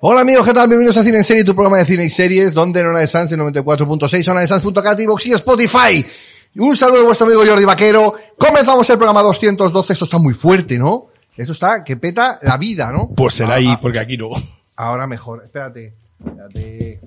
Hola amigos, ¿qué tal? Bienvenidos a Cine en Serie, tu programa de cine y series, donde en Hora de Sans, en 94.6, Hora de Sans.cat, iVoox y Spotify. Un saludo de vuestro amigo Jordi Vaquero. Comenzamos el programa 212, esto está muy fuerte, ¿no? Esto está que peta la vida, ¿no? Pues será ahí, porque aquí no. Ahora mejor, espérate, espérate.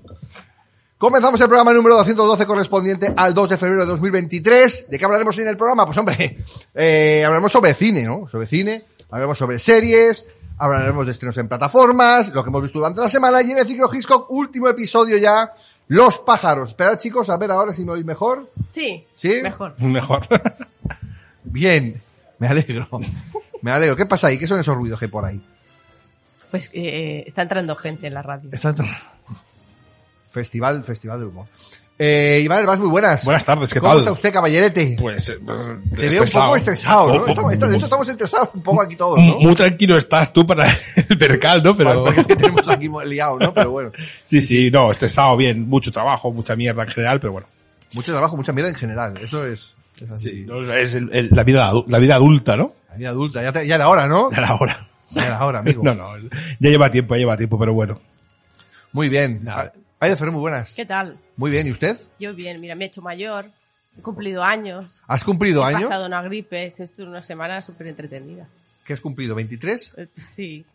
Comenzamos el programa número 212 correspondiente al 2 de febrero de 2023. ¿De qué hablaremos en el programa? Pues hombre, eh, hablaremos sobre cine, ¿no? Sobre cine, hablaremos sobre series, hablaremos de estrenos en plataformas, lo que hemos visto durante la semana y en el ciclo Hitchcock, último episodio ya, Los pájaros. Esperad chicos, a ver ahora si me oís mejor. Sí, ¿Sí? mejor. Mejor. Bien, me alegro. Me alegro. ¿Qué pasa ahí? ¿Qué son esos ruidos que hay por ahí? Pues eh, está entrando gente en la radio. Está entrando- Festival, festival del humor. Eh, Iván Herbás, muy buenas. Buenas tardes, ¿qué ¿Cómo tal? está usted, caballerete? Pues, eh, pues, Te veo un poco estresado, ¿no? Estamos- está- de hecho, estamos estresados un poco aquí todos, ¿no? Oh, Muy tranquilo estás tú para el percal, ¿no? Pero... Porque que tenemos aquí liado, ¿no? Pero bueno. Sí, sí, no, estresado, bien, mucho trabajo, mucha mierda en general, pero bueno. Mucho trabajo, mucha mierda en general. Eso es, es así. Sí, no, es el- el- la, vida, adu- la vida adulta, ¿no? La vida adulta, ya, te- ya era hora, ¿no? Ya era hora. Ya era hora, amigo. No, no, ya lleva tiempo, ya lleva tiempo, pero bueno. Muy bien. Nada. Hay de Ferrer, muy buenas. ¿Qué tal? Muy bien, ¿y usted? Yo bien, mira, me he hecho mayor, he cumplido años, ¿Has cumplido he años? pasado una gripe, estuve una semana súper entretenida. ¿Qué has cumplido? ¿23? Eh, Sí.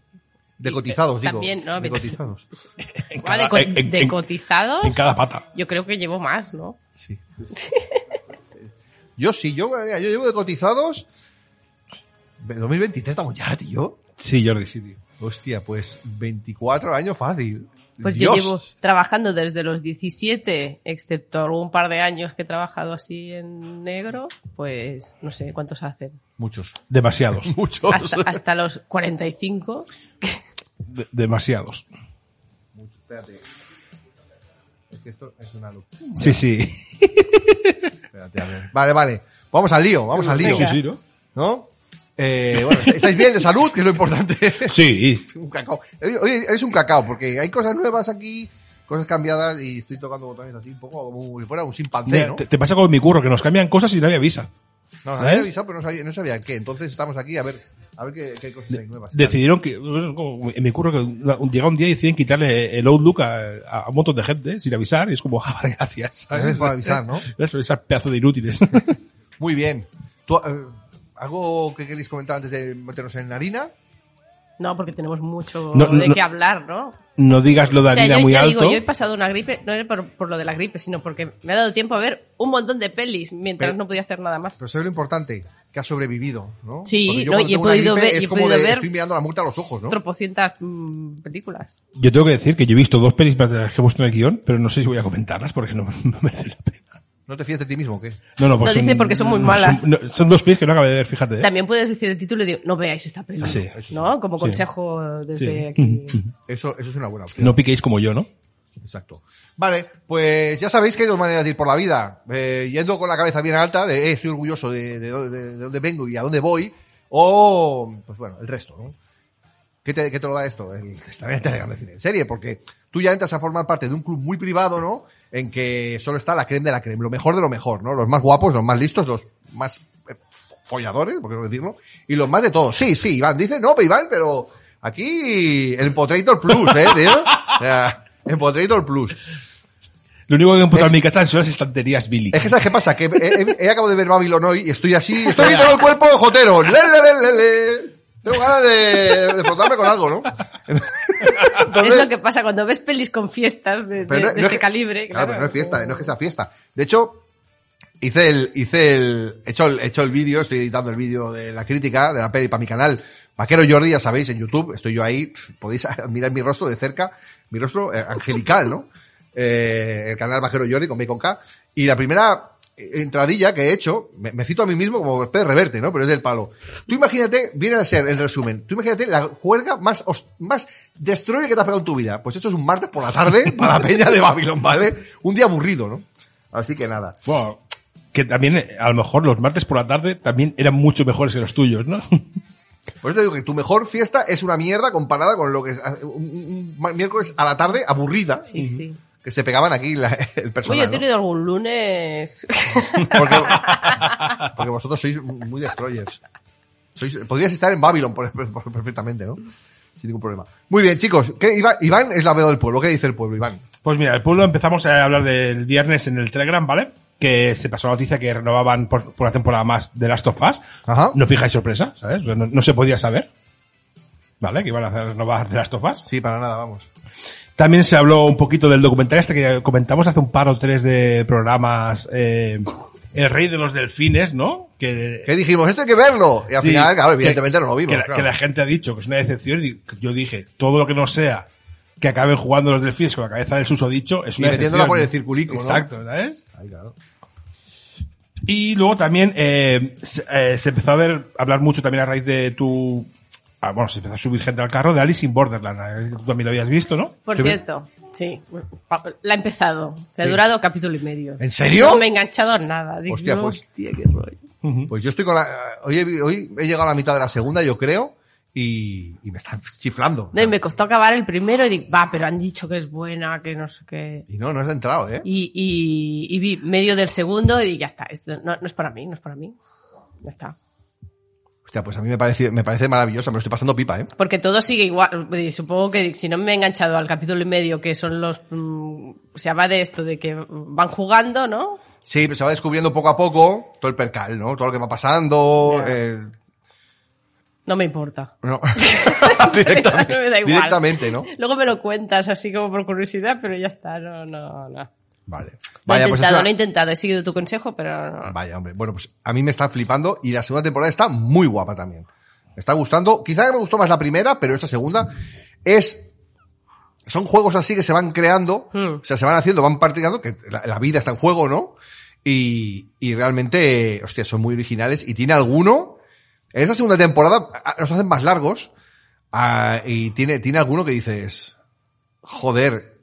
De Y, cotizados, eh, digo. también, ¿no? De cotizados. En Ah, cada- de, co- en- en- de en- cotizados, en cada pata. yo creo que llevo más, ¿no? Sí. yo sí, yo, mira, yo llevo de cotizados. 2023 estamos ya, tío. Sí, Jordi, sí, tío. Hostia, pues 24 años fácil. Pues Dios. yo llevo trabajando desde los 17, excepto algún par de años que he trabajado así en negro, pues no sé cuántos hacen. Muchos. Demasiados. Muchos. Hasta, hasta los 45. de- demasiados. Muchos, Espérate. Es que esto es una locura. Sí, sí. Espérate, a ver. Vale, vale. Vamos al lío, vamos al lío. Sí, sí, ¿no? ¿No? Eh, bueno, ¿estáis bien de salud? Que es lo importante. Sí, un cacao. Hoy- Hoy es un cacao, porque hay cosas nuevas aquí, cosas cambiadas, y estoy tocando botones así un poco como si fuera un chimpancé, Mira, ¿no? te, te pasa con mi curro, que nos cambian cosas y nadie avisa. No, nos ¿sabes? habían avisado, pero no sabía, no sabía qué. Entonces estamos aquí a ver, a ver qué, qué cosas hay nuevas. Decidieron que, como en mi curro, que una- un- llega un día y deciden quitarle el Outlook a, a un montón de gente sin avisar y es como, ah, vale, gracias. ¿sabes? Gracias por eh, avisar, ¿no? Gracias por avisar, pedazo de inútiles. Muy bien. Tú, eh, ¿Algo que queréis comentar antes de meternos en la harina? No, porque tenemos mucho No, de no. qué hablar, ¿no? no digas lo de O sea, harina yo muy ya alto. digo, yo he pasado una gripe, no era por, por lo de la gripe, sino porque me ha dado tiempo a ver un montón de pelis mientras Pero- no podía hacer nada más. Pero sabes lo importante, que has sobrevivido, ¿no? Sí, Porque yo no, cuando y he tengo una podido gripe ver- y Es he como podido de, ver- estoy mirando la multa a los ojos, ¿no? Tropocientas mm, películas. Yo tengo que decir que yo he visto dos pelis para las que he puesto en el guión, pero no sé si voy a comentarlas porque no, no merece la pena. ¿No te fías de ti mismo o qué? No, no, pues Lo dice porque son muy no, malas. Son, no, son dos pelis que no acabé de ver, fíjate. ¿eh? También puedes decir el título y digo, no veáis esta película. Ah, Sí. ¿No? Como Sí. consejo desde Sí. aquí. Eso, eso es una buena opción. No piquéis como yo, ¿no? Exacto. Vale, pues ya sabéis que hay dos maneras de ir por la vida. Eh, yendo con la cabeza bien alta, de eh, estoy orgulloso de, de dó- de- de dónde vengo y a dónde voy, o, pues bueno, el resto, ¿no? ¿Qué te, qué te lo da esto? El, estar en el Telegram de cine en serie, porque tú ya entras a formar parte de un club muy privado, ¿no? En que solo está la creme de la creme, lo mejor de lo mejor, ¿no? Los más guapos, los más listos, los más eh, folladores, por qué no decirlo, y los más de todos. Sí, sí, Iván dice, no, pero Iván, pero aquí el Potrator Plus, ¿eh, tío? O sea, el Potrator Plus. Lo único que he emputado en mi casa son las estanterías Billy. Eh. Es que ¿sabes qué pasa? Que he, he- he acabado de ver Babylon hoy y estoy así, estoy viendo el cuerpo jotero. Le, le, le, le, le. Tengo ganas de, de frotarme con algo, ¿no? Entonces- es lo que pasa cuando ves pelis con fiestas de, de- Pero no- de no es este que- calibre. Claro, Claro, pero no es fiesta, eh, no es que sea fiesta. De hecho, hice el, hice el, he hecho el, he hecho el vídeo, estoy editando el vídeo de la crítica de la peli para mi canal. Vaquero Jordi, ya sabéis, en YouTube, estoy yo ahí, podéis admirar mi rostro de cerca, mi rostro eh, angelical, ¿no? Eh, el canal Vaquero Jordi con B y K. Y la primera, entradilla que he hecho, me, me cito a mí mismo como Pérez Reverte, ¿no? Pero es del palo. Tú imagínate, viene a ser el resumen, tú imagínate la juerga más, os- más destroyer que te has pegado en tu vida. Pues esto es un martes por la tarde para la peña de Babilón, ¿vale? Un día aburrido, ¿no? Así que nada. Bueno, que también, eh, a lo mejor los martes por la tarde también eran mucho mejores que los tuyos, ¿no? Por eso te digo que tu mejor fiesta es una mierda comparada con lo que es ah, un, un- un miércoles a la tarde aburrida Sí, sí. que se pegaban aquí la- el Uy, yo personal. he ¿no? tenido algún lunes. Porque, porque vosotros sois muy destroyers. Sois- podrías estar en Babylon por- por- perfectamente, ¿no? Sin ningún problema. Muy bien, chicos. ¿Qué, Iván, Iván es la veo del pueblo. ¿Qué dice el pueblo, Iván? Pues mira, el pueblo empezamos a hablar del viernes en el Telegram, ¿vale? Que se pasó la noticia que renovaban por, por una temporada más de Last of Us. Ajá. No fijáis sorpresa, ¿sabes? No, no se podía saber. ¿Vale? Que iban a hacer renovar de Last of Us. Sí, para nada, vamos. También se habló un poquito del documental este que comentamos hace un par o tres de programas. eh, el rey de los delfines, ¿no? Que, ¿Qué dijimos? Esto hay que verlo. Y al Sí, final, claro, que- evidentemente no lo vimos. Que la, claro. que la gente ha dicho que es una decepción y yo dije, todo lo que no sea que acaben jugando los delfines con la cabeza del susodicho es Y una metiéndola decepción. por el circulico, ¿no? Exacto, ¿sabes? Ay, claro. Y luego también eh, se, eh, se empezó a ver, a hablar mucho también a raíz de tu... ah, bueno, se empezó a subir gente al carro de Alice in Borderland. eh, Tú también lo habías visto, ¿no? Por Te ve- cierto, sí. La he empezado. Se ha Sí. durado capítulo y medio. ¿En serio? No me he enganchado a nada. Digo, Hostia, hostia, pues. qué rollo. Pues yo estoy con la... Hoy he, hoy he llegado a la mitad de la segunda, yo creo, y, y me están chiflando. No, y me costó acabar el primero y digo, va, pero han dicho que es buena, que no sé qué. Y no, no has entrado, ¿eh? Y, y- y vi medio del segundo y ya está. Esto no, no es para mí, no es para mí. Ya está. Hostia, pues a mí me parece, me parece maravillosa, me lo estoy pasando pipa, ¿eh? Porque todo sigue igual. Y Supongo que si no me he enganchado al capítulo y medio, que son los. mm, o sea, va de esto, de que van jugando, ¿no? Sí, pero se va descubriendo poco a poco todo el percal, ¿no? Todo lo que va pasando, Ya. el- No me importa. No. Me da directamente, igual. directamente, ¿no? Luego me lo cuentas así como por curiosidad, pero ya está, no, no, no. Vale. Lo he Vaya, pues intentado, esa- lo he intentado, he seguido tu consejo, pero no. Vaya, hombre. Bueno, pues a mí me está flipando y la segunda temporada está muy guapa también. Me está gustando. Quizá me gustó más la primera, pero esta segunda es... Son juegos así que se van creando, Hmm. o sea, se van haciendo, van participando, que la, la vida está en juego, ¿no? Y, y realmente, eh, hostia, son muy originales y tiene alguno... En esta segunda temporada a- a- los hacen más largos ah, y tiene, tiene alguno que dices, joder,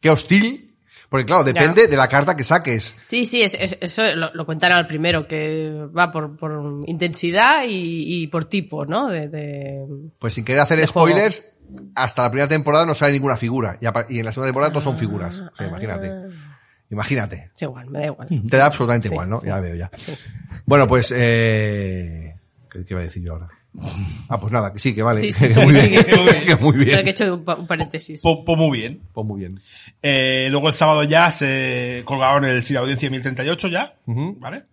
qué hostil. Porque claro, depende de la carta que saques. Sí, sí, es- es- eso lo, lo contaron al primero, que va por, por intensidad y, y por tipo, ¿no? De, de- Pues sin querer hacer De spoilers, hasta la primera temporada no sale ninguna figura. Y, apa- y en la segunda temporada todos son figuras. O sea, imagínate. Ah, Imagínate. es igual, me da igual. Te da absolutamente Sí, igual, ¿no? sí. Ya veo ya. Bueno, pues, eh... ¿qué, qué iba a decir yo ahora? Ah, pues nada, que sí, que vale. Sí, sí, Que sí, muy sí, bien. sí, sí. Que muy Creo que he bien. hecho un, pa- un paréntesis. Po- po muy bien. Pues muy bien. Eh, luego el sábado ya se colgaron el Sin Audiencia 1038 ya, Ujú. ¿vale?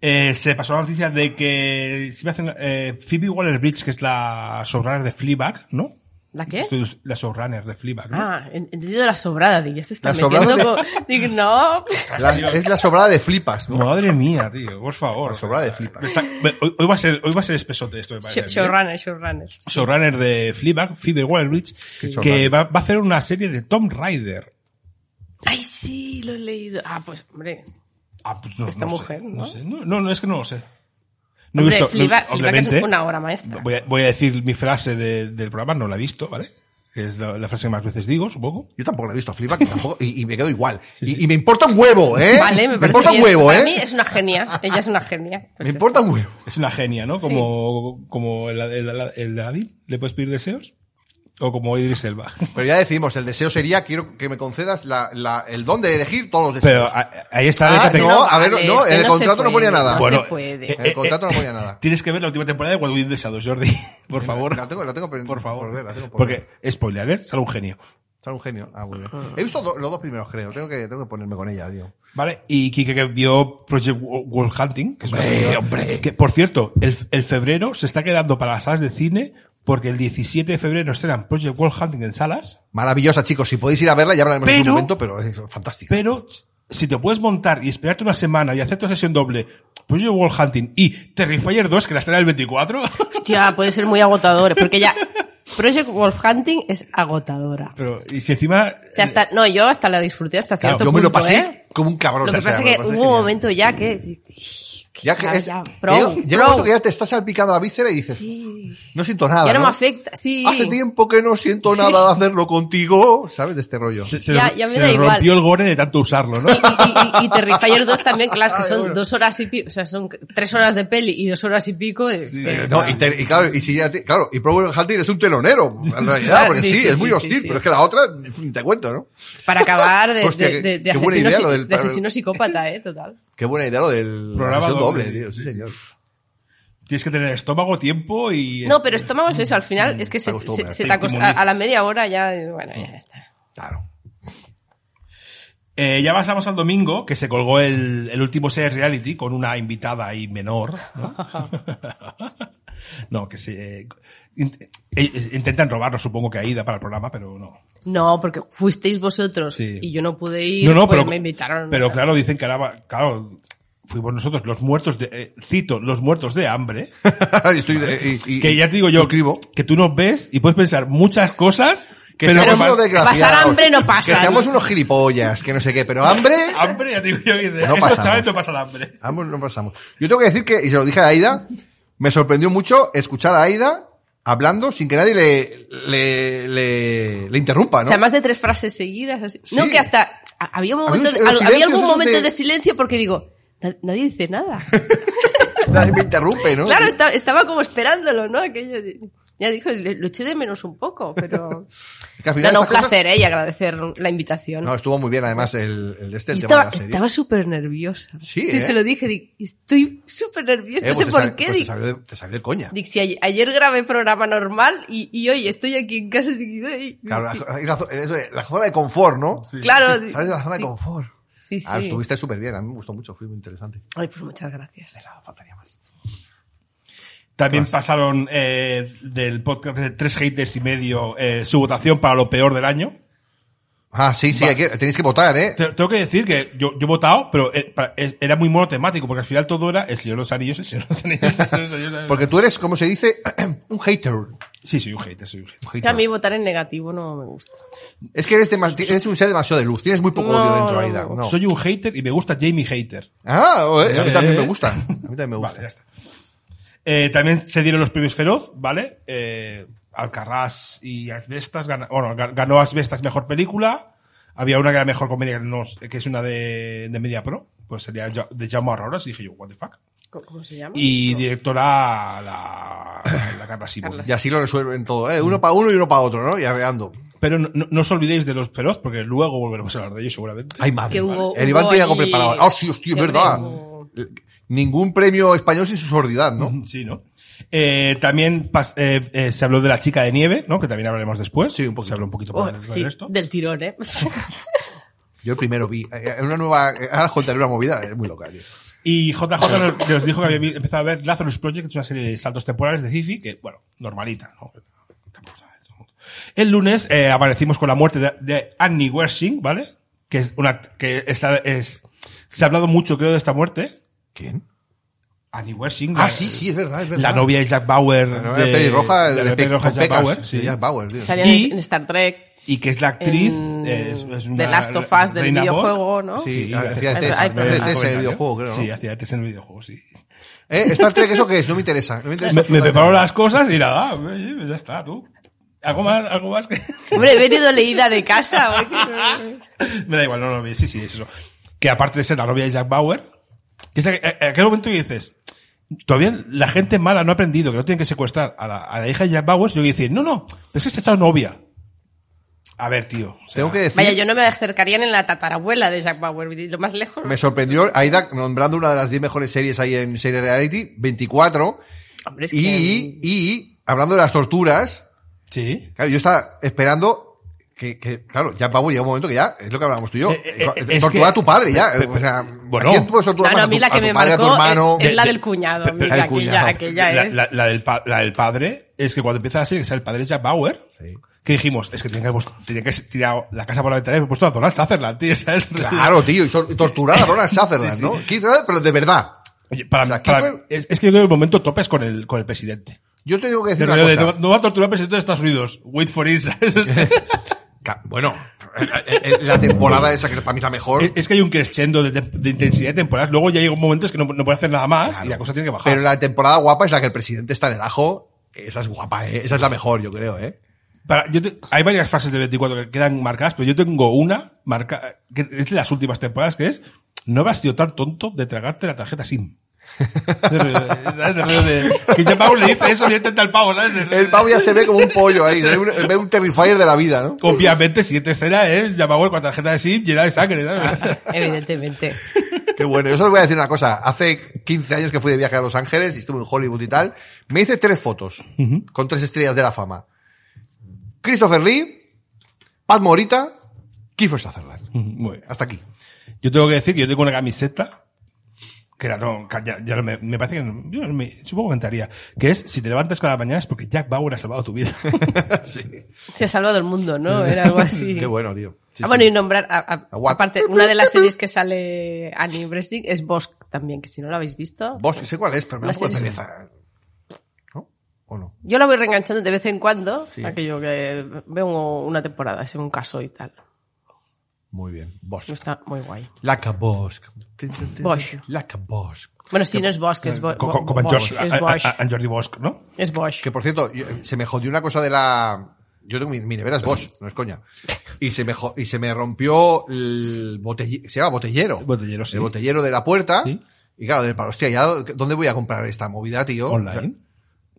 Eh, se pasó la noticia de que si me hacen, eh, Phoebe Waller-Bridge, que es la showrunner de Fleabag, ¿no? ¿La qué? Estoy- La showrunner de Fleabag, ¿no? Ah, he entendido la sobrada, digo, ya se está La metiendo sobrada con- Digo, no. La- es la sobrada de flipas, ¿no? Madre mía, tío, por favor. La sobrada de flipas. Está- me- hoy, hoy va a ser, hoy va a ser espesote esto, me parece. a Show- mí, ¿eh? Showrunner, showrunner. Showrunner de Fleabag, Phoebe Waller-Bridge, que showrunner. va, va a hacer una serie de Tom Rider. Ay, sí, lo he leído. Ah, pues, hombre. Ah, pues no, Esta no sé, mujer, ¿no? no sé. No, no, no, es que no lo sé. No he Hombre, visto- no- Fleabag- Fleabag es obviamente, una obra maestra. Voy a, voy a decir mi frase de- del programa, no la he visto, ¿vale? Que es la, la frase que más veces digo, supongo. Yo tampoco la he visto a Flipas, tampoco, y, y me quedo igual. y, sí. y me importa un huevo, ¿eh? Vale, me, parece importa un bien. huevo, Para ¿eh? mí es una genia. Ella es una genia. Me Pues ya importa un huevo. Es una genia, ¿no? Como, como el, el, el, Adil, ¿le puedes pedir deseos? O como Idris Elba. Pero ya decimos, el deseo sería, quiero que me concedas la, la- el don de elegir todos los deseos. Pero a- ahí está ¿eh? Ah, el cate- no, no a ver, vale, no, es que en el no se contrato no ponía puede, nada. no se puede. eh, En el contrato no ponía nada. Tienes que ver la última temporada de What We Did in the Shadows, Jordi. Por favor. La tengo, la tengo pendiente por favor. ver, la tengo por Porque, ver. spoiler, ¿eh? sale un genio. Está un genio. Ah, muy bien. He visto do- los dos primeros, creo. Tengo que, tengo que ponerme con ella, tío. Vale, y Kike que vio Project World Hunting. que es una Hombre, película- hombre. Que, por cierto, el, el febrero se está quedando para las salas de cine porque el 17 de febrero estrenan Project World Hunting en salas, Maravillosa, chicos. Si podéis ir a verla, ya hablaremos en Pero- un momento, pero es fantástico. pero si te puedes montar y esperarte una semana y hacer tu sesión doble, Project World Hunting y Terrifier 2, que la estrenan el 24, Hostia, puede ser muy agotador, porque ya Project Wolf Hunting es agotadora. pero, y si encima... O sea, hasta, no, yo hasta la disfruté hasta Claro, cierto yo me punto, lo pasé ¿eh? como un cabrón. Lo que o sea, pasa me es que parece hubo un genial. momento ya que. Ya que es- ya, llega- llega pro, un pro. momento que ya te estás salpicando la víscera y dices, Sí. no siento nada. ya no, ¿no? me afecta, sí. Hace tiempo que no siento Sí. nada de hacerlo contigo, ¿sabes? De este rollo. Se, se Ya- nos- ya me se da nos igual. rompió el gore de tanto usarlo, ¿no? Y, y, y Terrifier 2 también, claro, que Ay, son bueno. dos horas y pico, o sea, son tres horas de peli y dos horas y pico. de- Eh, no, y, te- y claro, y si ya te- claro, y Pro Hunting es un telonero, en realidad, porque sí, Sí, sí, es sí, muy sí, hostil, sí. pero es que la otra, ni te cuento, ¿no? Para acabar de, Hostia, de- qué- de- de qué buena asesino, idea lo psi- del- de asesino psicópata, eh, total. Qué buena idea lo del Programa programa doble, doble. tío, sí señor. Tienes que tener estómago, tiempo y... No, pero estómago es eso, al final es que se, Te acostumbras, se- se te te acost- a, inmunizas. a la media hora ya, eh, bueno, Mm. ya está. Claro. Eh, ya pasamos al domingo, que se colgó el, el último series reality con una invitada ahí menor. No, No, que se... eh, in- eh, intentan robarnos, supongo que a Ida para el programa, pero no. No, porque fuisteis vosotros Sí. y yo no pude ir, no, no, pues pero, me invitaron. Pero claro, dicen que ahora, va- claro, fuimos nosotros los muertos de, eh, cito, los muertos de hambre, Y estoy de- y- y- que ya te digo yo, suscribo. que tú nos ves y puedes pensar muchas cosas, Que pero seamos que unos pas- desgraciados. pasar hambre no pasa. Que seamos unos gilipollas, que no sé qué, pero hambre, hambre, ya te digo yo, que dices, No estos pasamos. chavales no pasan hambre. Ambos no pasamos. Yo tengo que decir que, y se lo dije a Aida, me sorprendió mucho escuchar a Aida hablando sin que nadie le, le, le, le interrumpa, O ¿no? sea, más de tres frases seguidas. Así. No, Sí. que hasta ha- había, un Había momento, unos- de- unos al- había silencios algún esos momento de- de... silencio porque digo, "Na- nadie dice nada. Nadie me interrumpe, ¿no? claro, esta- estaba como esperándolo, ¿no? Aquello de- ya dijo, le- lo eché de menos un poco, pero... Que al No, final no, un estas cosas- placer, ¿eh? Y agradecer la invitación. No, estuvo muy bien además el, el de este, el tema Y de estaba la serie. estaba súper nerviosa. Sí, sí ¿eh? se lo dije. di- Estoy súper nerviosa. Eh, no pues sé te por sal- qué. pues di- te salió de, te salió de coña. di- si ayer, ayer grabé programa normal y, y hoy estoy aquí en casa. di- ay, Claro, la, la- eso es, la zona de confort, ¿no? claro, di- Sales de la zona de di- confort. Sí, sí. Ah, estuviste súper bien, a mí me gustó mucho, fue muy interesante. Ay, pues muchas gracias. Nada, faltaría más. También pasaron eh, del podcast de tres haters y medio eh, su votación para lo peor del año. Ah, sí, sí, Va. hay que- tenéis que votar, ¿eh? Te- tengo que decir que yo, yo he votado, pero eh, pa- es- era muy monotemático, porque al final todo era el Señor de los Anillos, el Señor de los Anillos, el Señor de los Anillos. Porque tú eres, como se dice, un hater. Un Sí, soy un hater, soy un hater. hater. Que a mí votar en negativo no me gusta. Es que eres, demas- eres un ser demasiado de luz, tienes muy poco No, odio dentro, Aida. no, No. Soy un hater y me gusta Jamie Hater. Ah, eh, a mí Eh, también eh. me gusta. A mí también me gusta. Vale, ya está. Eh, también se dieron los premios Feroz, ¿vale? Eh, Alcarrás y Asbestas. gana- bueno, ga- ganó Asbestas mejor película. Había una que era mejor comedia, que, no- que es una de, de Media Pro. Pues sería Ja- de Jaume Arrauras. Y dije yo, what the fuck. ¿Cómo, cómo se llama? Y directora la, la Carla Simón. Carla Y así lo resuelven todo, ¿eh? Uno para uno y uno para otro, ¿no? Ya veando. Pero no, no- no os olvidéis de los Feroz, porque luego volveremos a hablar de ellos seguramente. Ay, madre. Que hubo- Ah, el Iván hubo tenía algo allí- preparado. Ah, sí, hostia, es Siempre verdad. hubo- Ningún premio español sin su sordidad, ¿no? Sí, ¿no? Eh, también pas- eh, eh, se habló de la chica de nieve, ¿no? Que también hablaremos después. Sí, un poquito. Se habló un poquito Oh, más de sí, esto. del tirón, ¿eh? Yo el primero vi. Eh, Una nueva. eh, Ahora os contaré una movida, es muy loca, tío. Y JJ nos, nos dijo que había vi- empezado a ver Lazarus Project, que es una serie de saltos temporales de Cifi, que, bueno, normalita, ¿no? Tampoco sabe todo el mundo. El lunes eh, aparecimos con la muerte de, de Annie Wershing, ¿vale? Que es una que está, es se ha hablado mucho creo de esta muerte. ¿Quién? Annie Wershing. Ah, la- sí, sí, es verdad, es verdad. La novia de Jack Bauer. La novia de pelirroja, la de, novia Pe- pelirroja con de Jack pecas, Bauer, sí. de Jack Bauer, tío. Salían Y- en Star Trek. Y que es la actriz. en- eh, es- es una de Last of Us del reina Borg. videojuego, ¿no? Sí, Sí, hacía hace- test, hay hacía problemas. test en el videojuego, creo, ¿no? Sí, hacía test en el videojuego, sí. Eh, Star Trek, ¿eso qué es? No me interesa. No me, interesa me, me absolutamente preparo nada. las cosas y nada, oye, pues ya está, tú. Algo más, algo más que... Hombre, he venido leída de casa. porque- me da igual, no, no, sí, sí, es eso. Que aparte de ser la novia de Jack Bauer, que es aqu- en aquel momento que dices, todavía la gente mala no ha aprendido que no tienen que secuestrar a la, a la hija de Jack Bauer, sino que dicen, no, no, pero es que se ha echado novia. A ver, tío. o sea, Tengo que decir. Vaya, yo no me acercaría ni en la tatarabuela de Jack Bauer, lo más lejos. Me sorprendió Aida nombrando una de las 10 mejores series ahí en serie reality, 24. Hombre, es y, que- y hablando de las torturas, Sí. claro, yo estaba esperando que, que claro, ya Pablo llega un momento que ya, es lo que hablábamos tú y yo, Eh, eh, eh, es tortura que- a tu padre ya, pe- pe- o sea, bueno. Eh, ¿a quién puedes No, torturar no, más? a mí tu- la que tu me padre, a tu marcó hermano, es, es la de- del cuñado, pe- amiga, el aquella, cuñado. aquella la, es. la- la del pa- la del padre es que cuando empieza la serie que sale el padre de Jack Bauer, Sí. que dijimos, es que tenía que, haber puesto- tenía que haber tirado la casa por la ventana y haber puesto a Donald Sutherland, tío. ¿sabes? Claro, tío, y, so- y torturar a Donald Sutherland, Sí, sí. ¿no? Quizá, pero de verdad. Oye, para, O sea, ¿qué para- fue? es, es que yo creo que el momento topes con el, con el presidente. Yo te tengo que decir Pero una de- cosa. no, no va a torturar al presidente de Estados Unidos. Wait for it. ¿sabes? Ca- Bueno, eh, eh, eh, la temporada esa que para mí es la mejor. Es, es que hay un crescendo de, tem- de intensidad de temporadas. Luego ya llega un momento en que no, no puede hacer nada más Claro. y la cosa tiene que bajar. Pero la temporada guapa es la que el presidente está en el ajo. Esa es guapa, ¿eh? Esa es la mejor, yo creo, ¿eh? Para- yo te- hay varias frases de 24 que quedan marcadas, pero yo tengo una marca, que es de las últimas temporadas, que es no habrás sido tan tonto de tragarte la tarjeta SIM. ¿Sabes? De rollo de- que ya Pau le dice eso directamente al pavo, ¿sabes? De- El pavo ya se ve como un pollo ahí. se Ve un, ve un terrifier de la vida, ¿no? Obviamente, siguiente escena es Yamagüe con la tarjeta de SIM llena de sangre. ¿sabes? Evidentemente. Qué bueno. Yo solo voy a decir una cosa. Hace 15 años que fui de viaje a Los Ángeles y estuve en Hollywood y tal. Me hice tres fotos con tres estrellas de la fama. Christopher Lee, Pat Morita, Kiefer Sutherland. Muy bien. Hasta aquí. Yo tengo que decir que yo tengo una camiseta que la tengo, que ya, ya no me, me parece que no- yo no me, supongo que entraría, que es si te levantas cada mañana es porque Jack Bauer ha salvado tu vida. Sí. Se ha salvado el mundo, ¿no? Era algo así. Qué bueno, tío. Sí, ah, bueno, sí. y nombrar, a- a- A What? aparte, una de las series que sale Annie Bresnik es Bosk también, que si no la habéis visto. Vos, sé cuál es, pero me da La un poco de serie- pereza. ¿No? ¿O no? Yo la voy reenganchando de vez en cuando, Sí. aquello que veo una temporada, según un caso y tal. Muy bien. Vos. No está muy guay. Laca Bosch. Bosch. Laca Bosch. Bueno, sí, no es Bosch, es Bo- Co- co- Bo- como en Bosch. George- Es a- a- Bosch. a- en Jordi Bosch, ¿no? Es Bosch. Que por cierto, yo- eh, se me jodió una cosa de la. Yo tengo mi, mi nevera es Bosch, no es coña. Y se me, jo- y se me rompió el botellero. Se llama botellero. El botellero, sí. El botellero de la puerta. Sí. Y claro, de para hostia, ¿ya ¿dónde voy a comprar esta movida, tío? O sea, Online.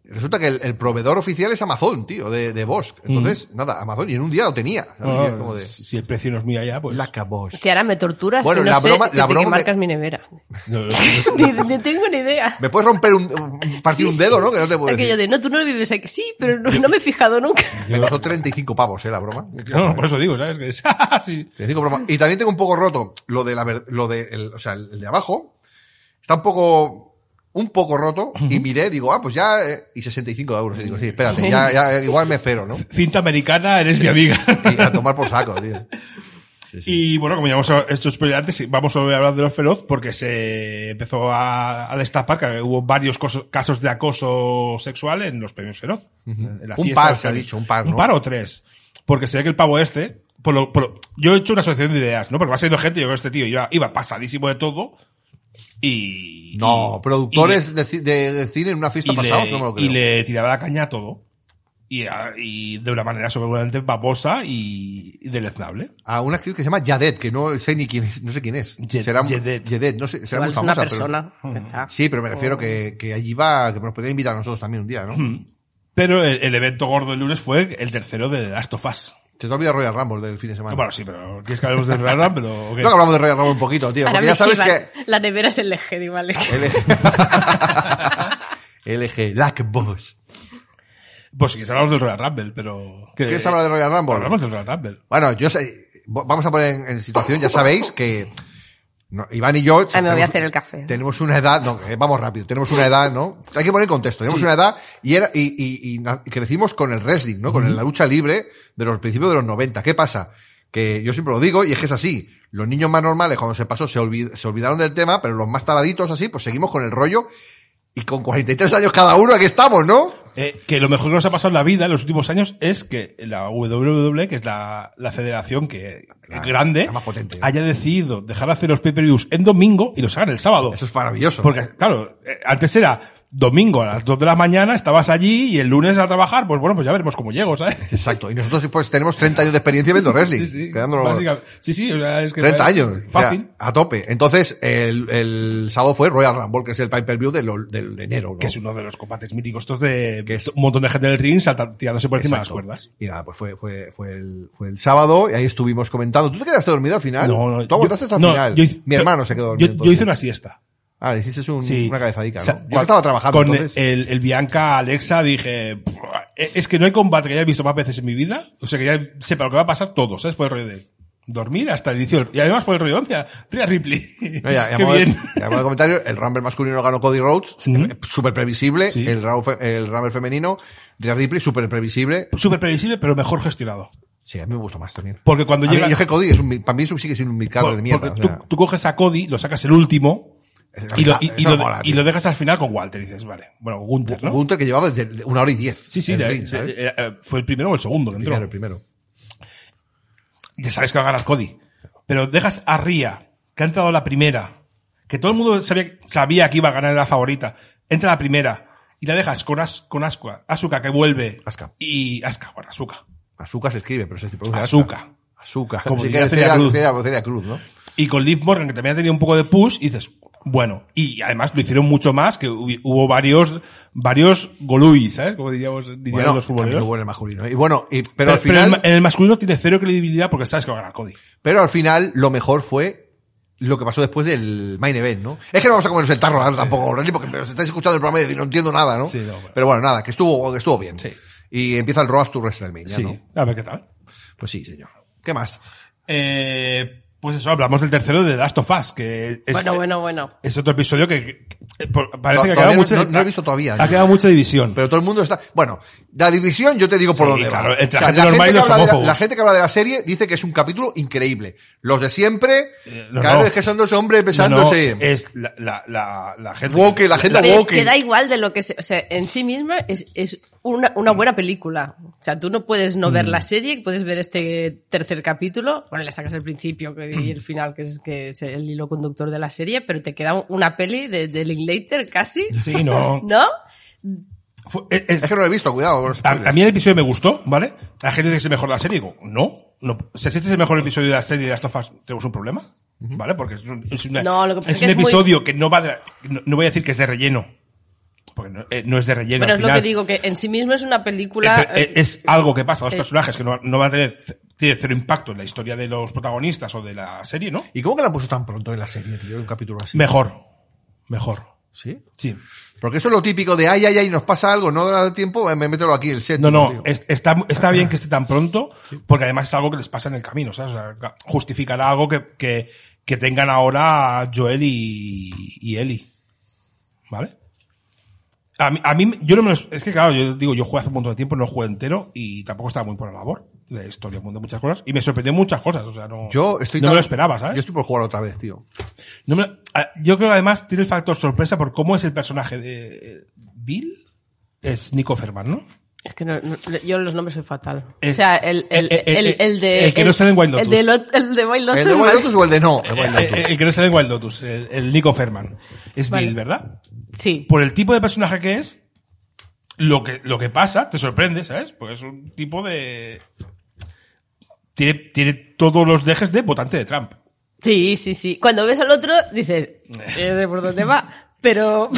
resulta que el, el proveedor oficial es Amazon, tío, de, de Bosch. Entonces, nada, Amazon. Y en un día lo tenía. ¿sabes? Y es Mm. Ah, como de, si si el precio no es muy allá, pues. Laca Bosch. Que ahora me torturas Bueno, y no la sé broma- de la qué broma- marcas mi nevera. No, no, no. ni, ni tengo ni idea. Me puedes romper un, un- partir Sí, un dedo, sí. ¿no? Que no te puedo decir. Aquello de, no, tú no vives aquí. Sí, pero no, no me he fijado nunca. Me costó 35 pavos, ¿eh? La broma. No, por eso digo, ¿sabes? Que es- sí. Te digo broma. Y también tengo un poco roto lo de la ver- lo de el, o sea, el, el de abajo. Está un poco un poco roto y miré, digo, ah, pues ya eh, y 65 euros. Y digo, sí, espérate, ya, ya igual me espero, ¿no? Cinta americana, eres mi amiga. Y a tomar por saco, tío. Y bueno, como ya hemos hecho spoiler antes, sí, vamos a volver a hablar de los feroz porque se empezó a, a destapar que hubo varios coso- casos de acoso sexual en los premios feroz. En las Un fiestas, par se ha ¿sabes? dicho, un par, ¿no? Un par o tres. Porque se ve que el pavo este, por lo, por lo- yo he hecho una asociación de ideas, ¿no? Porque va siendo gente, yo creo que este tío iba, iba pasadísimo de todo y... No, y- productores de, ci- de- de cine en una fiesta y pasada, le, no me lo creo. y le tiraba la caña a todo. Y, a- y de una manera seguramente babosa y, y deleznable. A una actriz que se llama Yadet, que no sé ni quién es, no sé quién es. Ye- será mu- Yadet. Yadet, no sé, será muy Igual es una famosa, pero- persona. ya está. Sí, pero me refiero que, que allí va, que nos podría invitar a nosotros también un día, ¿no? Hmm. Pero el, el evento gordo del lunes fue el tercero de The Last of Us. Se te olvida Royal Rumble del fin de semana. Bueno, sí, pero quieres que hablemos de Rara, pero... ¿o qué? Creo que hablamos de Royal Rumble un poquito, tío. Ahora Porque me ya sabes chivan. que La nevera es el eje, digo, vale. LG, Lack Boss. Pues sí, que hablamos del Royal Rumble, pero... que- ¿Quieres hablar de Royal Hablamos Rumble? del Royal Rumble. Bueno, yo sé, vamos a poner en, en situación, ya sabéis que no, Iván y yo... Ah, me voy a tenemos- hacer el café. Tenemos una edad, no, eh, vamos rápido, tenemos una edad, ¿no? Hay que poner contexto, tenemos una edad y, era, y, y- y na- crecimos con el wrestling, ¿no? Con la lucha libre de los principios de los 90. ¿Qué pasa? Que yo siempre lo digo y es que es así. Los niños más normales cuando se pasó se, olvid- se olvidaron del tema, pero los más taraditos así, pues seguimos con el rollo y con 43 años cada uno aquí estamos, ¿no? Eh, que lo mejor que nos ha pasado en la vida en los últimos años es que la WWE, que es la, la federación que La- es grande, la más potente. haya decidido dejar de hacer los pay-per-views en domingo y los hagan el sábado. Eso es maravilloso. Porque, claro, eh, antes era domingo a las 2 de la mañana, estabas allí y el lunes a trabajar, pues bueno, pues ya veremos cómo llego, ¿sabes? Exacto. Y nosotros pues tenemos 30 años de experiencia viendo wrestling. Quedándonos- Básicamente- Sí, sí, o sea, es que 30 es años. Fácil. O sea, a tope. Entonces, el, el sábado fue Royal Rumble, que es el pay-per-view del, del enero. ¿no? que es uno de los combates míticos estos de Que es- un montón de gente del ring salta- tirándose por encima Exacto. de las cuerdas. Y nada, pues fue, fue, fue, el, fue el sábado y ahí estuvimos comentando. ¿Tú te quedaste dormido al final? ¿Tú aguantaste hasta el no, final? yo hice- Mi yo- hermano se quedó yo- dormido. Yo, entonces. hice una siesta. Ah, dijiste un- Sí. una cabezadica, O sea, ¿no? Yo cuando- estaba trabajando Con entonces. el, eh, el Bianca Alexa dije, "Buah, es que no hay combate que haya visto más veces en mi vida. O sea, que ya sepa lo que va a pasar todo, ¿sabes? Fue el rollo de dormir hasta el inicio. del- Y además fue el rollo, mira, Rhea Ripley. No, ya, ya Qué hemos- bien. ya hemos de comentario, el Rumble masculino ganó Cody Rhodes, eh, súper previsible. Sí. El, Rumble, fe- el Rumble femenino, Rhea Ripley, súper previsible. Súper previsible, pero mejor gestionado. Sí, a mí me gustó más también. Porque cuando A mí- llega... yo es que Cody es un, mid- para mí eso sigue siendo un midcard de Por- mierda. porque o sea, tú, tú coges a Cody, lo sacas el último Eso y lo, mola, y- y eso lo- mola, y tío. lo dejas al final con Walter. Y dices, vale, bueno, Gunther, ¿no? Gunther que llevaba desde una hora y diez. Sí, eh, sí, en el de- ring, de- ¿sabes? eh, eh, fue el primero o el segundo que entró. primero. ya sabes que va a ganar Cody. Pero dejas a Ria, que ha entrado la primera, que todo el mundo sabía, sabía que iba a ganar era la favorita, entra la primera y la dejas con, As- con Asua, Asuka que vuelve. Asuka. Y Asuka, bueno, Asuka. Azúcar se escribe, pero se pronuncia Azúcar. Azúcar. Azúcar. Como Sí, diría que Celia sería- Cruz. sería- sería Cruz, ¿no? Y con Liv Morgan, que también ha tenido un poco de push, y dices, bueno, y además lo hicieron mucho más, que hubi- hubo varios, varios golui, ¿sabes? Como diríamos, dirían Bueno, los también futboleros. hubo en el masculino. ¿eh? Y bueno, y- pero, pero, al pero en el final, ma- en el masculino tiene cero credibilidad porque sabes que va a ganar Cody. pero al final lo mejor fue lo que pasó después del main event, ¿no? Es que no vamos a comernos el tarro ahora tampoco, Randy, porque os estáis escuchando el programa y decís, no entiendo nada, ¿no? Sí, no, bueno. Pero bueno, nada, que estuvo, que estuvo bien. Sí. Y empieza el Road to WrestleMania, sí, ¿no? a ver qué tal. Pues sí, señor. ¿Qué más? Eh, pues eso, hablamos del tercero de Last of Us, que es, bueno, bueno, bueno. es otro episodio que, que- por- parece To- que ha todavía quedado no- mucha, no- no lo he visto todavía, Ha yo. quedado mucha división. Pero todo el mundo está. Bueno, la división, yo te digo por Sí, dónde claro, va. entre la gente normal y que los habla de la, homófobos. la gente que habla de la serie dice que es un capítulo increíble. Los de siempre, Eh, no, claro, no. es que son dos hombres No, no, besándose. es la, la, la, la gente. Woke, la gente Pero es woke. que da igual de lo que se, o sea, en sí misma es, es una, una buena película. O sea, tú no puedes no Mm. ver la serie, puedes ver este tercer capítulo, bueno, le sacas el principio que- y el final, que es, que es el hilo conductor de la serie, pero te queda una peli de, de Linklater casi, Sí, no. ¿no? Fue- es- es- Es que no lo he visto, cuidado. con los A, spoilers. a mí el episodio me gustó, ¿vale? La gente dice que es el mejor de la serie. Digo, no. no. O sea, si este es el mejor episodio de la serie de las tofas, tenemos un problema. ¿Vale? Porque es un, es una- No, lo que pasa es es que un es muy- episodio que no va de la- no, no voy a decir que es de relleno. Porque no, eh, no es de relleno. Pero al es lo final. que digo, que en sí mismo es una película... Eh, eh, Es, algo que pasa a los eh. personajes que no, no va a tener c- tiene cero impacto en la historia de los protagonistas o de la serie, ¿no? ¿Y cómo que la han puesto tan pronto en la serie, tío? Un capítulo así. Mejor. Mejor. ¿Sí? Sí. Porque eso es lo típico de ay, ay, ay, nos pasa algo, no da tiempo, eh, me mételo aquí el set. No, tío. no, es- está, está bien que esté tan pronto, porque además es algo que les pasa en el camino, ¿sabes? O sea, ca- justificará algo que, que, que tengan ahora Joel y, y Eli. ¿Vale? A mí, a mí, yo no me los- es que claro, yo digo, yo jugué hace un montón de tiempo, no jugué entero y tampoco estaba muy por la labor de esto, de muchas cosas, y me sorprendió muchas cosas, o sea, no, Yo estoy no tan- me lo esperaba, ¿sabes? Yo estoy por jugar otra vez, tío. No me lo- ah, yo creo que además tiene el factor sorpresa por cómo es el personaje de Bill. Es Nico Ferman, ¿no? Es que no- no- yo los nombres soy fatal. Es- eh, o sea, el, el, el- el, el- el de... el que no sale en Wild El de, Lotus. Lo- el de Wild Lotus, ¿El de Wild ¿vale? Lotus o el de no? El Wild Eh, Lotus. eh, el que no sale en Wild Lotus, el, el Nico Ferman. Es Vale. Bill, ¿verdad? Sí. Por el tipo de personaje que es, lo que, lo que pasa te sorprende, ¿sabes? Porque es un tipo de... Tiene, tiene todos los dejes de votante de Trump. Sí, sí, sí. Cuando ves al otro, dices, "Eh, de por dónde va, pero...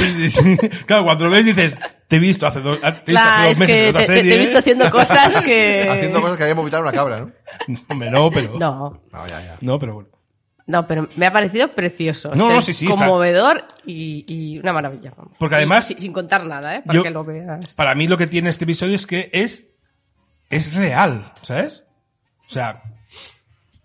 claro, cuando lo ves dices, te he visto hace dos, te he visto La, hace dos es meses en que otra te, te- te serie. he visto haciendo cosas que... eh, Haciendo cosas que habíamos vomitar una cabra, ¿no? No, hombre, no, pero... No. No, No, ya, ya. pero bueno. pero me ha parecido precioso. No, O sea, no, es sí, sí, está- Conmovedor y, y una maravilla. vamos. Porque Y además- si- sin contar nada, ¿eh? Para Yo- que lo veas. Para mí lo que tiene este episodio es que es, es real, ¿sabes? O sea,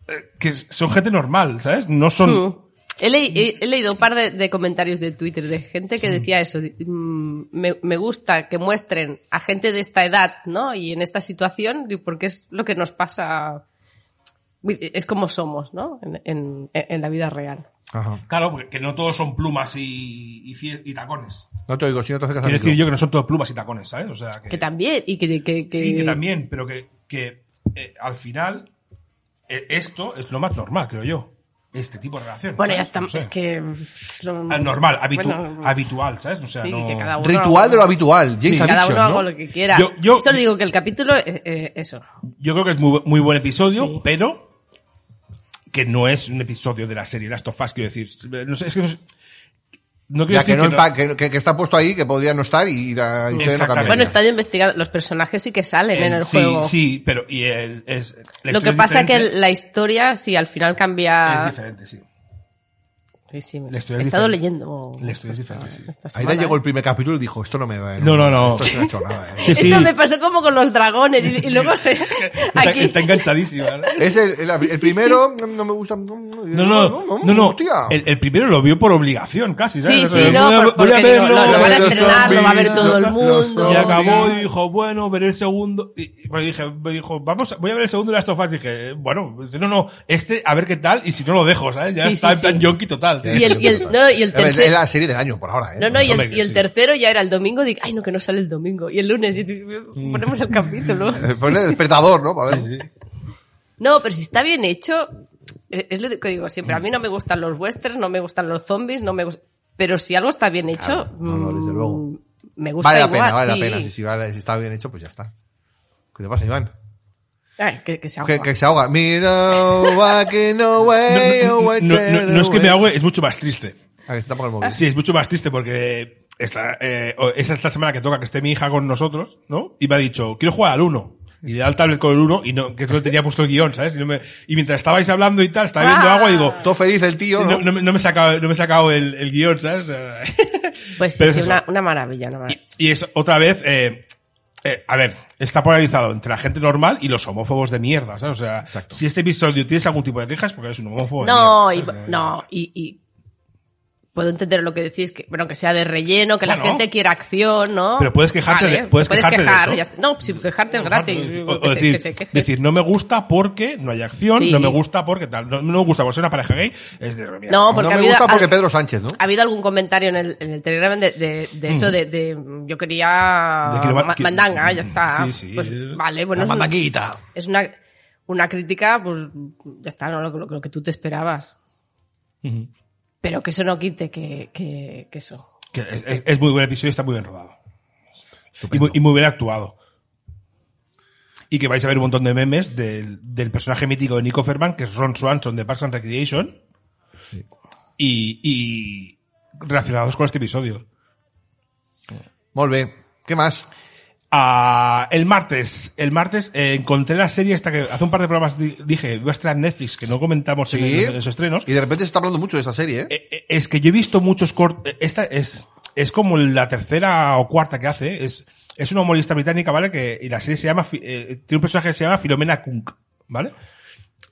eh, que son gente normal, ¿sabes? No son... Mm. He, le- he- he leído un par de, de comentarios de Twitter de gente que decía eso. di- mm, Me, me gusta que muestren a gente de esta edad, ¿no? Y en esta situación, di- porque es lo que nos pasa. Es como somos, ¿no? En, en- en la vida real. Ajá. Claro, porque que no todos son plumas y, y fie- y tacones. No te oigo, si no te acercas al Quiero decir micro. yo que no son todos plumas y tacones, ¿sabes? O sea, que, Que también. Y que, que- que- Eh. sí, que también, pero que, que, eh, al final eh, esto es lo más normal, creo yo. Este tipo de relación. Bueno, ya ¿sabes? No estamos. sé. Es que. pff, lo- Ah, Normal, habitu- Bueno, habitual, ¿sabes? O sea, sí, no... que cada uno. Ritual de lo habitual, Sí, James Cada Addiction, uno hago ¿no? lo que quiera. Yo- yo- Solo digo que el capítulo, eh, eh, eso. Yo creo que es muy, bu- muy buen episodio, Sí. pero que no es un episodio de la serie Last of Us, quiero decir. No sé, es que no, sé- no quiero Ya que, decir no que no- empa- que- que- que está puesto ahí, que podría no estar y la y ustedes no Exactamente. cambian. Bueno, he estado investigando. Los personajes sí que salen en eh, el sí, juego. sí, pero y el- es, la Lo historia que es pasa que diferente. la historia, sí, al final es cambia. diferente, sí. Sí, sí, me- La historia he es estado diferente. leyendo. La historia es diferente, sí. esta Ahí semana, le llegó ¿eh? el primer capítulo y dijo, esto no me da... No, no, no. Esto es una chorrada, ¿eh? Sí, sí. Esto me pasó como con los dragones y, y luego se. Está, aquí. está enganchadísima. ¿no? Es el, el- el primero, no me gusta... No, No, no, no, no. hostia. El, el primero lo vio por obligación, casi. Sí, ¿sabes? sí, Voy no, a- por- voy a porque digo, verlo. lo- lo van a Los estrenar, lo va a ver todo el zombies, mundo. Y los acabó y zombies. dijo, bueno, veré el segundo. Y, y- bueno, dije, me dijo, vamos, voy a ver el segundo de Last of Us. Dije, eh, bueno, dice, no, no, este, a ver qué tal, y si no lo dejo, ¿sabes? Ya Sí, está sí, en plan sí. yonki total. tío. Y el- y el- no, y el A ver, tercer- Es la serie del año por ahora, ¿eh? No, no, y Hombre, el, que y el sí. tercero ya era el domingo. Digo, ay, no, que no sale el Mm. domingo. Y el lunes, y- ponemos el capítulo. Ponle el despertador, ¿no? Para ver. Sí, sí. No, pero si está bien hecho, eh, es lo que digo siempre. A mí no me gustan los westerns, no me gustan los zombies, no me gust- Pero si algo está bien hecho, Claro, no, no, desde mm, luego. me gusta Vale la igual. pena, vale sí. la pena. Si, si vale- si está bien hecho, pues ya está. ¿Qué te pasa, Iván? Ay, que, que se Que, ahoga. que se ahoga. Me no walking away, No, no, away, no, no, no, no es que me away. ahogue, es mucho más triste. Ah, que se tapa el móvil. Sí, es mucho más triste porque esta, eh, o- es esta semana que toca que esté mi hija con nosotros, ¿no? Y me ha dicho, quiero jugar al 1. Y le da el tablet con el 1 y no, que solo tenía puesto el guión, ¿sabes? Y, no me- y mientras estabais hablando y tal, estaba viendo Ah. agua y digo, Todo feliz el tío, ¿no? no, no me- no me he sacado, no me he sacado el, el guión, ¿sabes? Eh, Pues sí, Pero sí, es una, eso. una maravilla, una maravilla. Y, y es otra vez, eh, eh, a ver, está polarizado entre la gente normal y los homófobos de mierda, ¿sabes? O sea, Exacto. si este episodio tienes algún tipo de quejas, porque eres un homófobo. de No, y, mierda, ¿sabes? no, y, y puedo entender lo que decís, que bueno, que sea de relleno, que la Bueno. gente quiera acción, ¿no? Pero puedes quejarte Vale, de- puedes te puedes quejarte de quejar, eso. ya está. No, si quejarte es gratis. O, o que se- decir, que se queje. decir, no me gusta porque no hay acción, Sí. no me gusta porque tal, no, no me gusta porque soy una pareja gay. Es de, mira, No, No, porque me ha habido- gusta porque ha- Pedro Sánchez, ¿no? ¿Ha habido algún comentario en el, en el Telegram de, de- de eso de, de, mm, yo quería De que lo va- ma- que- Mm, mandanga, ya está? Sí, sí. Pues, vale, bueno, La es, un- mandanguita. es una, una crítica, pues ya está, ¿no? lo, lo- lo que tú te esperabas. Ujú. Pero que eso no quite que, que- que eso. que es, es- es muy buen episodio, está muy bien rodado. Y muy, y muy bien actuado. Y que vais a ver un montón de memes del, del personaje mítico de Nico Ferman, que es Ron Swanson de Parks and Recreation. Y, y relacionados con este episodio. Molt bé. ¿Qué más? Ah, el martes, el martes eh, encontré la serie esta que hace un par de programas di- dije, va a estar en Netflix, que no comentamos en, Sí. en los estrenos. Y de repente se está hablando mucho de esa serie, ¿eh? Eh, eh, Es que yo he visto muchos cortes. Esta es, es como la tercera o cuarta que hace. ¿eh? Es, es una humorista británica, ¿vale? Que, y la serie se llama. Fi- eh, tiene un personaje que se llama Filomena Kunk, ¿vale?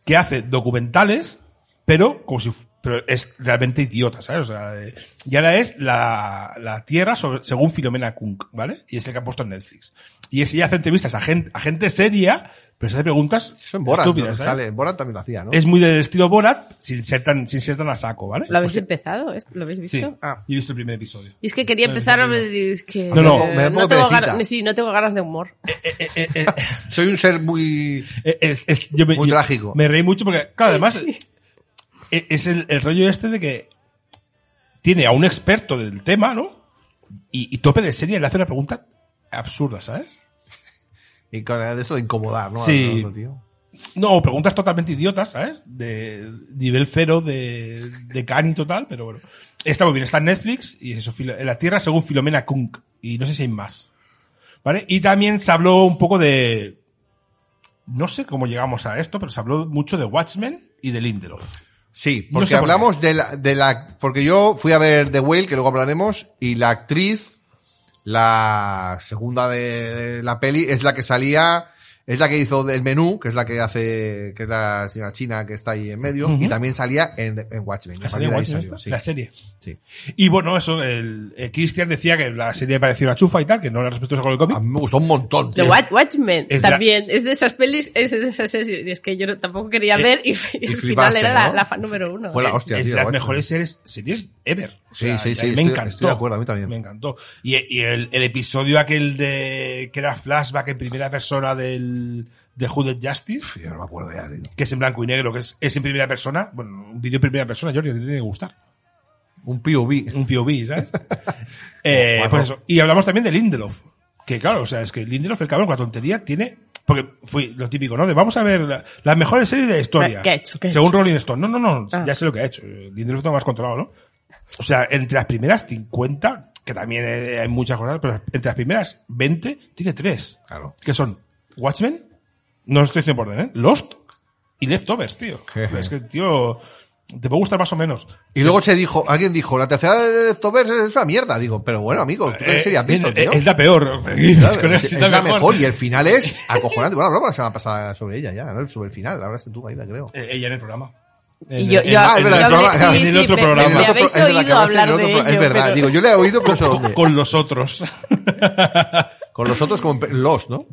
Que hace documentales, pero como si. fu- Pero es realmente idiota, ¿sabes? O sea, eh, y ahora es la, la Tierra sobre- según Filomena Kunk, ¿vale? Y es el que ha puesto en Netflix. Y es ella hace entrevistas a gente, a gente seria, pero se hace preguntas Eso en Borat, ¿no? estúpidas, ¿sabes? Sale, Borat también lo hacía, ¿no? Es muy del estilo Borat, sin ser tan, sin ser tan a saco, ¿vale? ¿Lo habéis empezado? esto? ¿Lo habéis visto? Eh, pues Sí, Ah. yo he visto el primer episodio. Y es que quería No, empezar, no, no. es que No, no. eh, Me da un poco tengo perecita. ganas, sí, no tengo ganas de humor. Soy un ser muy... Eh, Es- es- yo me, Muy yo trágico. Me reí mucho porque, claro, además, e- es el, el rollo este de que tiene a un experto del tema, ¿no? Y, y tope de serie le hace una pregunta absurda, ¿sabes? Y con de esto de incomodar, ¿no? Sí. Al otro tío. No, preguntas totalmente idiotas, ¿sabes? De nivel cero de, de cani total, pero bueno. Está muy bien, está en Netflix y es eso, Filo- en la Tierra según Filomena Kunk. Y no sé si hay más. ¿Vale? Y también se habló un poco de... No sé cómo llegamos a esto, pero se habló mucho de Watchmen y de Lindelof. Sí, No porque sé por qué. hablamos de la, de la... Porque yo fui a ver The Whale, que luego hablaremos, y la actriz, la segunda de la peli, es la que salía... Es la que hizo el menú, que es la que hace, que es la señora china que está ahí en medio, Ujú. y también salía en, en Watchmen. Y a partir de ahí Watchmen salió, esta? sí, La serie. sí. Y bueno, eso, el, el Christian decía que la serie parecía una chufa y tal, que no era respetuosa con el cómic. A mí me gustó un montón. The tío. Wat- Watchmen Es la- también es de esas pelis, es de esas series que yo no- tampoco quería Eh, ver y, y al final flipaste, era la, ¿no? la fan número uno. Fue la hostia, es tío, de las Watchmen. mejores series, series ever. O Sí, sea, sí, y sí, a mí estoy- me encantó. estoy de acuerdo, a mí también. Me encantó. Y, y el, el episodio aquel de que era flashback en primera persona del de Hooded Justice, Yo no me acuerdo ya, tío. que es en blanco y negro, que es, es en primera persona. Bueno, un vídeo en primera persona, Jordi, a ti te tiene que gustar. Un POV. Un POV, ¿sabes? Eh, Bueno. Pues eso. Y hablamos también de Lindelof. Que claro, o sea, es que Lindelof, el cabrón, con la tontería, tiene. Porque fue lo típico, ¿no? De vamos a ver la- las mejores series de la historia. ¿Qué ha hecho? ¿Qué ha Según Rolling Stone. No, no, no. Ah. Ya sé lo que ha hecho. Lindelof está más controlado, ¿no? O sea, entre las primeras 50, que también eh, hay muchas cosas, pero entre las primeras 20, tiene tres. Claro. Que son Watchmen, no estoy diciendo por orden, ¿eh? Lost y Leftovers, tío. Jeje. es que, tío, te puede gustar más o menos. Y luego se dijo, alguien dijo, la tercera de Leftovers es una mierda. Digo, pero bueno, amigo, ¿tú qué Eh, serie has visto, es, tío? es la peor. Claro, Con es, eso es está la mejor y el final es acojonante. Bueno, hablamos la semana pasada sobre ella ya, ¿no? sobre el final. La hablaste tú, Aida, creo. Eh, Ella en el programa. Y yo, yo, ah, es yo verdad, hablé- el programa- sí, en el sí, otro me- programa. me, En el me otro habéis pro- en el que oído hablaste, en el hablar otro de pro- ello. Es verdad, pero- digo, yo le he oído, pero no sé dónde. Con los otros. Con los otros, como en Lost, ¿no?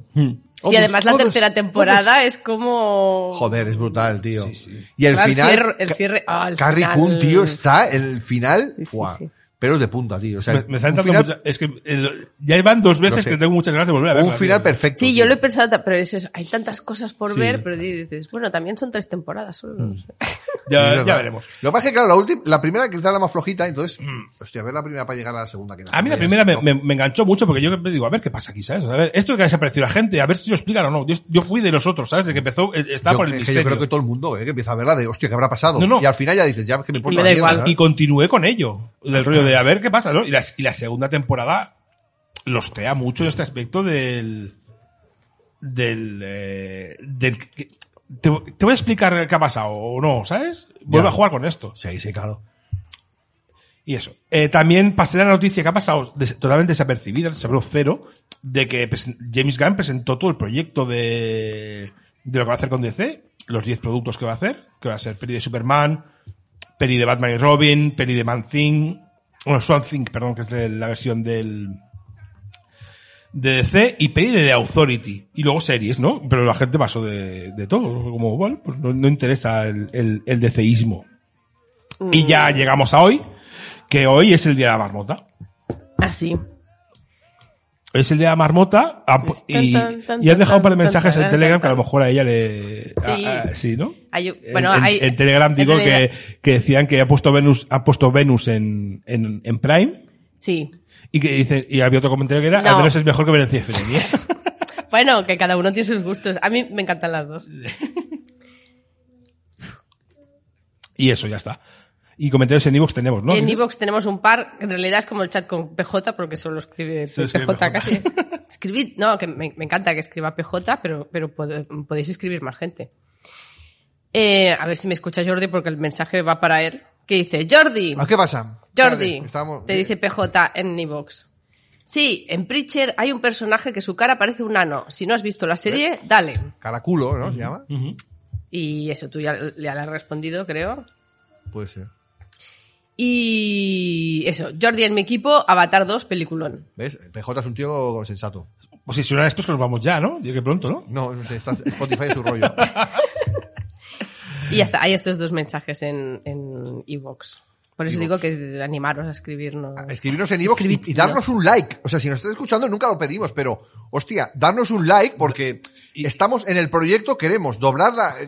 Sí, además la Todos- tercera temporada es como... Joder, es brutal, tío. Y el Al final. cierre- el cierre- ah, al Carrie final- Coon, tío, está en el final. Sí, sí, ¡fua! sí. pelos de punta, tío. O sea, me, me está un entrando final- mucha- Es que el- ya van dos veces Lo sé. que tengo muchas ganas de volver a verla. un final tío. perfecto. Sí, tío. yo lo he pensado, ta- pero es eso, hay tantas cosas por Sí. ver, pero dices, bueno, también son tres temporadas solo. Mm. no sé. Sí, es Ya, verdad. ya veremos. Mm. Lo que pasa es que, claro, la, última, la primera quizás la más flojita, entonces, hostia, ver la primera para llegar a la segunda. Que no A mí la es- primera me, no. me- me enganchó mucho porque yo me digo, a ver qué pasa aquí, ¿sabes? A ver, esto que ha desaparecido la gente, a ver si lo explican o no. Yo, yo fui de los otros, ¿sabes? De que empezó, eh, estaba Yo- por el es que yo misterio. creo que todo el mundo eh, que empieza a verla de hostia, ¿qué habrá pasado? No, no. Y al final ya dices, ya que me importa la me da mierda, igual. ¿sabes? y continué con ello. Del rollo de a ver qué pasa, ¿no? Y la, y la segunda temporada los tea mucho en este aspecto del. del. eh, del que- te, te voy a explicar qué ha pasado o no, ¿sabes? Vuelve Ya. a jugar con esto. Sí, sí, claro. Y eso. Eh, también pasé la noticia que ha pasado des- totalmente desapercibida, se habló cero, de que presen- James Gunn presentó todo el proyecto de, de lo que va a hacer con DC, los 10 productos que va a hacer, que va a ser peli de Superman, peli de Batman y Robin, peli de Man Thing, bueno, Swan Thing, perdón, que es de la versión del de DC y peli de The Authority y luego series, ¿no? Pero la gente pasó de, de todo, como, bueno, pues no, no interesa el, el, el DCismo. Y ya llegamos a hoy, que hoy es el día de la marmota. Así. Es el día de la marmota han pu- y, Tan, tan, y han dejado un par de tan, mensajes tan, en tan, Telegram tan, que a lo mejor a ella le... a- Sí. a- sí, ¿no? Hay, En- bueno, en, hay, en Telegram en digo que, realidad- que decían que ha puesto Venus, ha puesto Venus en, en, en Prime Sí. y que dice, y había otro comentario que era, No. al menos es mejor que ver en Ciefrenia. Bueno, que cada uno tiene sus gustos. A mí me encantan las dos. y eso, ya está. Y comentarios en Evox tenemos, ¿no? en Dices- Evox tenemos un par, que en realidad es como el chat con PJ, porque solo escribe Se escribe PJ. PJ casi. Escribid, no, que me, me encanta que escriba PJ, pero, pero pod- podéis escribir más gente. Eh, a ver si me escucha Jordi, porque el mensaje va para él. Que dice, Jordi, Ah, ¿A Ah, qué pasa? Espérate, Jordi, eh, estábamos- te dice PJ en Evox. Sí, en Preacher hay un personaje que su cara parece un ano. Si no has visto la serie, dale. Caraculo, ¿no? Se llama. Ujú. Y eso tú ya, ya le has respondido, creo. Puede ser. Y eso, Jordi en mi equipo, Avatar 2, peliculón. ¿Ves? PJ es un tío sensato. Pues si suena esto es que nos vamos ya, ¿no? Llegue pronto, ¿no? No, no sé, está- Spotify es su rollo. Y ya está, hay estos dos mensajes en en Evox. Por eso digo que es animaros a escribirnos. Ah, Escribirnos en iVoox Escribid, y, y darnos un like. O sea, si nos estás escuchando, nunca lo pedimos, pero, hostia, darnos un like porque Y- estamos en el proyecto, queremos doblar la- eh,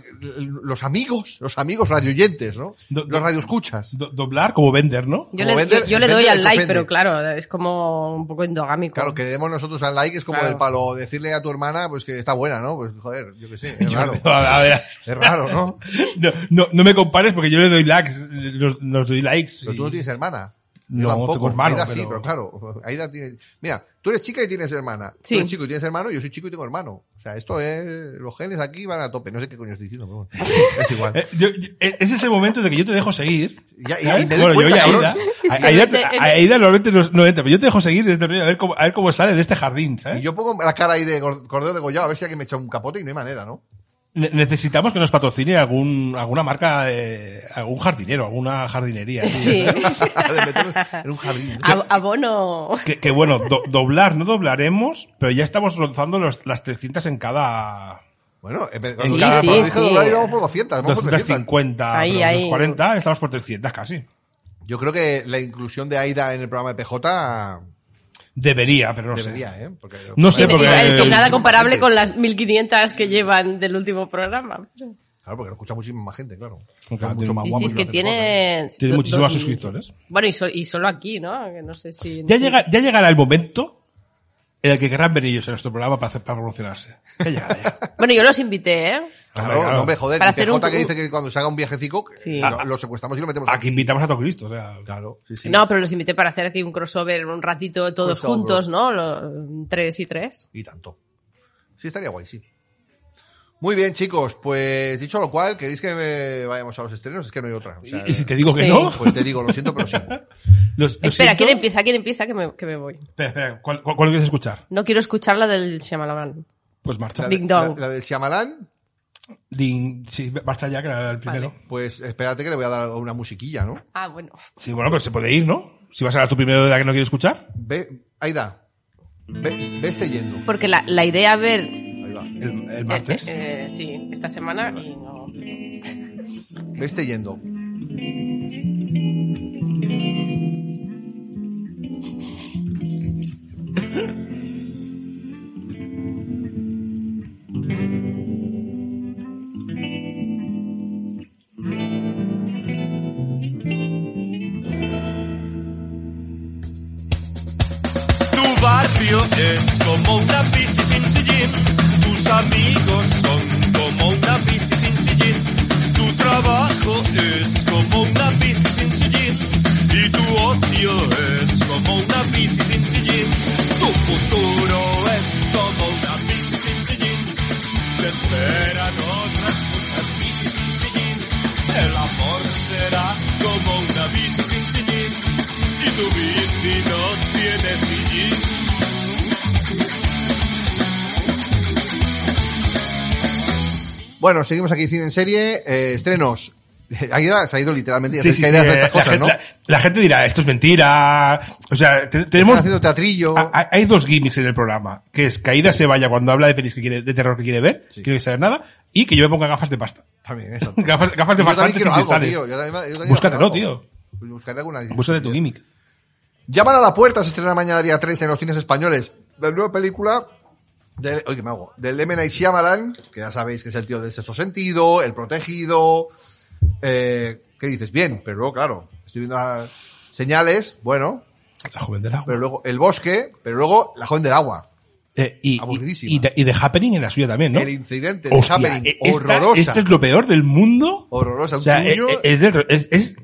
los amigos, los amigos radioyentes, ¿no? Do- los radioescuchas. Do- doblar como vender, ¿no? Yo como le, vender- yo- yo le doy vender al que like, ofende. pero claro, es como un poco endogámico. Claro, que le demos nosotros al like es como Claro. el palo decirle a tu hermana pues que está buena, ¿no? Pues joder, yo qué sé, es Yo- raro. a ver, es raro, ¿no? No, no, no me compares porque yo le doy likes, nos, nos doy likes. Pero y- tú no tienes hermana. No, Yo tampoco. tengo hermano, Aida sí, pero- pero claro. Aida tiene... Mira, tú eres chica y tienes hermana. Sí. Tú eres chico y tienes hermano, y yo soy chico y tengo hermano. O sea, esto es... Los genes aquí van a tope. No sé qué coño estoy diciendo, pero bueno. Es igual. Eh, yo- yo- eh, es ese momento de que yo te dejo seguir. Ya- y- ¿sabes? y me doy ¿Eh? bueno, yo cuenta, y a cabrón. Aida. ¿eh? A- Se Aida, mete en- a Aida normalmente no, no entra, pero yo te dejo seguir desde el principio, a ver cómo, a ver cómo sale de este jardín, Y ¿sabes? yo pongo la cara ahí de gor- cordero de Goya a ver si alguien me echa un capote y no hay manera, ¿no? Ne- necesitamos que nos patrocine algún, alguna marca, eh, algún jardinero, alguna jardinería. así, Sí. de meterme en un jardín. Ab- abono. Que, que bueno, do- doblar no doblaremos, pero ya estamos lanzando los- las 300 en cada Bueno, empe- En cuando cada dije- cuando dije sí. dólar íbamos por 200, vamos por 300. 250, Ahí, pero ahí. 240, estamos por 300 casi. Yo creo que la inclusión de Aida en el programa de PJ Debería, pero no sé. debería, ¿eh? Porque- No sé, Y- y- porque- iba a decir, nada Muchísima comparable gente. con las 1500 que llevan del último programa. Claro, porque lo escucha muchísima más gente, claro. Claro, Mucho más sí, Sí, sí, guapos es y que no hacen cosas. tiene. Tiene do- muchísimos dos- suscriptores. Bueno, y, sol- y solo aquí, ¿no? Que no sé si. Ya, llega, ya llegará el momento en el que querrán ver ellos a nuestro programa para, hacer, para promocionarse. Ya llegará ya. Bueno, yo los invité, ¿eh? Claro, Hombre, claro. no me joder. Para Para hacer un- que dice que cuando se haga un viajecico, Sí. lo, lo secuestramos y lo metemos Aquí aquí. invitamos a todo Cristo. O sea, Claro, sí, sí. No, pero los invité para hacer aquí un crossover un ratito todos Crossover. juntos, ¿no? Los- tres y tres. Y tanto. Sí, estaría guay, sí. Muy bien, chicos. Pues dicho lo cual, ¿queréis que eh, vayamos a los estrenos? Es que no hay otra. O sea, y, y si te digo que Sí. no, Pues te digo, lo siento, pero sí. lo- lo Espera, siento. ¿quién empieza? ¿Quién empieza? Que me, que me voy. Espera, espera, ¿cuál, cuál, cuál quieres escuchar? No quiero escuchar la del Shyamalan. Pues marcha. La, Ding la- dong. la del Shyamalan, Din- sí, marcha ya, que era el primero. pues espérate que le voy a dar una musiquilla, ¿no? Ah, bueno. Sí, bueno, pero se puede ir, ¿no? Si vas a dar tu primero de la que no quiero escuchar. Ve, Aida, ve, ve este yendo. Porque la, la idea a ver. eh, Ahí va. El, el martes. eh, eh, sí, esta semana y no. Ve este yendo. frío es como una bici sin sillín. Tus amigos son como una bici sin sillín. Tu trabajo es como una bici sin sillín. Y tu ocio es como una bici sin sillín. Tu futuro es como una bici sin sillín. Te esperan otras muchas bicis sin sillín. El amor será como una bici sin sillín. Y tu bici no tiene sillín. Bueno, seguimos aquí cine en serie, eh, estrenos. Ahí ha- se ha ido literalmente. ya Sí, sabéis sí, que hay sí, ideas de eh, estas la, gente- cosas, ¿no? la- la gente dirá, esto es mentira. O sea, te- Están tenemos... haciendo teatrillo. Ah, ah, Hay dos gimmicks en el programa, que es que Aida se vaya cuando habla de pelis que quiere, de terror que quiere ver, Sí. que no quiere saber nada, y que yo me ponga gafas de pasta. También, eso. Gafas, gafas de Yo pasta también antes quiero sin algo, cristales. tío. Yo también- yo también quiero Búscatelo, algo. tío. Pues Buscaré alguna. Búscate tu gimmick. Llaman a la puerta se estrena mañana día 3 en los cines españoles. La nueva película del, oye, me hago, del M. Night Shyamalan, que ya sabéis que es el tío del sexto sentido, el protegido. Eh, ¿Qué dices? Bien, pero luego, claro, estoy viendo ah, señales, bueno, La joven del agua. pero luego el bosque, pero luego la joven del agua. Eh, y, y, Aburridísima. y The- y The Happening en la suya también, ¿no? El incidente, el Hostia, happening, eh, esta- horrorosa. Esto es lo peor del mundo. Horrorosa, un O sea, eh, puño- eh, es, del- es, es-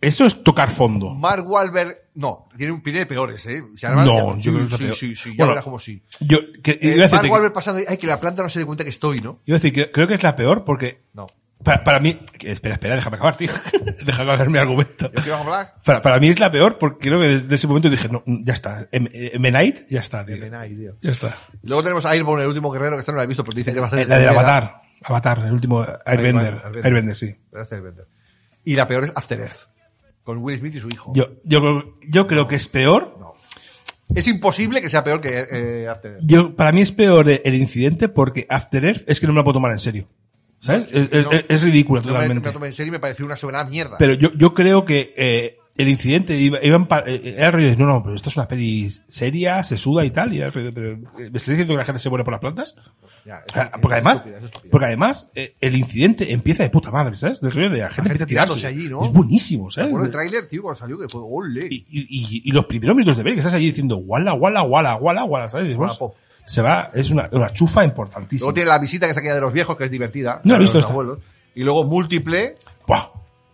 esto es tocar fondo. Mark Wahlberg, no, tiene un tiene peores, ¿eh? Se No, llama- yo creo que sí, es peor. sí, sí, ya Bueno, verás como sí. Yo, que- Eh, iba a decirte Mark que- Wahlberg pasando, ay, que la planta no se dé cuenta que estoy, ¿no? iba a decir que creo que es la peor porque No. para, para mí... que- Espera, espera, déjame acabar, tío. déjame hacer mi argumento. Yo quiero hablar. Para, para mí es la peor porque creo que desde ese momento dije, no, ya está. M- eh, M. Night, ya está, tío. Pena ahí, tío. Ya está. Y luego tenemos Airborne, el último guerrero, que esta no la he visto, pero dicen que va a ser. La del primera. Avatar. Avatar, el último Airbender. Airbender. Airbender, sí. Va a ser Airbender. Y la peor es After Earth, con Will Smith y su hijo. Yo, yo, creo- yo creo que es peor. No. Es imposible que sea peor que eh, After Earth. Yo, para mí es peor el incidente porque After Earth es que no me la puedo tomar en serio. ¿Sabes? Es, es- No. es- es ridícula No me, me totalmente. la tomé en serio y me pareció una soberana mierda. Pero yo, yo creo que eh, el incidente iba, iba en pa- eh, era el rollo de, no, no, pero esto es una peli seria, se suda y tal. Y era el rollo de, pero, eh, ¿Me estás diciendo que la gente se muere por las plantas? Ya, O es- sea, es Ah, porque además, estúpida, es estúpida. porque además eh, el incidente empieza de puta madre, ¿sabes? Del rollo de la gente gente empieza a tirarse. tirándose allí, ¿no? Es buenísimo, Me ¿sabes? acuerdo el tráiler, tío, cuando salió, que fue ole. y, y, y- y los primeros minutos de ver que estás allí diciendo guala, guala, guala, guala, guala, ¿sabes? Y vos, Guapo. se va, es una, una chufa importantísima. Luego tiene la visita que se queda de los viejos, que es divertida. No he la de visto los esta. abuelos. Y luego múltiple, Buah.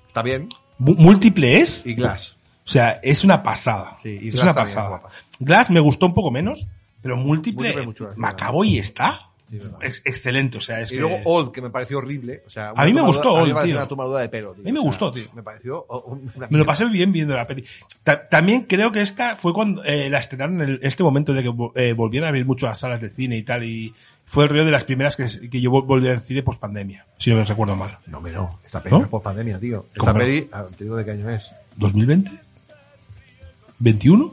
está bien. Mu- Múltiple es, Y Glass. o sea, es una pasada. Sí, y es Glass una también, pasada. guapa. Glass me gustó un poco menos, pero múltiple, Múltiple mucho más, me acabo y está Sí, verdad. ex- excelente, o sea, es Y que- luego Old, que me pareció horrible. O sea, A mí me gustó Old, Old, me pareció tío. una tomadura de pelo, tío. A mí me O sea, gustó, tío. Me pareció oh, una Me mierda. lo pasé bien viendo la peli. Ta- también creo que esta fue cuando eh, la estrenaron en el- este momento de que vo- eh, volvían a abrir mucho las salas de cine y tal, y fue el río de las primeras que, que yo vol- volví al cine post pandemia, si no me recuerdo mal. No, hombre, no. Esta peli ¿No? no es post pandemia, tío. Esta ¿Cómo no? peli, ah, te digo de qué año es. ¿2020? ¿21?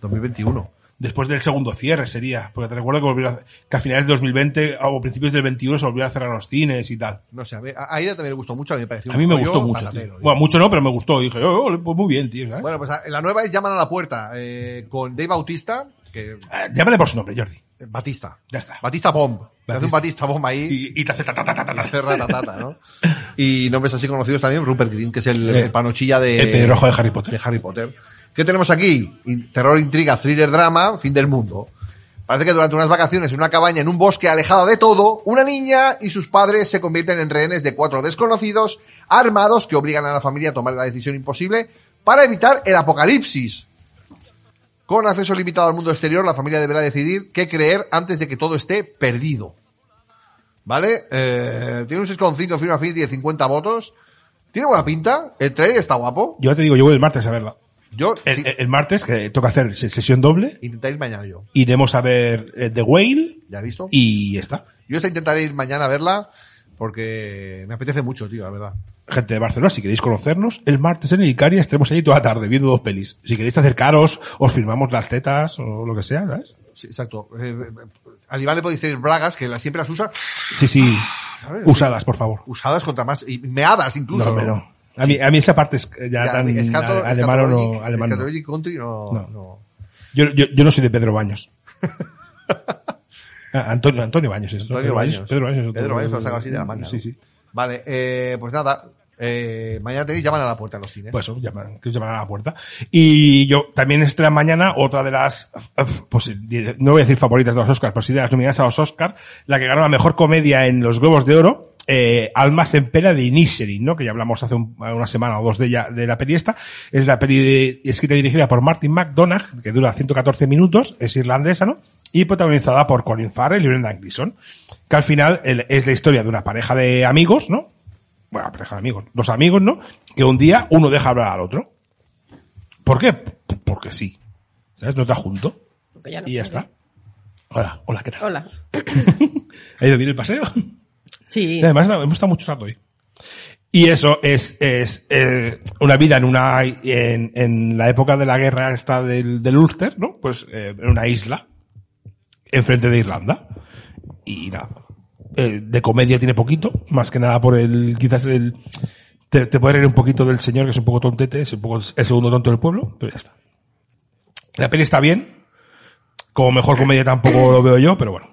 2021. Después del segundo cierre sería, porque te recuerdo que, volvieron a- que a finales de 2020 o principios del 21 se volvieron a cerrar los cines y tal. No sé, a, mí- a a Aida también le gustó mucho, a mí me pareció A mí me un rollo gustó mucho. patatero, tío. tío. Bueno, mucho no, pero me gustó. Dije, oh, oh, pues muy bien, tío. ¿sabes? Bueno, pues a- la nueva es Llaman a la puerta, eh, con Dave Bautista, que... eh, Ah, Llámale por su nombre, Jordi. Batista. Ya está. Batista Bomb. Te hace un Batista. Batista Bomb ahí. Y, y te hace ta, ta, ta, ta, ta, ta. hace ratatata, ¿no? Y nombres así conocidos también, Rupert Green, que es el, Eh, el panochilla de... el pelirrojo de Harry Potter. de Harry Potter. ¿Qué tenemos aquí? In- Terror, intriga, thriller, drama, fin del mundo. Parece que durante unas vacaciones en una cabaña en un bosque alejada de todo, una niña y sus padres se convierten en rehenes de cuatro desconocidos armados que obligan a la familia a tomar la decisión imposible para evitar el apocalipsis. Con acceso limitado al mundo exterior, la familia deberá decidir qué creer antes de que todo esté perdido. ¿Vale? Eh, tiene un 6,5 Film Affinity de 50 votos. Tiene buena pinta. El trailer está guapo. Yo ya te digo, yo voy el martes a verla. Yo, El, sí. el- el martes, que toca hacer se- sesión doble, Intentaré ir mañana yo. iremos a ver eh, The Whale ¿Ya has visto? y ya está. Yo esta intentaré ir mañana a verla porque me apetece mucho, tío, la verdad. Gente de Barcelona, si queréis conocernos, el martes en el Icaria estaremos allí toda la tarde viendo dos pelis. Si queréis acercaros, os firmamos las tetas o lo que sea, ¿sabes? Sí, exacto. Eh, eh, al Iván le podéis decir bragas, que las- siempre las usa, Sí, sí. ver, Usadas, por favor. usadas contra más, y meadas incluso. No, hombre, no. A mí, a mí esa parte es ya, Ya, tan escato- ale- alemana no, escatologic- alemana no. escatologic country no, No. no. Yo, yo, yo no soy de Pedro Baños. Ah, Antonio, Antonio Baños es. Antonio Baños. Pedro Baños. es otro- Pedro Baños lo saca así de la manga. Sí, ¿no? sí. Vale, eh, pues nada. eh, mañana tenéis, llaman a la puerta a los cines. Pues eso, llaman, que llaman a la puerta. Y yo también esta mañana, otra de las, uf, pues, di- no voy a decir favoritas de los Oscars, pero sí de las nominadas a los Oscars, la que ganó la mejor comedia en los Globos de Oro, eh, Almas en Pena de Inisherin, ¿no? Que ya hablamos hace un- una semana o dos de ella, de la peli esta. Es la peli de- escrita y dirigida por Martin McDonagh, que dura 114 minutos, es irlandesa, ¿no? Y protagonizada por Colin Farrell y Brendan Gleeson. Que al final el- es la historia de una pareja de amigos, ¿no? bueno, pareja de amigos, dos amigos, ¿no? Que un día uno deja hablar al otro. ¿Por qué? P- Porque sí. ¿Sabes? No está junto. Porque ya no Y ya puede. está. Hola, hola, ¿qué tal? Hola. ¿Ha ido bien el paseo? Sí. Y además hemos estado mucho rato hoy. Y eso es, es eh, una vida en una en, en la época de la guerra esta del, del Ulster, ¿no? Pues eh, en una isla enfrente de Irlanda. Y nada. eh, de comedia tiene poquito, más que nada por el, quizás el, te, te puede reír un poquito del señor que es un poco tontete, es un poco el segundo tonto del pueblo, pero ya está. La peli está bien. Como mejor comedia tampoco lo veo yo, pero bueno.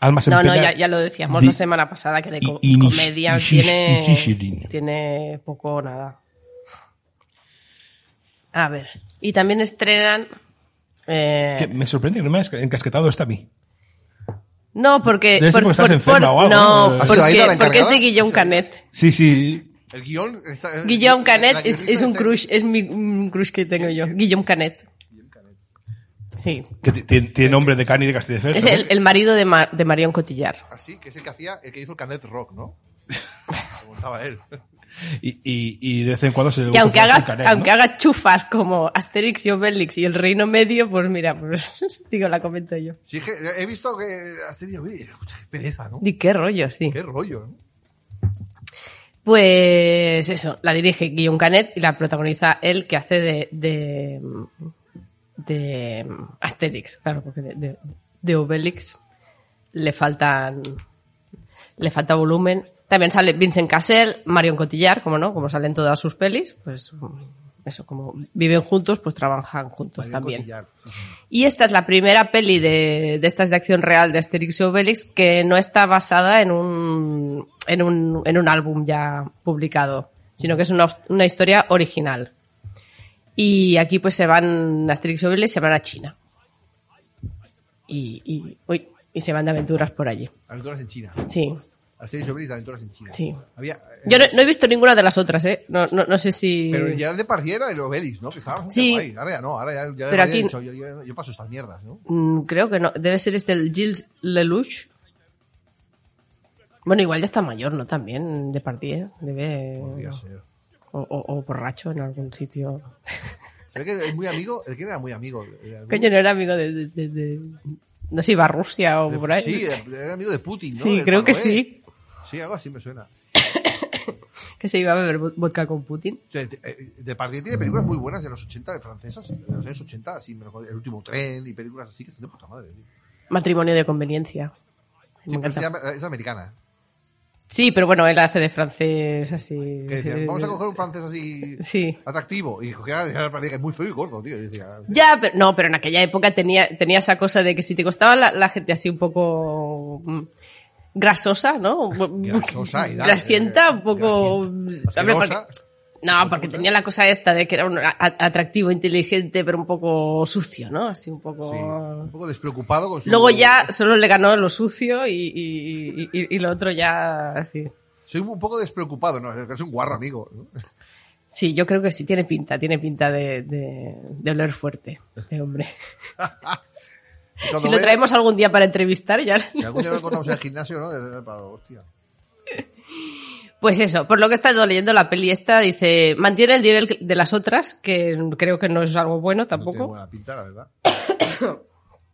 Almas en No, no, pena- ya, ya lo decíamos Di- la semana pasada que de co- y- y- comedia y- y- tiene, y- y- y- tiene poco o nada. A ver. Y también estrenan. eh, Que me sorprende que no me hayas encasquetado esta a mí. no, porque. Debe ser porque estás enferma o algo, No, ¿no? ¿Ha sido Aida porque, la porque es de encargada? Guillaume Canet. Sí, sí. El guión está- Guillaume la Canet es, guionista este es un está- crush, es mi un crush que tengo yo. Guillaume Canet. Sí. Que ti- tiene, tiene nombre de Cani de Castelldefels. Es ¿no? el, el marido de, Ma- de Marion Cotillar. Así, que es el que hacía, el que hizo el Canet Rock, ¿no? Preguntaba él. Y, y, y de vez en cuando se le Y gusta aunque jugar haga, con Canet, ¿no? aunque haga chufas como Asterix y Obelix y el Reino Medio, pues mira, pues digo, la comento yo. Sí, es que he visto que has tenido, uy, qué pereza, ¿no? Di qué rollo, sí. Qué rollo, ¿no? Pues eso, la dirige Guillaume Canet y la protagoniza él que hace de. de, de Asterix, claro, porque de, de- de Obelix le faltan. le falta volumen. También sale Vincent Cassel, Marion Cotillar, como no, como salen todas sus pelis, pues eso, como viven juntos, pues trabajan juntos Marion también. Cotillard. Y esta es la primera peli de, de estas de acción real de Asterix y Obelix que no está basada en un, en un, en un álbum ya publicado, sino que es una, hos- una historia original. Y aquí pues se van Asterix y Obelix, se van a China. Y, y, uy, y se van de aventuras por allí. Aventuras en China. Sí. Asterix y Obelix, Aventuras en China. Sí. Había, eh, Yo no, no he visto ninguna de las otras, ¿eh? No, no, no sé si... Pero el Gerard de Pardiera y el Obelix, ¿no? Que estaba bastante Sí. guay. Ahora ya no, ahora ya, ya Pero había aquí- dicho, yo, yo- yo paso estas mierdas, ¿no? Mm, creo que no. Debe ser este el Gilles Lelouch. Bueno, igual ya está mayor, ¿no? También, de partida. Debe. Podría ser. O, o- o borracho en algún sitio. Se ve que es muy amigo, es que era muy amigo. de algún- Coño, no era amigo de. de- de- de- No sé, iba a Rusia o de- por ahí. Sí, eh. era amigo de Putin, ¿no? Sí, Del creo que Panoé. sí. Sí, algo así me suena. Que se iba a beber vo- vodka con Putin. De, de, de Pardier tiene películas muy buenas de los 80, de francesas, de los años 80, así, menos con El último tren y películas así que están de puta madre. tío. Matrimonio de conveniencia. Me Sí, pero encanta. es, ya- es americana. Sí, pero bueno, él hace de francés así. Que sí, decían, de- vamos a de- coger un francés así Sí. atractivo. Y cogía a Gerard Depardieu, que es muy feo y gordo, tío. y decía, Ya, pero no, pero en aquella época tenía, tenía esa cosa de que si te costaba la, la gente así un poco mm, grasosa, ¿no? Grasosa y dale, Grasienta, eh, un poco. grasienta. Hombre, porque- Asquerosa. no, porque tenía la cosa esta de que era un a- atractivo, inteligente, pero un poco sucio, ¿no? Así un poco. sí, un poco despreocupado con su. Luego ya solo le ganó lo sucio y, y- y- y- y lo otro ya así. Soy un poco despreocupado, ¿no? Es un guarro, amigo. ¿no? Sí, yo creo que sí, tiene pinta, tiene pinta de, de, de oler fuerte este hombre. Y cuando Si lo ve- traemos algún día para entrevistar, ya Si algún día lo encontramos en el gimnasio, ¿no? De- de- para- hostia. Pues eso, por lo que he estado leyendo la peli esta, dice, mantiene el nivel de las otras, que creo que no es algo bueno No tiene tampoco. buena pinta, la verdad.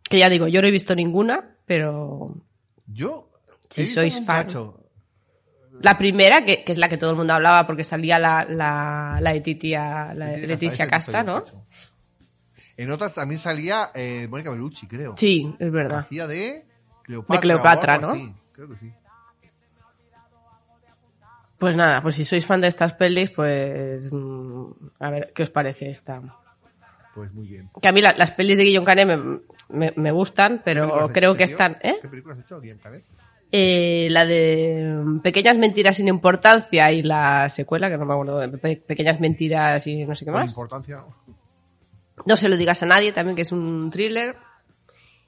Que ya digo, yo no he visto ninguna, pero Yo. Si he visto sois un fan. cacho. la primera, que, que es la que todo el mundo hablaba porque salía la, la, la Letitia, la Tiene Leticia casta, Casta, Eh, ese ¿no? visto yo un cacho. En otras también salía eh, Mónica Bellucci, creo. Ah, Sí, es verdad. Hacía de Cleopatra. De Cleopatra, o algo ¿no? así, Creo que sí. Pues nada, pues si sois fan de estas pelis, pues mm, a ver qué os parece esta. Pues muy bien. Que a mí la- las pelis de Guillaume Canet me, me- me gustan, ¿Qué películas pero has creo hecho, que tío? están... ¿eh? ¿Qué películas has hecho aquí en Canet? eh, la de Pequeñas Mentiras sin Importancia y la secuela, que no me acuerdo, Pe- Pequeñas Mentiras y no sé qué Con más. importancia. No se lo digas a nadie también, que es un thriller.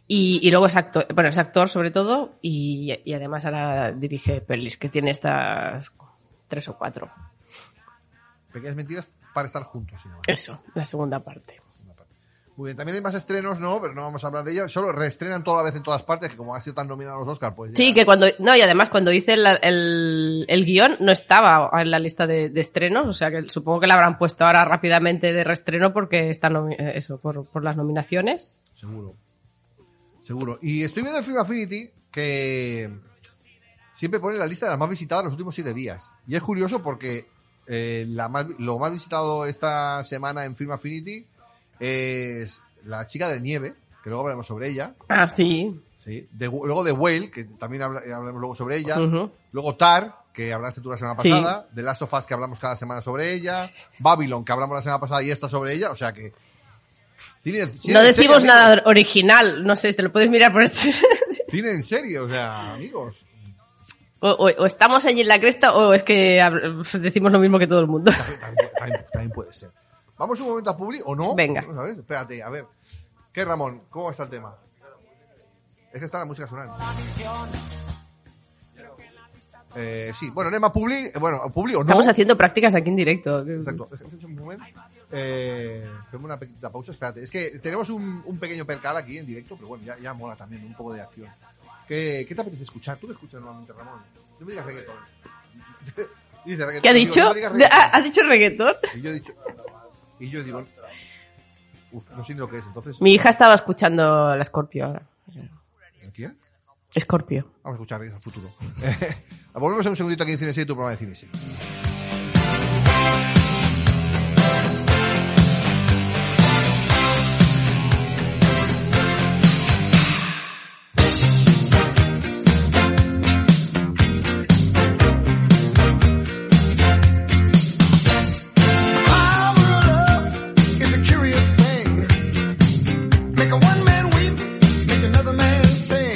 Y, y luego es actor, bueno, es actor sobre todo, y, y además ahora dirige pelis, que tiene estas tres o cuatro. Pequeñas mentiras para estar juntos. sin embargo. Eso, la segunda parte. Muy bien, también hay más estrenos, ¿no? Pero no vamos a hablar de ellos. Solo reestrenan toda la vez en todas partes, que como han sido tan nominados los Oscar, pues. ya- Sí, que cuando. No, y además cuando hice el, el, el guión no estaba en la lista de, de estrenos, o sea que supongo que la habrán puesto ahora rápidamente de reestreno porque está nomi- eh, eso, por, por las nominaciones. Seguro. Seguro. Y estoy viendo en Film Affinity que siempre pone la lista de las más visitadas los últimos siete días. Y es curioso porque eh, la más- lo más visitado esta semana en Film Affinity es La chica de nieve, que luego hablaremos sobre ella. Ah, sí. ¿sí? De- luego de Whale, que también habla- eh, hablaremos luego sobre ella. Ujú. Luego Tar, que hablaste tú la semana Sí. pasada. The Last of Us, que hablamos cada semana sobre ella. Babylon, que hablamos la semana pasada y esta sobre ella. O sea que... cine- cine No de serie, decimos amigos. nada original, no sé, te lo puedes mirar por este. Cine en serio, o sea, amigos. O, o- o estamos allí en la cresta o es que hab- decimos lo mismo que todo el mundo. También, también- también puede ser. Vamos un momento a Publi o no. Venga. Vamos a ver, espérate, a ver. ¿Qué, Ramón? ¿Cómo está el tema? Es que está la música sonando. Eh, sí, bueno, Nema Publi, eh, bueno, Publi o no. Estamos haciendo prácticas aquí en directo. Exacto. Es- es un momento. Eh, hacemos una pequeña pausa, espérate. Es que tenemos un, un pequeño percal aquí en directo, pero bueno, ya, ya mola también un poco de acción. ¿Qué, qué te apetece escuchar? ¿Tú que escuchas normalmente, Ramón? No me digas reggaetón. Dice reggaetón, ¿Qué ha digo, dicho? Ah, no me digas reggaetón. ¿Ha, ha dicho reggaetón? Y yo he dicho. Y yo digo. Uf, no sé ni lo que es. Entonces. Mi hija estaba escuchando la Scorpio ahora. ¿Quién? Scorpio. Vamos a escuchar el futuro. Volvemos en un segundito aquí en Cine 6, tu programa de Cine 6. Power of love is a curious thing. Make a one man weep, make another man sing.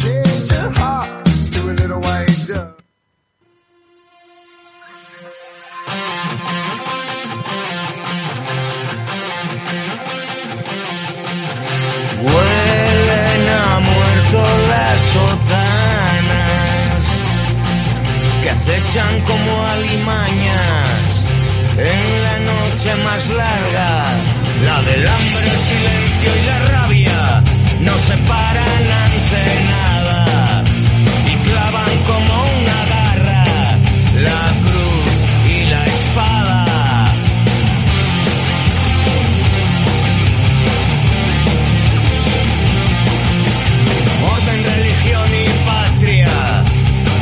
Change your heart to a little white dove. Huelen a muerto las sotanas que acechan como alimañas en la noche más larga. La del hambre, el silencio y la rabia no se paran ante nada y clavan como una garra la cruz y la espada. Orden, religión y patria,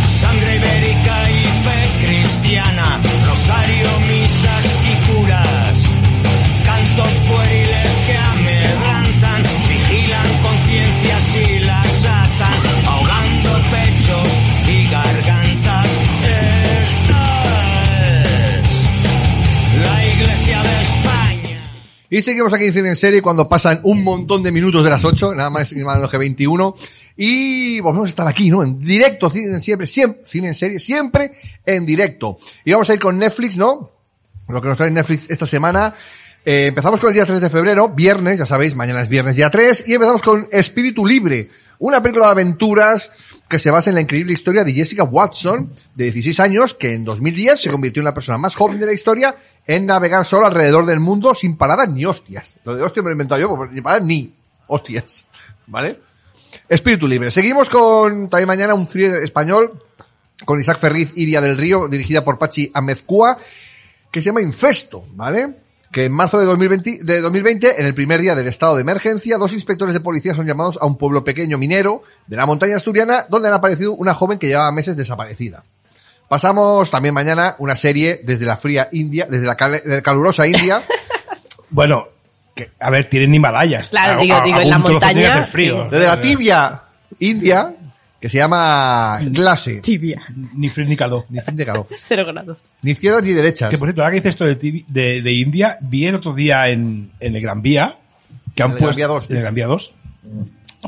sangre ibérica y fe cristiana, rosario, misas y curas, cantos pueriles que amedrantan, vigilan conciencias y las atan, ahogando pechos y gargantas. Esta es la iglesia de España. Y seguimos aquí en Cine en Serie cuando pasan un montón de minutos de las 8, nada más y nada menos que 21. Y volvemos a estar aquí, ¿no? En directo, Cine en Siempre, siempre, Cine en Serie, siempre en directo. Y vamos a ir con Netflix, ¿no? Lo que nos trae Netflix esta semana. Eh, empezamos con el día 3 de febrero, viernes, ya sabéis, mañana es viernes día 3, y empezamos con Espíritu Libre, una película de aventuras que se basa en la increíble historia de Jessica Watson, de 16 años, que en 2010 se convirtió en la persona más joven de la historia en navegar sola alrededor del mundo sin paradas ni hostias. Lo de hostia me lo he inventado yo, porque sin paradas ni hostias, ¿vale? Espíritu Libre. Seguimos con también mañana un thriller español con Isaac Ferriz Iria del Río, dirigida por Pachi Amezcua, que se llama Infesto, ¿vale? Que en marzo de 2020, de 2020, en el primer día del estado de emergencia, dos inspectores de policía son llamados a un pueblo pequeño minero de la montaña asturiana donde han aparecido una joven que llevaba meses desaparecida. Pasamos también mañana una serie desde la fría India, desde la cal- la calurosa India, Bueno, que, a ver, tienen Himalayas. Claro, A- digo- a- digo, algún en la trozo montaña, tiene que hacer frío. desde la tibia India, que se llama Clase. Tibia. Ni frío ni calor. Ni fin de calor. Cero grados. Ni izquierdas ni derechas. Que por cierto, ahora que dices esto de, TV de, de India, vi el otro día en, en el Gran Vía que han el Gran puesto Vía Mm. 2. en el Gran Vía 2,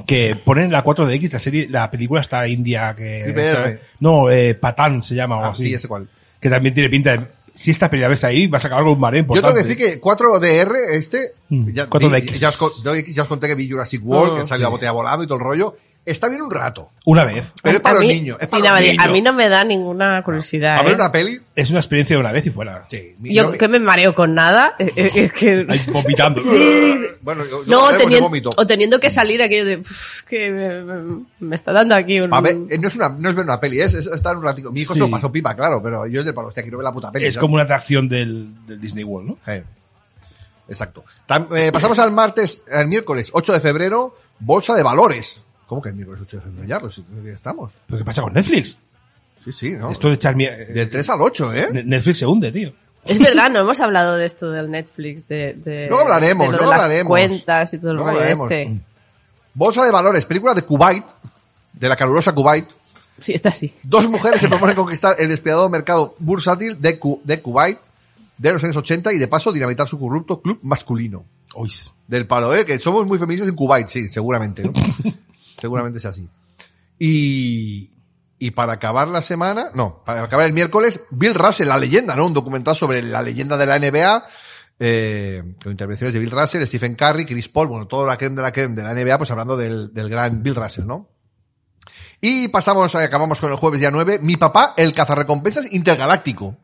que ponen la 4DX, la serie, la película está india que... Triple R. está- no, eh, Patán se llama o Ah, así. sí, ese cual. Que también tiene pinta de... Si esta película ves ahí, vas a acabar con un mareo Yo importante. tengo que decir que 4DR, este, Mm, ya, 4DX. vi- ya os, con- yo ya os conté que vi Jurassic World, Ah, que salió la botella volando y todo el rollo. Está bien un rato, Una vez. pero es para a los mí, niños. Es sí, para nada, los a niños. mí no me da ninguna curiosidad. A ver ¿eh? una peli. Es una experiencia de una vez y fuera. Sí, Yo que me mareo con nada. eh, eh, es que... Ahí vomitando. Sí. Bueno, yo, yo No, hago de tenien- vómito. o teniendo que salir aquello de "Uf, que me, me- me está dando aquí un Pa' ver- eh, no, es una, no es ver una peli, es, es estar un ratito. Mi hijo Sí. se lo pasó pipa, claro, pero yo es de palo, hostia, quiero ver la puta peli. Es ¿sabes? como una atracción del, del Disney World, ¿no? Eh, Exacto. Tam- eh, pasamos al martes, al miércoles 8 de febrero, bolsa de valores. ¿Cómo que el miércoles 8 de febrero? Ya, pues, ya estamos. ¿Pero qué pasa con Netflix? Sí, sí, ¿no? Esto de echar mi- Ah. Del 3 al 8, ¿eh? Ne- Netflix se hunde, tío. Es verdad, no hemos hablado de esto del Netflix, de, de, Luego hablaremos, de, lo luego de las hablaremos. cuentas y todo el Luego rollo hablaremos. este. Bolsa de valores, película de Kuwait, de la calurosa Kuwait. Sí, está así. Dos mujeres se proponen conquistar el despiadado mercado bursátil de, Ku- de Kuwait de los años 80 y de paso dinamitar su corrupto club masculino. Ois. Del palo, ¿eh? Que somos muy feministas en Kuwait, sí, seguramente, ¿no? seguramente sea así. Y, y para acabar la semana, no, para acabar el miércoles, Bill Russell, la leyenda, ¿no? Un documental sobre la leyenda de la NBA, eh, con intervenciones de Bill Russell, Stephen Curry, Chris Paul, bueno, toda la creme de la creme de la NBA, pues hablando del, del gran Bill Russell, ¿no? Y pasamos, eh, acabamos con el jueves día 9, Mi papá, el cazarrecompensas intergaláctico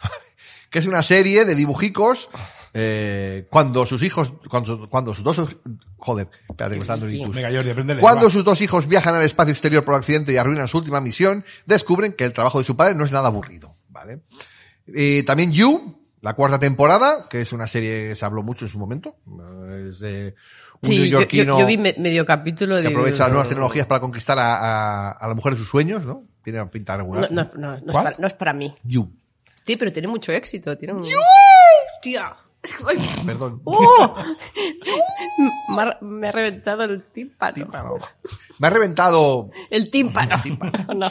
que es una serie de dibujicos eh, cuando sus hijos cuando, cuando sus dos joder espérate que me está dando un ictus. Venga, Jordi, apréndele. cuando va. sus dos hijos viajan al espacio exterior por accidente y arruinan su última misión descubren que el trabajo de su padre no es nada aburrido vale Eh, también You la cuarta temporada que es una serie que se habló mucho en su momento eh, es de un Sí, yo, yo- neoyorquino yo vi me- medio capítulo que de... aprovecha las nuevas tecnologías para conquistar a, a- a la mujer de sus sueños no tiene una pinta No, regular no, no, no es ¿Cuál? para, no es para mí. You Sí, pero tiene mucho éxito. Tiene un... ¡Tía! perdón ¡Oh! me, ha, me ha reventado el tímpano. me ha reventado El tímpano. No.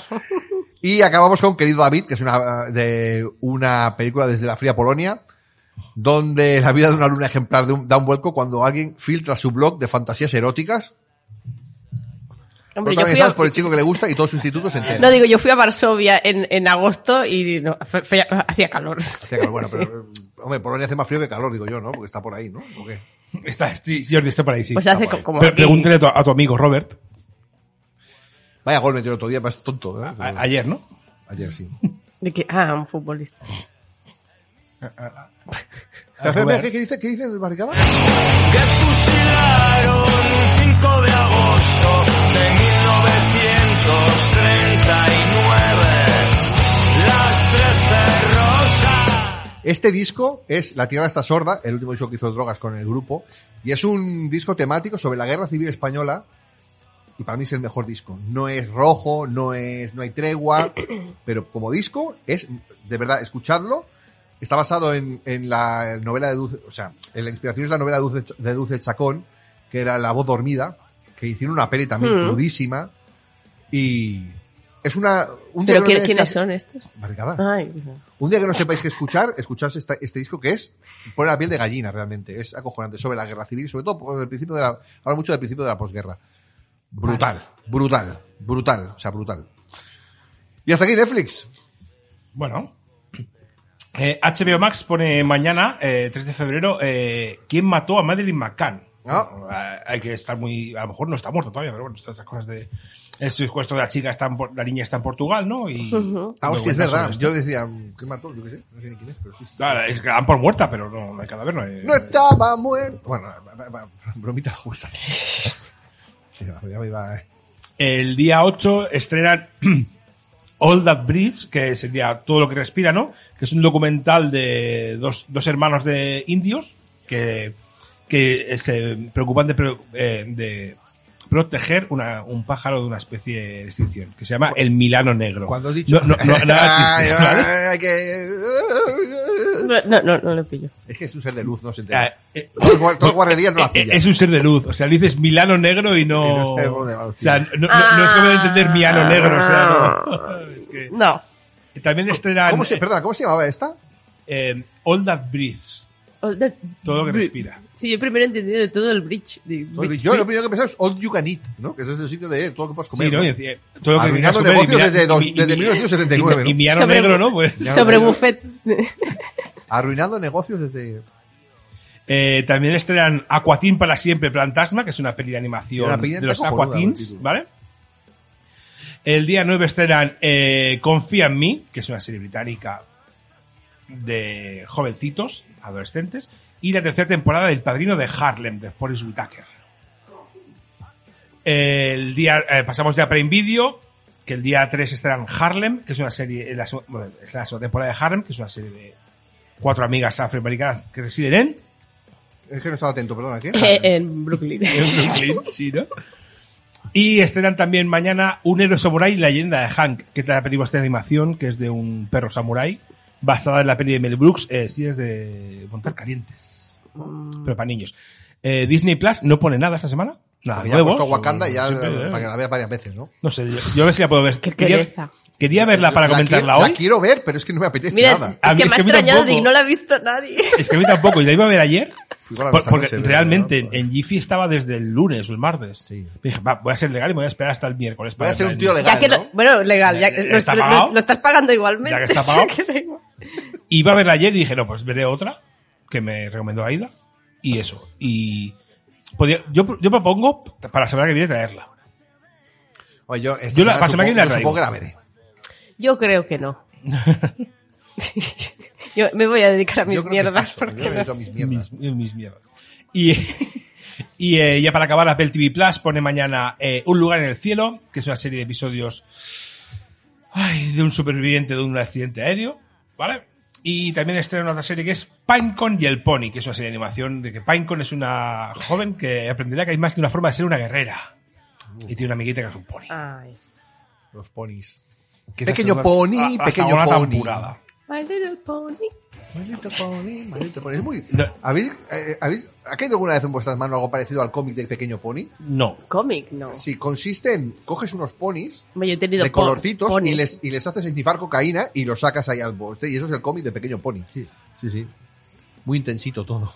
Y acabamos con Querido David, que es una, de una película desde la fría Polonia, donde la vida de una alumna ejemplar de un- da un vuelco cuando alguien filtra su blog de fantasías eróticas, Hombre, yo fui a- protagonizadas por el chico que le gusta y todo su instituto se entera. No, digo, yo fui a Varsovia en, en agosto y no, fe- fe- hacía calor. Hostia, claro, bueno, pero, eh, hombre, Polonia hace más frío que calor, digo yo, ¿no? Porque está por ahí, ¿no? ¿O qué? Está, sí, Jordi, está por ahí, sí. Pues hace co- como... Pero aquí. pregúntale a tu, a tu amigo Robert. Vaya gol metió el otro día, más tonto, ¿eh? a- ayer, ¿no? Ayer sí. De que, ah, un futbolista. A Espera, espera, Robert. ¿Qué, qué dice? ¿Qué dice el barricada? que fusilaron un 5 de agosto de 1939. Las 13 rosas. Este disco es La tirada está sorda, el último disco que hizo Drogas con el grupo, y es un disco temático sobre la guerra civil española, y para mí es el mejor disco. No es rojo, no es, no hay tregua, pero como disco es, de verdad, escuchadlo. Está basado en, en la novela de Dulce, o sea, en la inspiración es la novela de Dulce, de Dulce Chacón, que era La voz dormida, que hicieron una peli también Mm. crudísima, y es una, un ¿Pero que no quién- tengáis quiénes que- son estos? Barricada. Ay, Un día que no sepáis qué escuchar, escucharse esta- este disco que es pone la piel de gallina realmente. Es acojonante sobre la guerra civil, sobre todo por el principio de la, habla mucho del principio de la posguerra. Brutal, brutal, brutal, o sea, brutal. Y hasta aquí Netflix. Bueno. Eh, HBO Max pone mañana, eh, 3 de febrero, eh, ¿Quién mató a Madeline McCann? Ah. Ah, Hay que estar muy... A lo mejor no está muerto todavía, pero bueno, estas estas cosas de... El secuestro de la chica está en, Por- la niña está en Portugal, ¿no? Y, Ah, hostia, Documental sobre es verdad. esto. Yo decía, ¿qué mató? Yo qué sé, no sé ni quién es, pero sí. Ah, es que la dan por muerta, pero no, no hay cadáver, no hay... No estaba muerto. Bueno, va- va- va- bromita justa. Sí, va, ya me iba. eh. El día 8 estrenan All That Breeds, que sería Todo lo que respira, ¿no? Que es un documental de dos, dos hermanos de indios que, que eh, se preocupan de, pro- eh, de proteger una- un pájaro de una especie de extinción, que se llama el Milano Negro. Cuando has dicho. No, no, no, nada Ay, chistes, ay, ¿vale? ay, que- no, no, no, no lo pillo. Es que es un ser de luz, no se Ah, entera. eh, Todas guar- todas guarrerías no las eh, pillas. Es un ser de luz, o sea, le dices Milano Negro y Y no... no sé cómo le va, o sea, no, tío. no- no es que me voy a entender Milano Negro, o sea, no. Es que- No. También estrenan... Ah. ¿Cómo se, eh, perdona, ¿cómo se llamaba esta? eh, All That Breathes. all that Todo lo que bri- respira. Sí, yo primero he entendido de todo el bridge. de Todo el- bridge- Yo lo primero que pensaba es all you can eat, ¿no? Que ese es el sitio de todo lo que puedes comer. Sí, ¿no? ¿no? Y decía, todo lo que Arruinando querías comer y negocios mira- desde dos- y- y- desde 1979, Y, y ¿no? Miano Sobre- Negro, ¿no? Pues, Sobre buffets. Arruinando negocios desde... Eh, también estrenan Aquatín para siempre, Plantasma, que es una peli de animación Una peli de los cojonuda, el Aquatins, título. ¿vale? El día 9 estrenan eh, Confía en mí, que es una serie británica de jovencitos, adolescentes, y la tercera temporada del Padrino de Harlem, de Forrest Whitaker. El día, eh, pasamos ya a Prime Video, que el día 3 estrenan Harlem, que es una serie, es la, seg- bueno, es la segunda temporada de Harlem, que es una serie de cuatro amigas afroamericanas que residen en Es que no estaba atento, perdona, Eh, ¿qué? en Brooklyn. en Brooklyn, sí, ¿no? Y estrenan también mañana Un héroe samurái, la leyenda de Hank, que es la película de animación, que es de un perro samurái, basada en la peli de Mel Brooks, eh, sí, es de montar calientes, Mm. pero para niños. Eh, Disney Plus no pone nada esta semana, nada Porque Pues ya he nuevo. puesto Wakanda sobre- y ya siempre, eh, para que la veas varias veces, ¿no? No sé, yo, yo a ver si la puedo ver. Qué quería, pereza. quería verla para comentarla qui- hoy. La quiero ver, pero es que no me apetece Mira, nada. A es mí que es me ha que a mí extrañado de tampoco. no la ha visto nadie. Es que a mí tampoco, y la iba a ver ayer. Fui con la por- esta porque noche, ¿verdad? realmente en- Vale. en Jiffy estaba desde el lunes o el martes. Sí. Me dije, va, voy a ser legal y me voy a esperar hasta el miércoles. Voy para a ser verla un en- tío Ya legal, que lo- ¿no? bueno, legal, ya que lo, ¿Está lo- lo- pagado? lo estás pagando igualmente. Ya que está o sea pagado. que da igual. Iba a verla ayer y dije, no, pues veré otra que me recomendó Aida. Y eso. Y podía- yo, yo propongo para la semana que viene traerla. Oye, yo, esta Yo la- semana para semana que supongo- viene la yo traigo. supongo que la veré. Yo creo que no. Yo me voy a dedicar a mis Yo creo que mierdas paso, yo porque me no meto a mis mierdas. Mis, mis mierdas. Y, y eh, ya para acabar, Apple TV Plus pone mañana eh, Un lugar en el cielo, que es una serie de episodios ay, de un superviviente de un accidente aéreo, ¿vale? Y también estrena otra serie que es Pinecon y el Pony, que es una serie de animación de que Pinecon es una joven que aprenderá que hay más que una forma de ser una guerrera. Uh. Y tiene una amiguita que es un pony. Ay. Los ponis. Que es la Pequeño segunda- pony, a- hasta pequeño ahora tan pony. purada. My little pony. Maldito pony, maldito pony. Es muy... No. ¿Habéis, eh, ¿habéis, ¿Ha caído alguna vez en vuestras manos algo parecido al cómic del pequeño pony? No. Cómic, no. Si consiste en coges unos ponis Hombre, Yo he tenido de po- colorcitos pony. y les, y les haces esnifar cocaína y los sacas ahí al borde. Y eso es el cómic de pequeño pony. Sí, sí, sí. Muy intensito todo.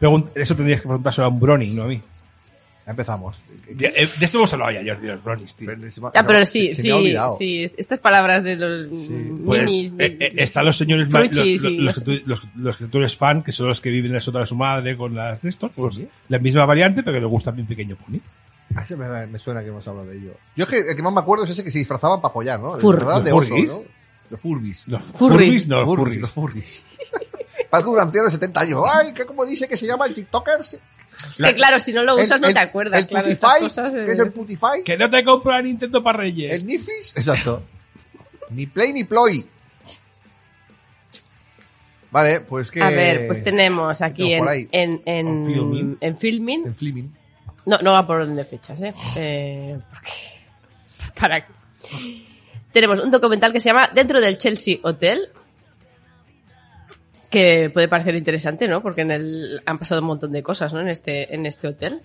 Pregun- eso tendrías que preguntárselo a un Brony, no a mí. Ya empezamos. De, eh, de esto hemos hablado ya, Jordi, de los Bronis, tío. Ah, pero No, sí, se- se sí, me ha olvidado. sí. Estas palabras de los mm, Pues, minis. eh, eh, están los señores ma- Fruchis lo- lo- y los, no que tú, los, los que tú eres fan, que son los que viven en la sota de su madre con las de estos, pues la misma variante, pero que le gusta bien pequeño pony. Ah, eso me, me suena que hemos hablado de ello. Yo es que el que más me acuerdo es ese que se disfrazaban para follar, ¿no? Fur- ¿Verdad? ¿Los De oso, furries? ¿no? Los furbis. Los Furry. furries, no, los Los furries. furries. Parece un anciano de 70 años. Ay, que como dice que se llama el TikToker. Es que claro, si no lo usas no te acuerdas, El claro, de estas Putify, cosas. eh. ¿Qué es el Putify? Que no te compro la Nintendo para Reyes. ¿El Nifis? Exacto. ni play ni ploy. Vale, pues que... A ver, pues tenemos aquí no, en, por ahí. en, en, En Filmin. en Filmin. En Fleming. No, no va por orden de fechas, ¿eh? Eh, porque- Para... Tenemos un documental que se llama Dentro del Chelsea Hotel, que puede parecer interesante, ¿no? Porque en el han pasado un montón de cosas, ¿no? En este, en este hotel.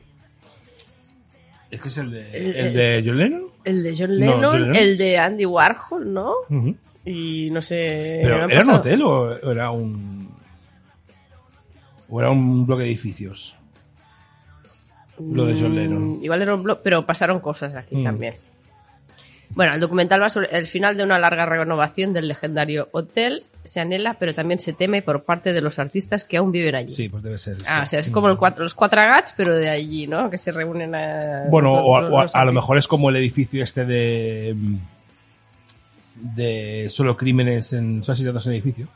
Este es el de, El- el de John Lennon. El de John No, Lennon, John Lennon. el de Andy Warhol, ¿no? Ujú. Y no sé... Pero, han ¿Era un pasado- hotel o o era un. o era un bloque de edificios? Lo de John Mm, Lennon. Igual era un blog, pero pasaron cosas aquí Mm. también. Bueno, el documental va sobre el final de una larga renovación del legendario hotel. Se anhela, pero también se teme por parte de los artistas que aún viven allí. Sí, pues debe ser. Ah, este. o sea, es como el cuatro- los cuatro agats, pero de allí, ¿no? Que se reúnen a... Bueno, o, a- los- o a, los a lo artistas. mejor es como el edificio este de. mm, de solo crímenes en. solo asesinatos en edificio.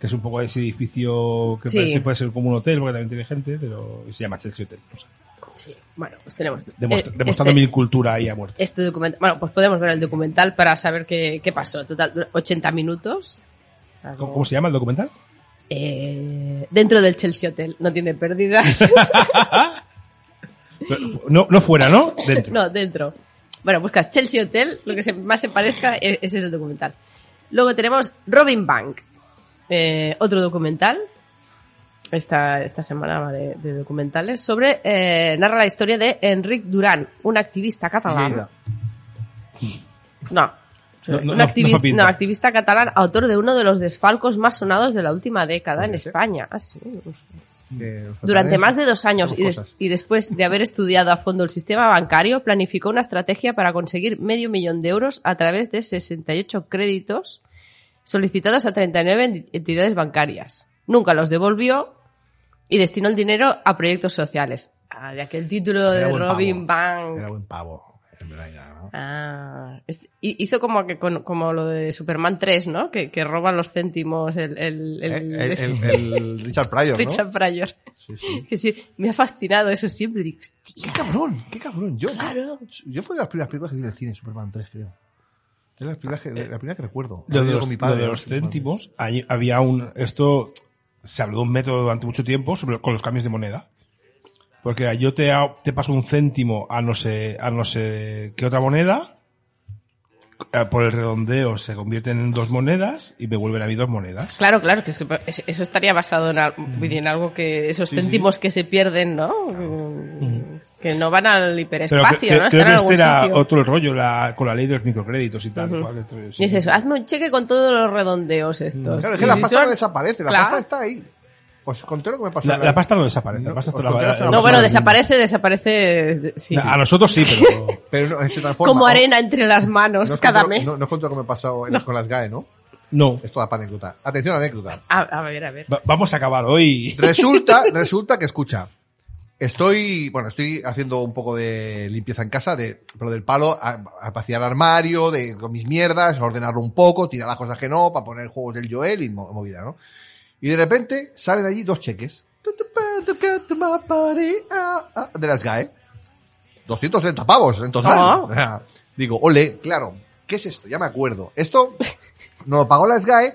Que es un poco ese edificio que Sí. parece- puede ser como un hotel, porque también tiene gente, pero se llama Chelsea Hotel. no sé. Sí, bueno, pues tenemos... Demostra- eh, demostrando este- mi cultura ahí a muerte. este documental. Bueno, pues podemos ver el documental para saber qué, qué pasó. Total, dura 80 minutos. ¿Cómo, cómo se llama el documental? Eh, dentro del Chelsea Hotel. No tiene pérdida. No, no fuera, ¿no? Dentro. No, dentro. Bueno, buscas Chelsea Hotel, lo que se- más se parezca, e- ese es el documental. Luego tenemos Robin Bank, eh, otro documental. Esta, esta semana va de, de documentales sobre eh, narra la historia Ah, de Enric Durán, un activista catalán. Lleida. No, No, no, un no, activis- no fue pinta. no, activista catalán, autor de uno de los desfalcos más sonados de la última década en España. Ah, sí. que los Durante catalanes- más de dos años dos y, des- cosas. y después de haber estudiado a fondo el sistema bancario, planificó una estrategia para conseguir medio millón de euros a través de 68 créditos solicitados a 39 en- entidades bancarias. Nunca los devolvió y destinó el dinero a proyectos sociales. Ah, de aquel Era título de buen Robin pavo. Bank. Era buen pavo. en verdad, ya, ¿no? Ah, es- hi- hizo como que con- como lo de Superman 3, ¿no? Que, que roban los céntimos el, el- el- Eh, El, el- el Richard Pryor, ¿no? Richard Pryor. Sí, sí. Que sí, me ha fascinado eso siempre. Digo, Qué hostia, cabrón, qué cabrón. Yo, Claro. yo fue de las primeras películas que vi en el cine, Superman 3, creo. Es la primera que, la primera que recuerdo. Eh, Lo Haber de ido los, con mi padre lo de a ver los Superman tres. céntimos, ahí había un. Esto se habló de un método durante mucho tiempo sobre, con los cambios de moneda. Porque era, yo te, ha- te paso un céntimo a no sé, a no sé qué otra moneda, eh, por el redondeo se convierten en dos monedas y me vuelven a mí dos monedas. Claro, claro, que es que es- eso estaría basado en, al- Mm. en algo que esos céntimos que se pierden, ¿no? Que no van al Mm. Pero hiperespacio, cre- creo ¿no? Están que en este algún era sitio. otro rollo la- con la ley de los microcréditos y tal. Ujú. igual que otro- Y es sí. Mm. eso, Ah, hazme un cheque con todos los redondeos estos. Claro, es que Y la si pasta son- no desaparece, la Claro. pasta está ahí. Os conté lo que me pasó. La, en la pasta no desaparece. la pasta os te la- conté la la- semana la- No, bueno, la- desaparece, desaparece. sí. A nosotros sí, pero. Pero no, se transforma. Como ¿no? arena entre las manos No os cada cuento- mes. No, no os cuento lo que me pasó en- con las GAE, ¿no? No. Es toda para anécdota. Atención, anécdota. A, a ver, a ver. Va- Vamos a acabar hoy. Resulta, resulta que escucha. Estoy, bueno, estoy haciendo un poco de limpieza en casa, de, pero del palo, a, a vaciar armario, de, con mis mierdas, a ordenarlo un poco, tirar las cosas que no, para poner juegos del Joel y mo- movida, ¿no? Y de repente salen allí dos cheques. De las GAE. 230 pavos en total. Ah. Digo, ole, claro, ¿qué es esto? Ya me acuerdo. Esto nos lo pagó la SGAE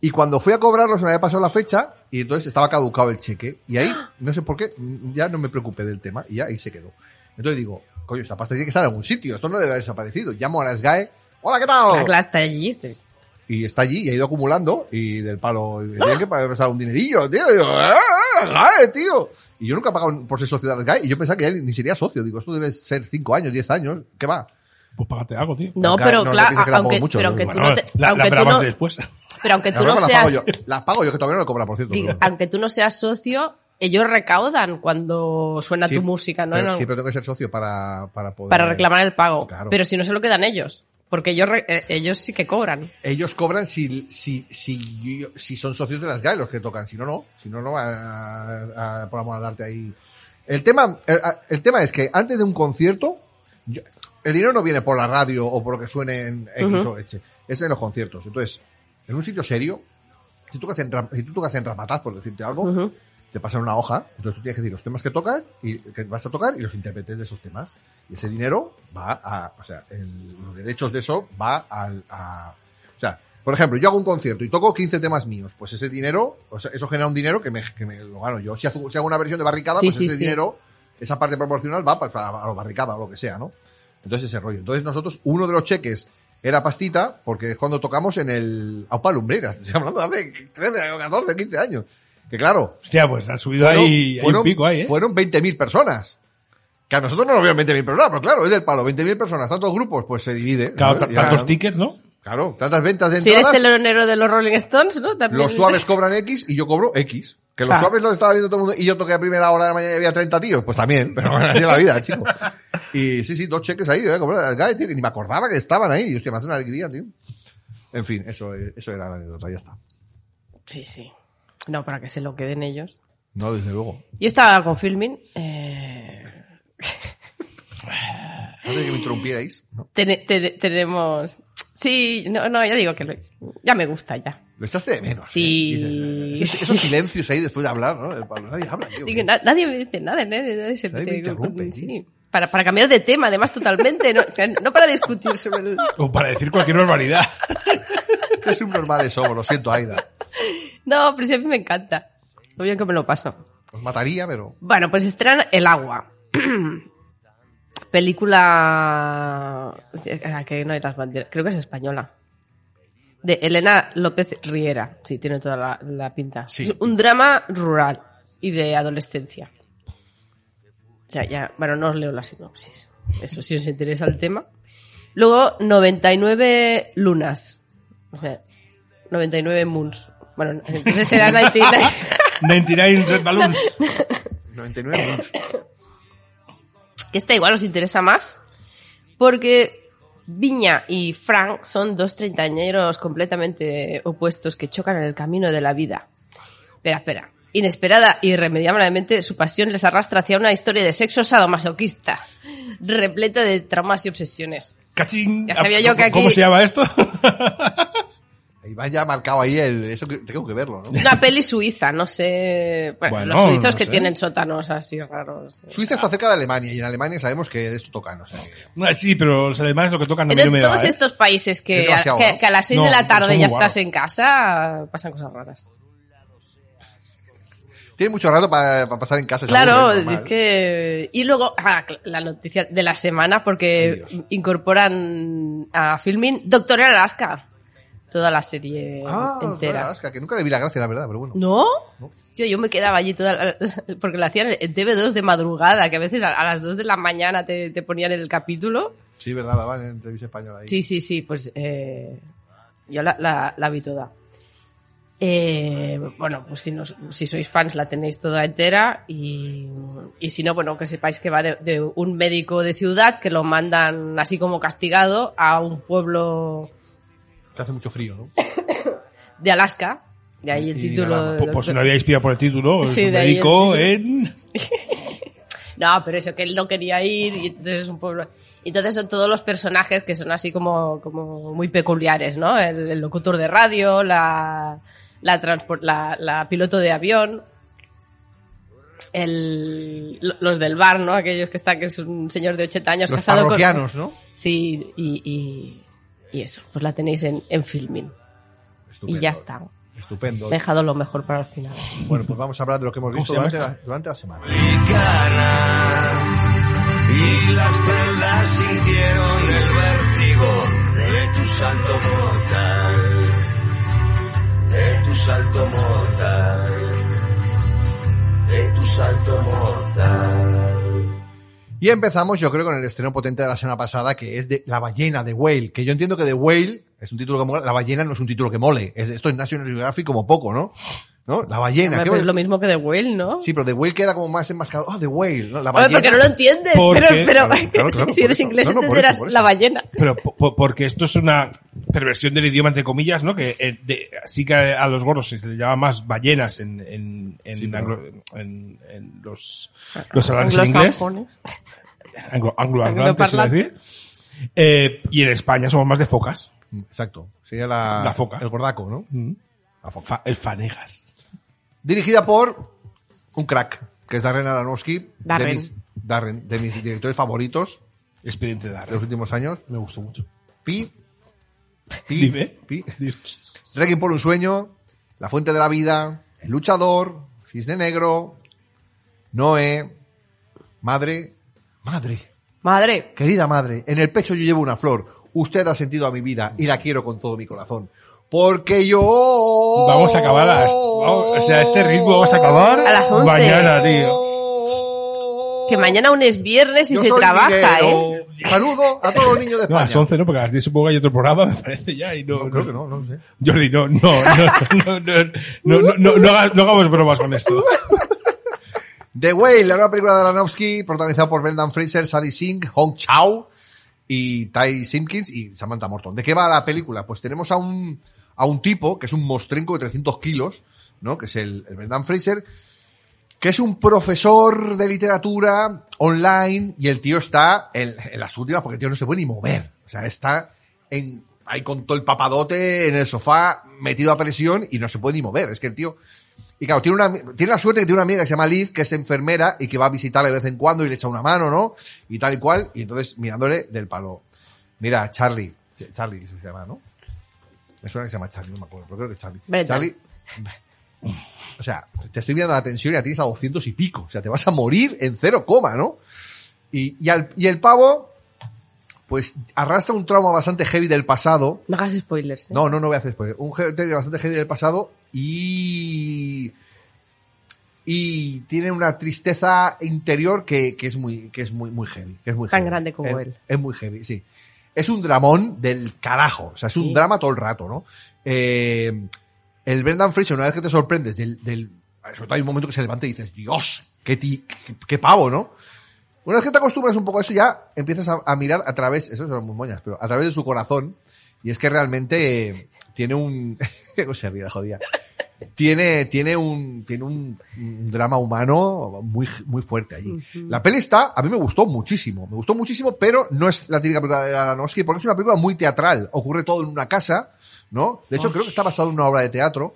y cuando fui a cobrarlo se me había pasado la fecha y entonces estaba caducado el cheque. Y ahí, no sé por qué, ya no me preocupé del tema y ya ahí se quedó. Entonces digo, coño, esta pasta tiene que estar en algún sitio, esto no debe haber desaparecido. Llamo a la SGAE, hola, ¿qué tal? La clase está allí. sí. Y está allí y ha ido acumulando y del palo. y Tiene que pasar un dinerillo, tío. Y yo, "Ah, ah, ah, tío. Y yo nunca he pagado por ser socio de Arcai y yo pensaba que él ni sería socio. Digo, esto debe ser 5 años, 10 años. ¿Qué va? Pues págate algo, tío. No, Claro, pero no, no claro, pienses que la pago aunque, mucho, ¿no? pero aunque tú Bueno, no te- la, la aunque tú grabamos no- después. pero aunque Las tú no pago seas, yo. Las pago yo, que todavía no lo cobra, por cierto. digo, pero- aunque tú no seas socio, ellos recaudan cuando suena Sí, tu música, ¿no? pero No- Siempre tengo que ser socio para, para poder. para reclamar el pago. Claro. Pero si no se lo quedan ellos, porque ellos re- eh, ellos sí que cobran. Ellos cobran si, si, si, si son socios de las GAE los que tocan, si no, no. Si no, no va a, a- por amor al arte ahí. El tema, el, el tema es que antes de un concierto, yo- el dinero no viene por la radio o por lo que suene en X o H. Es en los conciertos. Entonces, en un sitio serio, si tocas en, Ra- si tú tocas en Rapataz, por decirte algo, te pasan una hoja, entonces tú tienes que decir los temas que tocas y que vas a tocar y los intérpretes de esos temas. Y ese dinero va a, o sea, el- los derechos de eso va al, a, o sea, por ejemplo, yo hago un concierto y toco 15 temas míos, pues ese dinero, o sea, eso genera un dinero que me, que me lo gano yo. Si hago, si hago una versión de barricada, Sí, pues sí, ese sí. dinero, esa parte proporcional va para, para la barricada o lo que sea, ¿no? Entonces ese rollo. Entonces nosotros, uno de los cheques era pastita, porque es cuando tocamos en el Aupa Lumbreras, estoy hablando de hace 13, 14, 15 años. Que claro, Hostia, pues han subido fueron, ahí, hay un fueron- pico ahí, ¿eh? fueron 20.000 personas. Que a nosotros no nos vieron 20.000 personas, pero claro, es del palo. 20.000 personas, tantos grupos, pues se divide. Claro, ¿sabes? ta- Ya, tantos tickets, ¿no? Claro, tantas ventas de Si eres entradas, telonero de los Rolling Stones, ¿no? También- los suaves cobran X y yo cobro X. Que los Claro. suaves los estaba viendo todo el mundo y yo toqué a primera hora de la mañana y había 30 tíos. Pues también, pero bueno, así es la vida, chico. Y sí, sí, dos cheques ahí, ¿eh? Cobró el guy, tío, que ni me acordaba que estaban ahí. Y hostia, me hace una alegría, tío. En fin, eso, eh, eso era la anécdota, ya está. Sí, sí. No, para que se lo queden ellos. No, desde luego. Yo estaba con filming. eh, Antes de que me interrumpierais, ¿no? tene- tene- tenemos. Sí, no, no, ya digo que lo- ya me gusta ya. Lo echaste de menos. Sí. ¿eh? Dices, Esos, esos silencios ahí después de hablar, ¿no? El palo, nadie habla, tío. Digo, na- nadie me dice nada, nadie, nadie se Nadie me mete interrumpe, con- sí. sí. Para, para cambiar de tema, además, totalmente. No, O sea, no para discutir sobre el... O para decir cualquier barbaridad. Es un normal eso, lo siento, Aida. No, pero sí, a mí me encanta. Lo bien que me lo paso. Os mataría, pero. Bueno, pues estrenan El Agua. Película... ah, Que no hay las banderas. Creo que es española. De Elena López Riera. Sí, tiene toda la, la pinta. Sí. Es un drama rural y de adolescencia. O sea, ya, bueno, no os leo la sinopsis. Eso sí os interesa el tema. Luego, 99 lunas. O sea, 99 moons. Bueno, entonces será 99. 99 Red Balloons. 99 moons. que esta igual os interesa más, porque Viña y Frank son dos treintañeros completamente opuestos que chocan en el camino de la vida. Espera, espera. Inesperada y irremediablemente, su pasión les arrastra hacia una historia de sexo sadomasoquista, repleta de traumas y obsesiones. Cachín. Ya sabía yo que ¿Cómo aquí- se llama esto? Iván ya ha marcado ahí el. Eso que tengo que verlo, ¿no? Una peli suiza, no sé. Bueno, Bueno, los suizos no que sé. tienen sótanos así raros. Suiza está cerca de Alemania y en Alemania sabemos que de esto tocan. O sea, que- Ah, sí, pero los alemanes lo que tocan no me, Pero no me en va, todos ¿eh? estos países Es que, a, demasiado, que- ¿no? que a las 6 No, de la son tarde muy ya guaros. estás en casa, pasan cosas raras. Tiene mucho rato para, para pasar en casa. es Claro, aburrido, normal. es que. Y luego, ah, cl- la noticia de la semana, porque incorporan a Filmin Doctor en Alaska. Toda la serie Ah, entera. claro, Alaska, que nunca le vi la gracia, la verdad, pero bueno. ¿No? Yo, yo me quedaba allí toda la- porque lo hacían en TV2 de madrugada, que a veces a, a las 2 de la mañana te, te ponían el capítulo. Sí, verdad, la van en televisión española. Ahí. Sí, sí, sí, pues eh, yo la, la- la vi toda. Eh, bueno, pues si, nos- si sois fans la tenéis toda entera y, y si no, bueno, que sepáis que va de, de un médico de ciudad que lo mandan así como castigado a un pueblo Que hace mucho frío, ¿no? de Alaska, de ahí el Y título. nada, Pues, Por, por Pues, si no habíais pillado por el título, Sí, es un de ahí el médico título. en... No, pero eso, que él no quería ir y entonces es un pueblo... Entonces son todos los personajes que son así como, como muy peculiares, ¿no? El, el locutor de radio, la, la, transpor- la, la piloto de avión, el, lo- los del bar, ¿no? Aquellos que están, que es un señor de 80 años Los casado con... parroquianos, ¿no? Sí, y, y, y eso, pues la tenéis en, en filming. Estupendo. Y ya está. Estupendo. He dejado lo mejor para el final. Bueno, pues vamos a hablar de lo que hemos ¿Cómo visto se llama durante la, durante la semana. americana y las celdas sintieron el vértigo de tu salto mortal, de tu salto mortal, de tu salto mortal. Y empezamos, yo creo, con el estreno potente de la semana pasada, que es de La ballena de Whale. Que yo entiendo que de Whale es un título que mola. La ballena no es un título que mole. Es, esto es National Geographic como poco, ¿no? ¿No? La ballena. Hombre, ¿qué pero es va- lo mismo que The Whale, ¿no? Sí, pero The Whale queda como más enmascado. Ah, The Whale, ¿no? La Hombre, ballena. porque no lo entiendes, Porque- pero, Claro, pero claro, claro, si- si por eres eso. inglés No, no, por entenderás eso, por la eso. ballena. Pero po- po- porque esto es una perversión del idioma, entre comillas, ¿no? Que eh, de- sí que a los gordos se les llama más ballenas en, en, en, Sí, pero- anglo- en- en los, los hablantes en inglés. Anglosajones. Anglo, anglohablantes, iba a decir. Eh, y en España somos más de focas. Exacto. Sería la, La foca. El gordaco, ¿no? La foca. Fa- el fanegas. Dirigida por un crack, que es Darren Aronofsky. Darren. De mis, Darren, de mis directores favoritos Expediente de de los Darwin. últimos años. Me gustó mucho. Pi. Pi. Dime. Pi. Dime. Requiem por un sueño, La fuente de la vida, El luchador, Cisne negro, Noé, Madre, Madre, Madre, querida madre, en el pecho yo llevo una flor. Usted ha sentido a mi vida y la quiero con todo mi corazón. Porque yo... Vamos a acabar a las- vamos- o sea, a este ritmo vamos a acabar A las 11. mañana, tío. que mañana aún es viernes y Yo se soy trabaja, minero. ¿eh? Saludo a todos los niños de No, a España. las 11, ¿no? Porque a las 10 supongo que hay otro programa, me parece ya, y no... No, creo que no, no lo sé. Jordi, no, no, no, no, no, no, no, no, no hagas- no hagamos bromas con esto. The Whale, la nueva película de Aronofsky, protagonizada por Brendan Fraser, Sadie Sink, Hong Chao y Ty Simpkins y Samantha Morton. ¿De qué va la película? Pues tenemos a un, a un tipo que es un mostrenco de 300 kilos, ¿no? Que es el, el Brendan Fraser, que es un profesor de literatura online y el tío está en, en las últimas porque el tío no se puede ni mover. O sea, está en, ahí con todo el papadote en el sofá, metido a presión y no se puede ni mover. Es que el tío... Y claro, tiene, una, tiene la suerte que tiene una amiga que se llama Liz, que es enfermera y que va a visitarle de vez en cuando y le echa una mano, ¿no? Y tal y cual. Y entonces mirándole del palo. Mira, Charlie. Ch- Charlie se llama, ¿no? Me suena que se llama Charlie, no me acuerdo, pero creo que es Charlie. Brendan. Charlie. O sea, te estoy mirando la tensión y la tienes a 200 y pico. O sea, te vas a morir en cero coma, ¿no? Y, y, al- y el pavo, pues arrastra un trauma bastante heavy del pasado. No hagas spoilers. ¿eh? No, no, no voy a hacer spoiler. Un criterio bastante heavy del pasado y. Y tiene una tristeza interior que, que es muy, que es muy, muy heavy. que es muy Tan heavy. grande como Es- él. Es muy heavy, sí. Es un dramón del carajo. O sea, es un drama todo el rato, ¿no? Eh, el Brendan Fraser, una vez que te sorprendes del, del, sobre todo hay un momento que se levanta y dices, Dios, qué, ti- qué, qué pavo, ¿no? Una vez que te acostumbras un poco a eso, ya empiezas a, a mirar a través, eso son muy moñas, pero a través de su corazón, y es que realmente eh, tiene un, no se ríe la jodida. Tiene, tiene un, tiene un, un drama humano muy, muy fuerte allí. La peli está, a mí me gustó muchísimo, me gustó muchísimo, pero no es la típica película de Aronofsky, porque es una película muy teatral, ocurre todo en una casa, ¿no? De hecho, creo que está basado en una obra de teatro,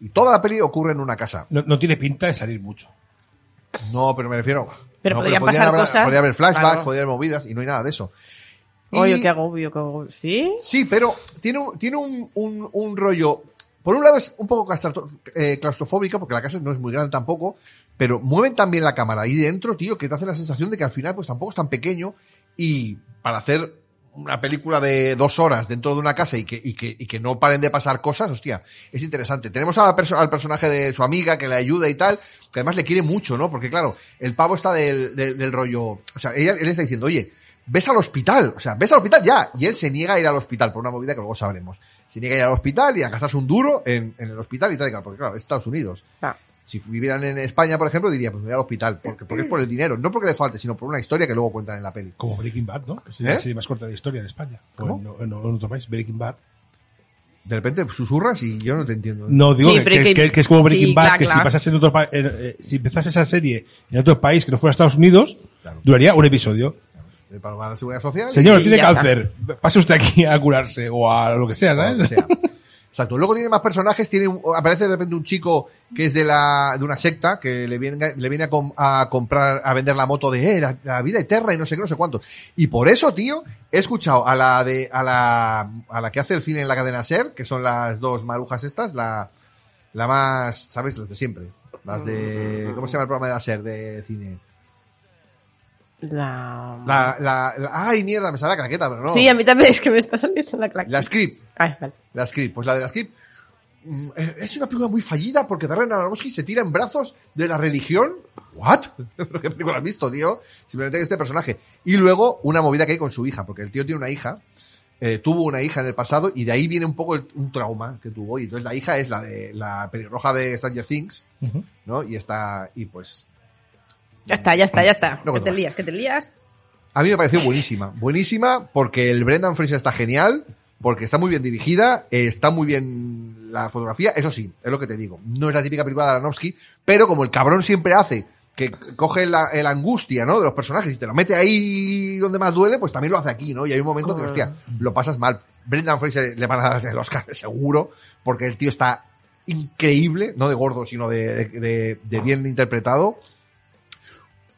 y toda la peli ocurre en una casa. No, no tiene pinta de salir mucho. No, pero me refiero. Pero no, podrían podrían pasar haber- cosas. Podría haber flashbacks, Claro. podría haber movidas y no hay nada de eso. Y- Oye, qué agobio, qué agobio. ¿Sí? Sí, pero tiene, un- tiene un, un- un rollo. Por un lado es un poco claustro- eh, claustrofóbica porque la casa no es muy grande tampoco, pero mueven también la cámara ahí dentro, tío, que te hace la sensación de que al final pues tampoco es tan pequeño y para hacer una película de dos horas dentro de una casa y que, y que, y que no paren de pasar cosas, hostia, es interesante. Tenemos a la perso- al personaje de su amiga que le ayuda y tal, que además le quiere mucho, ¿no? Porque claro, el pavo está del, del, del rollo, o sea, ella, él está diciendo, oye, ves al hospital, o sea, ves al hospital ya. Y él se niega a ir al hospital por una movida que luego sabremos. Se niega a ir al hospital y a gastarse un duro en, en el hospital y tal, y claro, porque claro, es Estados Unidos. Ah. Si vivieran en España, por ejemplo, diría, pues me voy al hospital, porque, porque es por el dinero, no porque le falte, sino por una historia que luego cuentan en la peli. Como Breaking Bad, ¿no? Que sería ¿Eh? la serie más corta de la historia en España. ¿Cómo? O en, en- en otro país, Breaking Bad. De repente susurras y yo no te entiendo. No, digo Sí, que, Breaking- que- que es como Breaking sí, Bad, claro, que si claro. pasase en otro pa- en- eh, si empezase esa serie en otro país que no fuera Estados Unidos, Claro. duraría un episodio. De Paloma de la Seguridad Social. y- Señor, y tiene ya está. cáncer. Pase usted aquí a curarse o a lo que sea, o lo que ¿sabes? sea. Exacto. Luego tiene más personajes, tiene un- aparece de repente un chico que es de la de una secta que le viene le viene a, com- a comprar a vender la moto de eh, la, la vida eterna y no sé qué, no sé cuánto. Y por eso, tío, he escuchado a la de a la a la que hace el cine en la cadena Ser, que son las dos marujas estas, la la más, ¿sabes? Las de siempre. Las de ¿cómo se llama el programa de la Ser de cine? La... La, la, la- ay, mierda, me sale la craqueta, pero no. Sí, a mí también es que me está saliendo la claque. la script. Ay, Ah, vale. La Script, pues la de la Script mm, eh, es una película muy fallida porque Darren Aronofsky se tira en brazos de la religión. ¿What? ¿Pero ¿Qué película has visto, tío? Simplemente que este personaje. Y luego una movida que hay con su hija, porque el tío tiene una hija, eh, tuvo una hija en el pasado y de ahí viene un poco el- un trauma que tuvo. Y entonces la hija es la de la pelirroja de Stranger Things, ¿no? Y está, y pues Ya está, ya está, ya está. No, Que te no. lías, que te lías. A mí me pareció buenísima. Buenísima porque el Brendan Fraser está genial, porque está muy bien dirigida, eh, está muy bien la fotografía. Eso sí, es lo que te digo. No es la típica película de Aronofsky, pero como el cabrón siempre hace, que c- coge la, la angustia ¿no? de los personajes y te lo mete ahí donde más duele, pues también lo hace aquí, ¿no? Y hay un momento que, hostia, lo pasas mal. Brendan Fraser le van a dar el Oscar, seguro, porque el tío está increíble, no de gordo, sino de, de- de- de bien interpretado.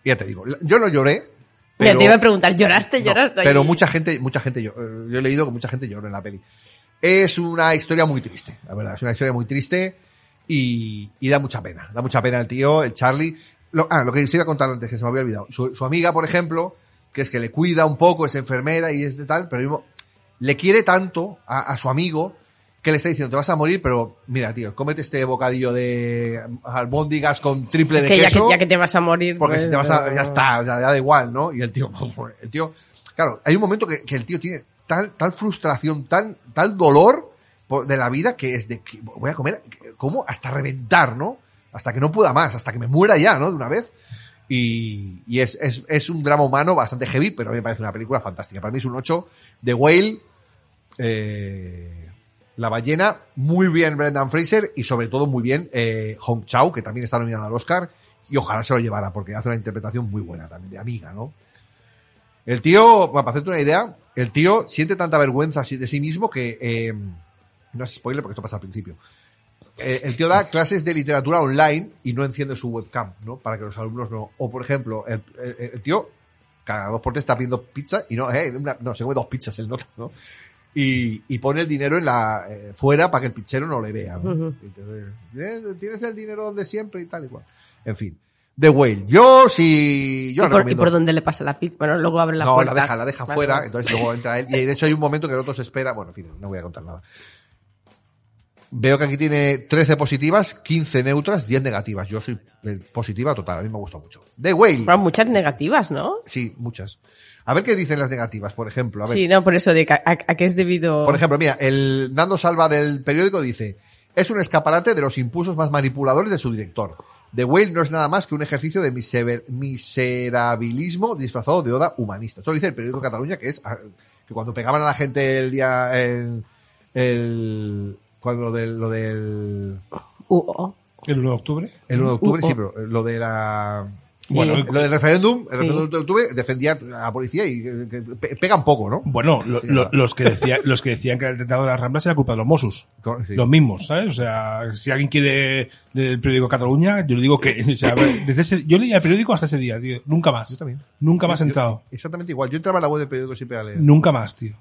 Ya te digo, yo no lloré. Mira, pero- te iba a preguntar, ¿lloraste? no, ¿Lloraste? ahí? pero mucha gente, mucha gente, yo, eh, yo he leído que mucha gente llora en la peli. Es una historia muy triste, la verdad, es una historia muy triste y, y da mucha pena. Da mucha pena el tío, el Charlie. Lo, ah, lo que os iba a contar antes, que se me había olvidado. Su, su amiga, por ejemplo, que es que le cuida un poco, es enfermera y es de tal, pero mismo, le quiere tanto a, a su amigo que le está diciendo, te vas a morir, pero mira, tío, cómete este bocadillo de albóndigas con triple de que ya, que queso. ya que te vas a morir. Porque pues, si te vas a, eh, ya está, o sea, ya da igual, ¿no? Y el tío, el tío, claro, hay un momento que, que el tío tiene tal, tal frustración, tal, tal dolor por- de la vida que es de, que voy a comer, como Hasta reventar, ¿no? Hasta que no pueda más, hasta que me muera ya, ¿no? De una vez. Y, y es, es, es un drama humano bastante heavy, pero a mí me parece una película fantástica. Para mí es un 8 de Whale, eh, La ballena, muy bien Brendan Fraser y sobre todo muy bien eh, Hong Chao, que también está nominada al Oscar, y ojalá se lo llevara, porque hace una interpretación muy buena también, de amiga, ¿no? El tío, bueno, para hacerte una idea, el tío siente tanta vergüenza así de sí mismo que... eh, no es spoiler porque esto pasa al principio. Eh, el tío da clases de literatura online y no enciende su webcam, ¿no? Para que los alumnos no. O, por ejemplo, el, el- el tío, cada dos por tres está pidiendo pizza y no, eh, una- no, se come dos pizzas el nota, ¿no? Y, y pone el dinero en la eh, fuera para que el pizzero no le vea. ¿no? Entonces, eh, Tienes el dinero donde siempre y tal y cual. En fin. The Whale. Yo sí. Yo ¿Y por, la y recomiendo. por dónde le pasa la pizza? Bueno, luego abre la no, puerta. la deja, la deja Vale, fuera, vale. entonces luego entra él. Y de hecho hay un momento que el otro se espera. Bueno, en fin, no voy a contar nada. Veo que aquí tiene 13 positivas, 15 neutras, 10 negativas. Yo soy de positiva total, a mí me gusta mucho. The Whale. Bueno, muchas negativas, ¿no? Sí, muchas. A ver qué dicen las negativas, por ejemplo. A ver. Sí, no, por eso, de que a, a qué es debido. Por ejemplo, mira, el Nando Salva del periódico dice, es un escaparate de los impulsos más manipuladores de su director. The Whale no es nada más que un ejercicio de misever- miserabilismo disfrazado de oda humanista. Esto lo dice el periódico de Cataluña, que es ah, que cuando pegaban a la gente el día... El, el- cuando lo del, lo del... Uh, oh. El 1 de octubre. El 1 de octubre, Uh, oh. sí, pero lo de la... Bueno, lo del referéndum, el Sí. referéndum de octubre, defendía a la policía y que- que pe- pegan poco, ¿no? Bueno, lo- Sí, lo- verdad. los, que decía- los que decían que el atentado de las Ramblas era culpa de los Mossos. Cor- sí. Los mismos, ¿sabes? O sea, si alguien quiere del periódico Cataluña, yo le digo que... o sea, a ver, desde ese- yo leía el periódico hasta ese día, tío. Nunca más. Yo también. Nunca más he Yo- entrado. Exactamente igual. Yo entraba en la web del periódico siempre a leer. Nunca más, tío.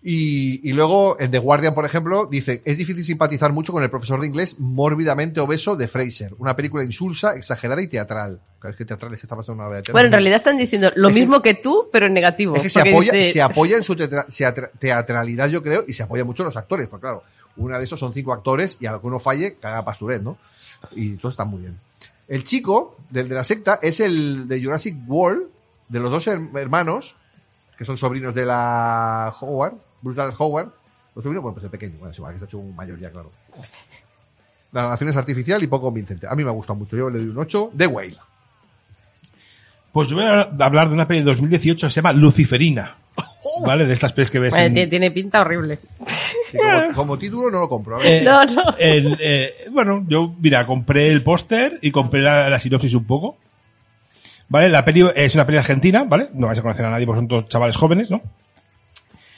Y, y luego en The Guardian, por ejemplo, dice, es difícil simpatizar mucho con el profesor de inglés mórbidamente obeso de Fraser, una película insulsa, exagerada y teatral. Claro, es que teatral es que está pasando una obra de teatro. Bueno, en realidad están diciendo lo mismo que tú, pero en negativo. Es que se porque apoya, dice- se apoya en su teatra- se atra- teatralidad, yo creo, y se apoya mucho en los actores, porque claro, una de esos son cinco actores y a lo que uno falle, caga pasturet, ¿no? Y todo está muy bien. El chico del de la secta es el de Jurassic World, de los dos her- hermanos, que son sobrinos de la Howard, Brutal Howard. Los sobrinos, bueno, pues el pequeño, bueno, es igual, que se ha hecho un mayor ya, claro. La relación es artificial y poco convincente. A mí me ha gustado mucho, yo le doy un 8. The Whale. Pues yo voy a hablar de una peli de 2018 que se llama Luciferina. Oh. ¿Vale? De estas pelis que ves Bueno, Pues en- tiene, tiene pinta horrible. Sí, como, como título no lo compro. A Eh, ver. No, no. el, eh, bueno, yo, mira, compré el póster y compré la, la sinopsis un poco. ¿Vale? La peli es una peli argentina, ¿vale? No vais a conocer a nadie porque son todos chavales jóvenes, ¿no?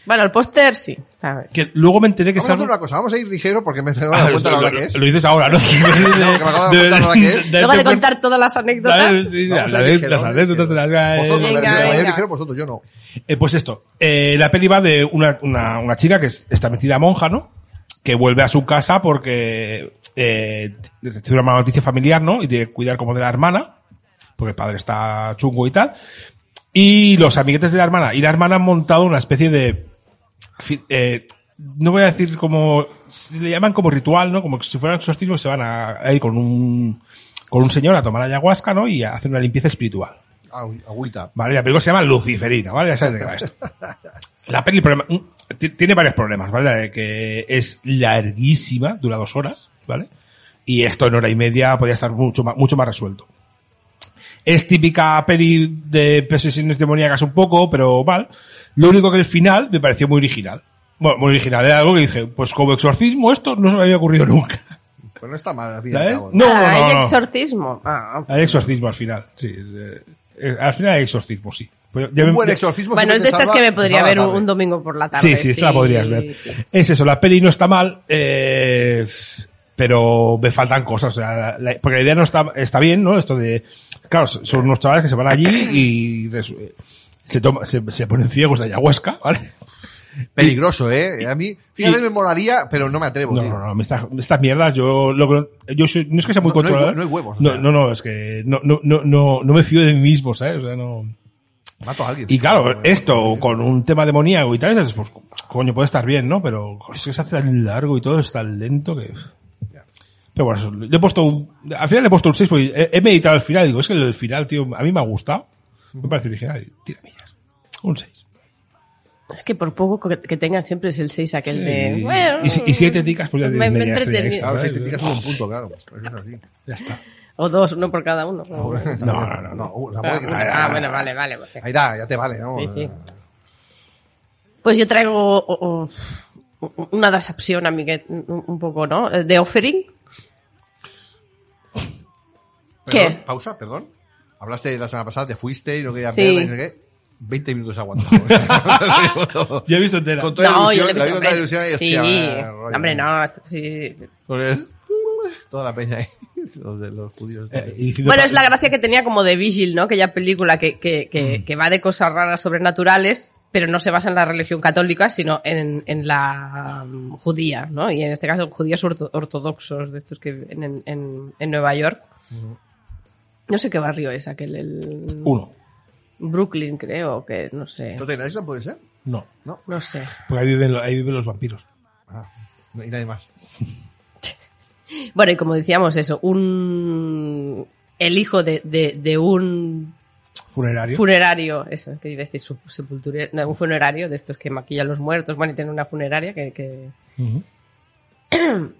Bueno, el póster sí. A ver. Que luego me enteré que Vamos a hacer estaba- una cosa, vamos a ir ligero porque me he dado Ah, lo, cuenta la verdad lo- que es. lo dices ahora, ¿no? me acabo de dar cuenta ahora que es. Luego de contar todas las anécdotas. ¿sabes? Sí, Vamos a las ir ligero, anécdotas, vamos a ir anécdotas de ligero. las- Vosotros, me Venga, refiero, vaya venga. ligero, vosotros, yo no. Eh, pues esto, eh, la peli va de una, una, una chica que es- está metida monja, ¿no? Que vuelve a su casa porque eh, tiene una mala noticia familiar, ¿no? Y de cuidar como de la hermana, porque el padre está chungo y tal. Y los amiguetes de la hermana y la hermana han montado una especie de... fi- eh, no voy a decir como... se Le llaman como ritual, ¿no? Como que si fueran exorcismos se van a, a ir con un, con un señor a tomar ayahuasca, ¿no? Y a hacer una limpieza espiritual. Agu- Agüita. Vale, la película se llama Luciferina, ¿vale? Ya sabes de qué va esto. La peli problema- mm, ti- tiene varios problemas, ¿vale? La de Que es larguísima, dura dos horas, ¿vale? Y esto en hora y media podría estar mucho más, mucho más resuelto. Es típica peli de posesiones demoníacas un poco, pero mal. Lo único que el final me pareció muy original. Bueno, muy original. Era algo que dije, pues como exorcismo esto no se me había ocurrido nunca. Pues no está mal, al fin y al ¿Sabes? cabo. No, Ah, no, hay no. exorcismo. Ah, Pues Hay exorcismo al final, sí. Eh, eh, Al final hay exorcismo, sí. Pues ya Un me- buen ya- exorcismo. Bueno, siempre es de te estas que salva- me podría te salva ver la un, tarde. un domingo por la tarde. Sí, sí, esta la podrías ver. sí. Es eso, la peli no está mal, eh, pero me faltan cosas. O sea, la- la- porque la idea no está, está bien, ¿no? Esto de, claro, son unos chavales que se van allí y resu- eh, se, toma, se, se ponen ciegos de ayahuasca, ¿vale? Peligroso, ¿eh? A mí, fíjate, y- me molaría, pero no me atrevo. No, tío. no, no, me estas, estas mierdas, yo, logro- yo soy- no es que sea muy No- no hay hue- controlador. no hay huevos, o No, sea. no, no, es que no, no, no, no, no me fío de mí mismo, ¿sabes? O sea, no. Mato a alguien. Y claro, esto con un tema demoníaco y tal, dices, pues coño, puede estar bien, ¿no? Pero es que se hace tan largo y todo es tan lento que... Pero bueno, eso, le he puesto un- al final le he puesto un 6 porque he, he meditado al final, digo, es que el final, tío, a mí me ha gustado, me parece original, y tira millas. Un 6. Es que por poco que, que tengan siempre es el 6 aquel de. Y- Bueno, y, si- y siete ticas, pues ya me- tienes me media estrella entretení. extra, Claro, si ¿sabes? te tiras un punto, claro. Eso es así. Ya está. o dos, uno por cada uno. Ah, No, no, no. No, no. uh, la Ah, mujer que se- ah, bueno, vale, vale. perfecto. Ahí da, ya te vale, ¿no? Sí, sí. Pues yo traigo o- o- una decepción a mí que un un poco, ¿no? De Offering. Perdón, ¿Qué? Pausa, perdón. Hablaste la semana pasada, te fuiste y no querías Sí. ver, y no sé qué. 20 minutos aguantamos. Lo digo todo. Ya he visto entera. Con toda la no, ilusión, le la vi con toda la ilusión y Sí, hostia, vaya rollo. hombre, no. esto- sí. Con el- Toda la peña ahí. Los, de, los judíos. Eh, y diciendo- Bueno, es la gracia que tenía como de Vigil, ¿no? Aquella película que, que, que, que va de cosas raras sobrenaturales, pero no se basa en la religión católica, sino en, en la mm, judía, ¿no? Y en este caso, judíos orto- ortodoxos, de estos que viven en, en, en Nueva York. No sé qué barrio es aquel, el Uno. Brooklyn, creo, que no sé. ¿Esto te puede ser? No. No. No sé. Porque ahí viven, lo- ahí viven los vampiros. Ah, Y nadie más. Bueno, y como decíamos eso, un el hijo de, de- de un Funerario. funerario, eso, que iba a decir, su- sepulturero, no, un funerario de estos que maquillan los muertos, bueno, y tiene una funeraria que, que, Ujú.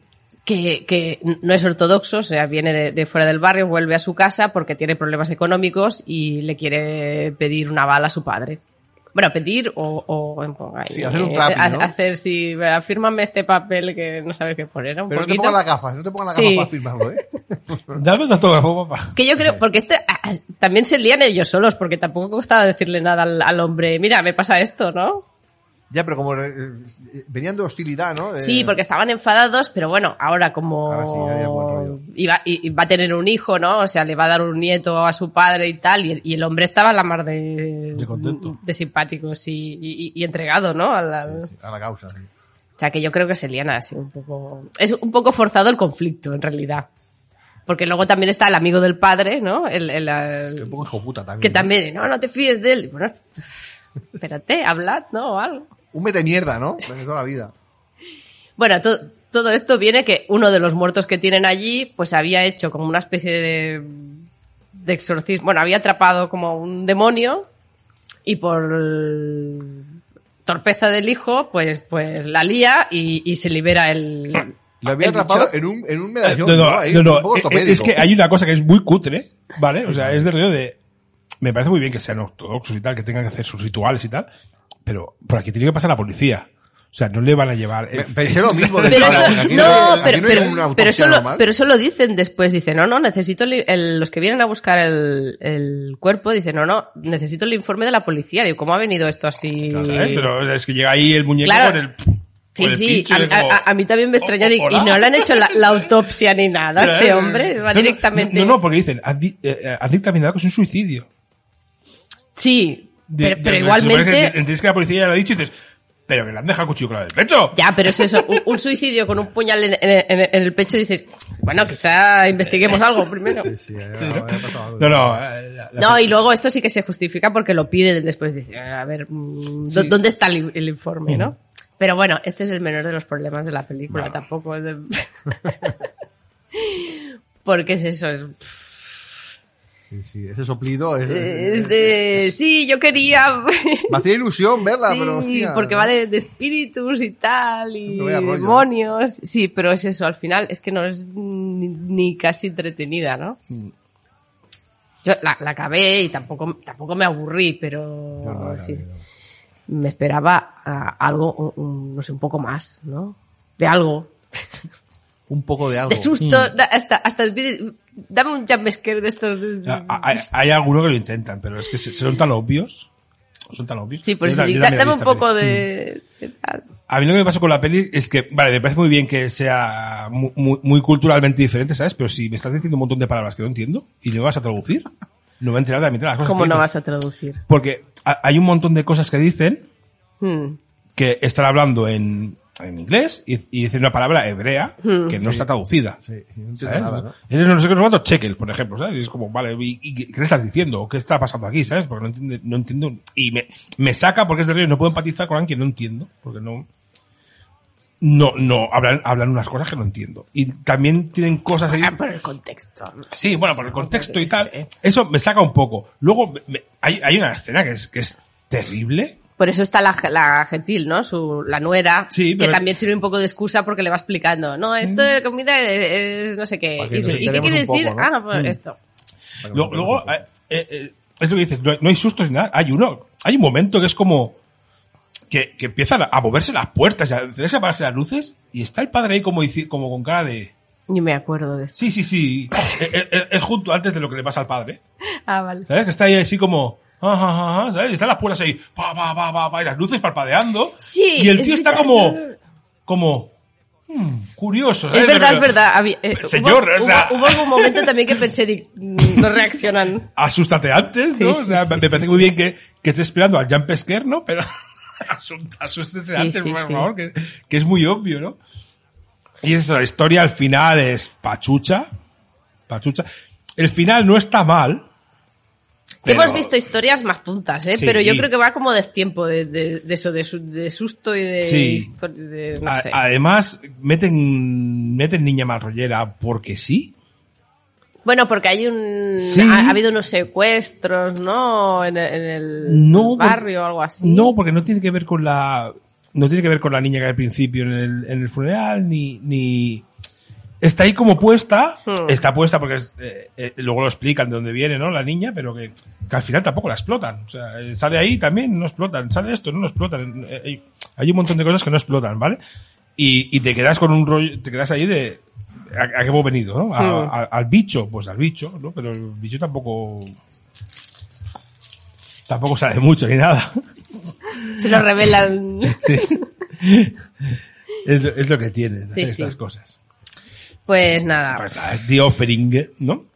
que, que no es ortodoxo, o sea, viene de, de fuera del barrio, vuelve a su casa porque tiene problemas económicos y le quiere pedir una bala a su padre. Bueno, pedir o... o- ay, Sí, hacer un eh, trapi, ha- ¿no? Hacer, sí, afírmame este papel que no sabes qué poner. Un Pero no te poquito. pongas las gafas, no te pongas las gafas Sí. para firmarlo, ¿eh? Dame un autógrafo, papá. Que yo creo, porque este ah, ah, también se lían ellos solos, porque tampoco costaba decirle nada al, al hombre, mira, me pasa esto, ¿no? Ya, pero como eh, eh, venían de hostilidad, ¿no? De- Sí, porque estaban enfadados, pero bueno, ahora como Eh. Ahora sí, ya había buen rollo. iba- y, y va a tener un hijo, ¿no? O sea, le va a dar un nieto a su padre y tal, y el, y el hombre estaba a la mar de, De contento. de simpáticos y, y- y entregado, ¿no? Al- al- Sí, a la causa, sí. O sea, que yo creo que se lían así un poco... Es un poco forzado el conflicto, en realidad. Porque luego también está el amigo del padre, ¿no? El, el- el- Un poco hijo puta también. Que ¿no? también, no, no te fíes de él. Bueno, espérate, hablad, ¿no? O algo. Un mete mierda, ¿no? De toda la vida. Bueno, to- todo esto viene que uno de los muertos que tienen allí, pues había hecho como una especie de, de exorcismo. Bueno, había atrapado como un demonio y por torpeza del hijo, pues, pues la lía y, y se libera el. Lo había el atrapado bicho. en un, en un medallón. No, no, ¿no? Ahí, no, no, un poco eh, ortopédico. Es que hay una cosa que es muy cutre, ¿vale? O sea, es de rollo de. Me parece muy bien que sean ortodoxos y tal, que tengan que hacer sus rituales y tal, pero por aquí tiene que pasar la policía. O sea, no le van a llevar. eh, Me- Pensé lo mismo. de Pero claro, eso, aquí no, aquí pero, no hay pero, una pero autopsia eso lo, normal. pero eso lo dicen después. Dicen, no, no, necesito el- el- los que vienen a buscar el, el cuerpo. Dicen, no, no, necesito el informe de la policía. Digo, ¿cómo ha venido esto así? ¿sabes? Pero es que llega ahí el muñeco Claro. con el. Sí, con el sí, pinche, a, como- a- a- a mí también me extrañó. Oh, digo, hola. y no le han hecho la, la autopsia ni nada a este hombre. Va ¿Eh? No, no, directamente. No, no, porque dicen, han di- eh, eh, han dictaminado que es un suicidio. Sí, De- pero, de- pero se supone que igualmente. Entiendes que la policía ya lo ha dicho y dices, pero que le han dejado cuchillo claro en el pecho. Ya, pero es eso, un, un suicidio con un puñal en, en- en- en el pecho dices, bueno, quizá investiguemos algo primero. Sí, ahí había- había pasado algo. No, no. eh, la- la- No, y luego esto sí que se justifica porque lo piden después. Dicen, a ver, mm, ¿dó- ¿dónde está el, in- el informe, no? Pero bueno, este es el menor de los problemas de la película, tampoco. es de- porque es eso, es- Sí, sí, ese soplido es... Es de, sí, yo quería. Me hacía ilusión verla, sí, pero hostia, porque va de, de espíritus y tal, y Pero vaya rollo, ¿no? demonios. Sí, pero es eso, al final es que no es ni, ni casi entretenida, ¿no? Mm. Yo la, la acabé y tampoco, tampoco me aburrí, pero sí. me esperaba ah, algo, un- un- no sé, un poco más, ¿no? De algo. Un poco de algo. Mm. De susto, da- hasta, hasta el vídeo- Dame un jumpscare de estos. de- la- a- a- hay, algunos que lo intentan, pero es que se- son tan obvios. Son tan obvios. Sí, por Yo eso. también sí, la da- miré Dame un esta poco peli. de. de tal. A mí lo que me pasó con la peli es que, vale, me parece muy bien que sea mu- muy, muy culturalmente diferente, ¿sabes? Pero si me estás diciendo un montón de palabras que no entiendo y no vas a traducir, no me voy a enterar de la mitad de las cosas. ¿Cómo que no dices. vas a traducir? Porque ha- hay un montón de cosas que dicen Hmm. que están hablando en, en inglés y, y dicen una palabra hebrea Hmm. que no está traducida. Sí, no entiendo ¿sabes? nada, ¿no? Ellos ¿Eh? no sé qué nos cheques, por ejemplo, ¿sabes? Y es como, vale, ¿y, y qué- qué le estás diciendo? ¿Qué está pasando aquí, sabes? Porque no entiendo, no entiendo. Y me, me saca porque es de río, no puedo empatizar con alguien que no entiendo, porque no... No, no, hablan, hablan unas cosas que no entiendo. Y también tienen cosas ahí... Ah, por el contexto. Sí, bueno, por el contexto y tal. Sí. Eso me saca un poco. Luego, me- me- hay, hay una escena que es, que es terrible, Por eso está la, la gentil, ¿no? Su, la nuera, Sí, pero- Mm. que también sirve un poco de excusa porque le va explicando, no, esto de comida es, es no sé qué. Para que Y, nos dice, ¿Y qué enteremos quiere un poco, decir? ¿no? Mm. Ah, pues esto. Para que Luego, me luego, entiendas eh, eh, eh, es lo que dices, no, hay- no hay sustos ni nada. Hay uno, hay un momento que es como que, que empiezan a- a moverse las puertas, y a encenderse y apagarse las luces, y está el padre ahí como, dici- como con cara de Ni me acuerdo de esto. sí, sí, sí, eh, eh, eh, es junto antes de lo que le pasa al padre. Ah, vale. ¿Sabes? Que está ahí así como. "Ah, ah, ah, ah", ¿sabes? Y están las puertas ahí, pa, pa, pa, pa, pa, y las luces parpadeando. Sí, Y el es tío está verdad. como. como. hmm, curioso. Es ¿sabes? verdad, Pero- es verdad. Había- eh, Pero, señor, hubo, o sea- hubo- hubo algún momento también que pensé, di- mm, no reaccionan. asústate antes, Sí, ¿no? sí, o sea, sí, me sí, parece muy bien que, que esté esperando al jump scare, ¿no? Pero asu- asústese Sí, antes, sí, por sí. favor, que, que es muy obvio, ¿no? Y eso, la historia al final es pachucha. Pachucha. El final no está mal. Que Pero- hemos visto historias más tontas, ¿eh? Sí. Pero yo creo que va como de tiempo de, de- de eso, de, su- de susto y de... Sí. Ah, histo- de- no A- sé. Además, meten, meten niña mal rollera porque sí. Bueno, porque hay un... Sí. Ha, ha habido unos secuestros, ¿no? En, el- en el No, barrio o algo así. No, porque no tiene que ver con la. No tiene que ver con la niña que hay al principio en el, en el funeral, ni, ni. Está ahí como puesta. Hmm. Está puesta porque es, eh, eh, luego lo explican de dónde viene, ¿no? La niña, pero que, que al final tampoco la explotan. O sea, eh, sale ahí también, no explotan. Sale esto, no lo explotan. Eh, eh, hay un montón de cosas que no explotan, ¿vale? Y, y te quedas con un rollo. Te quedas ahí de. ¿A, a qué hemos venido, no? A- Hmm. a- al bicho, pues al bicho, ¿no? Pero el bicho tampoco. Tampoco sabe mucho ni nada. Se lo revelan... Sí. es, lo- es lo que tienen Sí, estas sí. cosas. Pues nada. Pues, ah, The Offering, ¿no?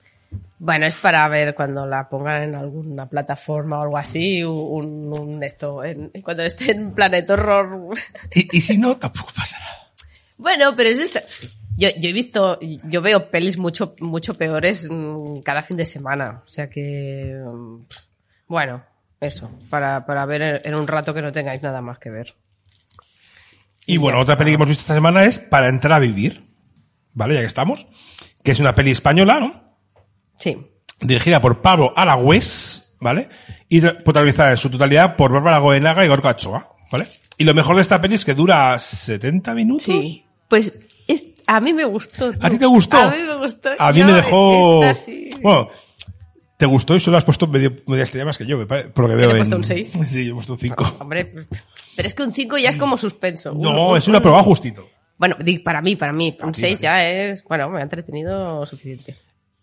Bueno, es para ver cuando la pongan en alguna plataforma o algo así, un, un esto, en- cuando esté en Planet Horror. Y, y si no, tampoco pasa nada. Bueno, pero es esta- Yo, yo he visto, yo veo pelis mucho, mucho peores mm, cada fin de semana. O sea que, mm, bueno, eso, para, para ver en- en un rato que no tengáis nada más que ver. Y bueno, otra peli que hemos visto esta semana es Para entrar a vivir, ¿vale? Ya que estamos. Que es una peli española, ¿no? Sí. Dirigida por Pablo Aragüés, ¿vale? Y re- protagonizada en su totalidad por Bárbara Goenaga y Gorka Ochoa, ¿vale? Y lo mejor de esta peli es que dura 70 minutos. Sí. Pues es- a mí me gustó. ¿A tú. ti te gustó? A mí me gustó. A mí Yo, me dejó. esta sí. Bueno, te gustó y solo has puesto medio, media estrella más que yo, me pare- por lo que veo. le he en- puesto un seis. Ah, Sí, yo he puesto un 5. Hombre, pero es que un 5 ya es como suspenso. Un- No, un- es una un- prueba justito. Bueno, di- para mí, para mí, un ti, 6 vale. ya es, bueno, me ha entretenido suficiente.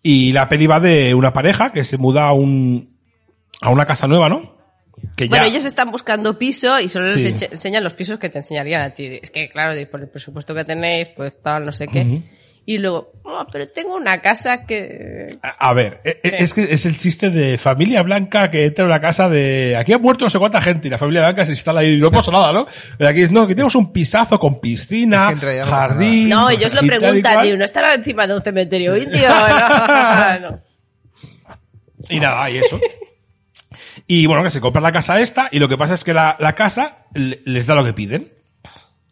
Y la peli va de una pareja que se muda a, un, a una casa nueva, ¿no? Que Bueno, ya. ellos están buscando piso y solo les Sí. enche- enseñan los pisos que te enseñarían a ti. Es que, claro, de- por el presupuesto que tenéis, pues tal, no sé qué. Y luego, "Oh, pero tengo una casa que... A a ver, e- e- es que es el chiste de familia blanca que entra a una casa de aquí ha muerto no sé cuánta gente y la familia blanca se instala ahí y no pasa nada, ¿no? Pero aquí es, no, que tenemos un pisazo con Es piscina, que en realidad no pasa nada. jardín. No, ellos lo y tal y preguntan, cual. tío, no estará encima de un cementerio indio, no, no. Y nada, y eso. Y bueno, que se compra la casa esta y lo que pasa es que la, la casa le- les da lo que piden.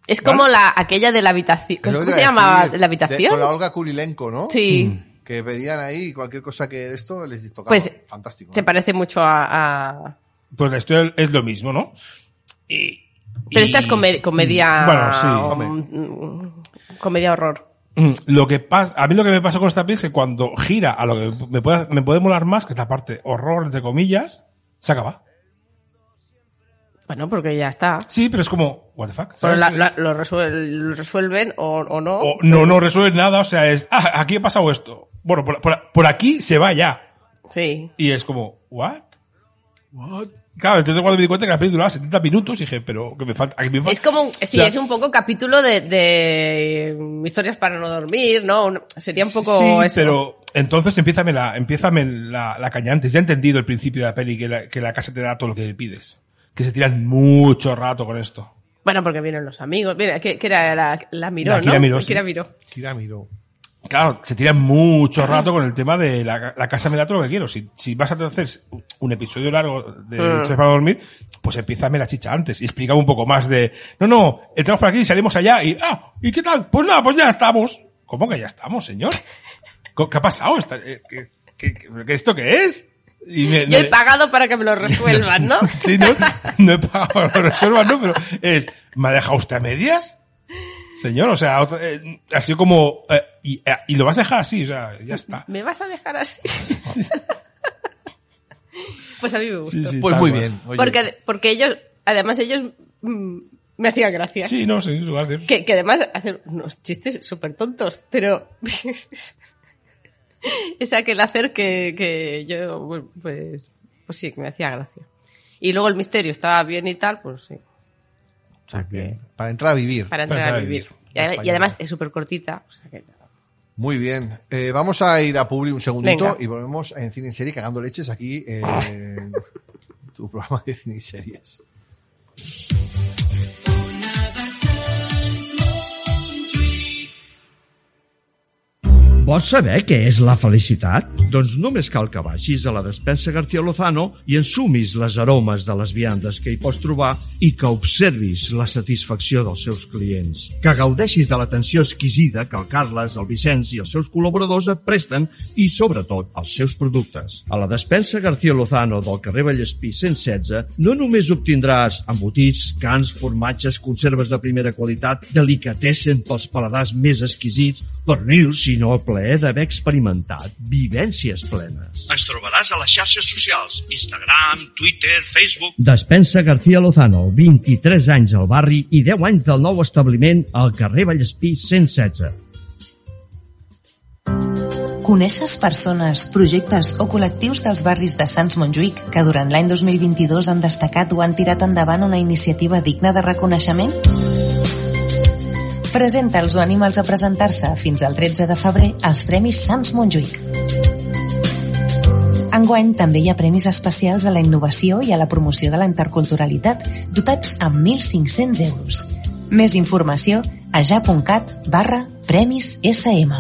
Es como la, aquella de la habitación, Es lo ¿cómo, que te se iba a llamaba? decir, ¿La de- con la habitación? Olga Kurilenko, ¿no? Sí. Que pedían ahí cualquier cosa que de esto les tocaba. Pues fantástico. se parece mucho a... a- Pues la historia es lo mismo, ¿no? Y, Pero y- esta es come- comedia... Bueno, sí. um, comedia horror. Mm, Lo que pasa, a mí lo que me pasó con esta peli es que cuando gira a lo que me puede, me puede molar más, que es la parte horror, entre comillas, se acaba. Bueno, porque ya está. Sí, pero es como, what the fuck. Pero ¿sabes? la- la- lo, resuel- lo resuelven o, o no. O no, no resuelve nada, o sea, es, ah, aquí ha pasado esto. Bueno, por, por- por aquí se va ya. Sí. Y es como, ¿what? Claro, entonces cuando me di cuenta que la peli duraba 70 minutos, dije, pero que me falta. que me fal- Es como, un- sí, La- es un poco capítulo de, de mm, historias para no dormir, ¿no? Un- Sería un poco Sí, eso. pero entonces empiézame la, empiézame la, la caña antes. Ya he entendido el principio de la peli, que la, que la casa te da todo lo que le pides. Que se tiran mucho rato con esto. Bueno, porque vienen los amigos. Mira, que, que era la, la Miró, La Kira ¿no? Miró, La sí. Kira Miró. Kiramiro. Claro, se tiran mucho rato con el tema de la, la casa me da todo lo que quiero. Si, si vas a hacer un episodio largo de Ah. Noches para dormir, pues empiézame la chicha antes y explícame un poco más de, no, no, entramos por aquí, salimos allá y, ah, ¿y qué tal? Pues nada, pues ya estamos. ¿Cómo que ya estamos, señor? ¿Qué ha pasado? Esta- eh, ¿Qué, qué- qué- qué- esto qué es? Y me- Yo he me- pagado para que me lo resuelvan, ¿no? Sí, no, no he pagado la reserva, no, pero es, ¿me ha dejado usted a medias? Señor, o sea, otra- eh, ha sido como, eh, y, eh, y lo vas a dejar así, o sea, ya está. ¿Me vas a dejar así? pues a mí me gustó. Sí, sí, Pues tal muy cual. bien. oye. Porque, porque ellos, además ellos mm, me hacían gracia. Sí, no, sí, lo vas a hacer. Que, que además hacen unos chistes súper tontos, pero es aquel hacer que, que yo, bueno, pues, pues sí, que me hacía gracia. Y luego el misterio estaba bien y tal, pues sí, O sea, que para entrar a vivir. para entrar Para a vivir. vivir. Y, a- y además es súper cortita. o sea que- Muy bien. Eh, vamos a ir a Publi un segundito Venga. y volvemos en Cine y Serie cagando leches aquí eh, en tu programa de Cine y Series. Vols saber què és la felicitat? Doncs només cal que baixis a la despensa García Lozano i ensumis les aromes de les viandes que hi pots trobar i que observis la satisfacció dels seus clients. Que gaudeixis de l'atenció exquisida que el Carles, el Vicenç i els seus col·laboradors et presten i, sobretot, els seus productes. A la despensa García Lozano del carrer Vallespí 116 no només obtindràs embotits, cans, formatges, conserves de primera qualitat, delicatessen pels paladars més exquisits, pernils, sinó el plaer d'haver experimentat vivències plenes. Ens trobaràs a les xarxes socials, Instagram, Twitter, Facebook... Despensa García Lozano, 23 anys al barri i 10 anys del nou establiment al carrer Vallespí 116. Coneixes persones, projectes o col·lectius dels barris de Sants Montjuïc que durant l'any 2022 han destacat o han tirat endavant una iniciativa digna de reconeixement? Presenta'ls o anima'ls a presentar-se fins al 13 de febrer als Premis Sants Montjuïc. Enguany també hi ha premis especials a la innovació i a la promoció de la interculturalitat, dotats amb 1.500 euros. Més informació a ja.cat barra Premis SM.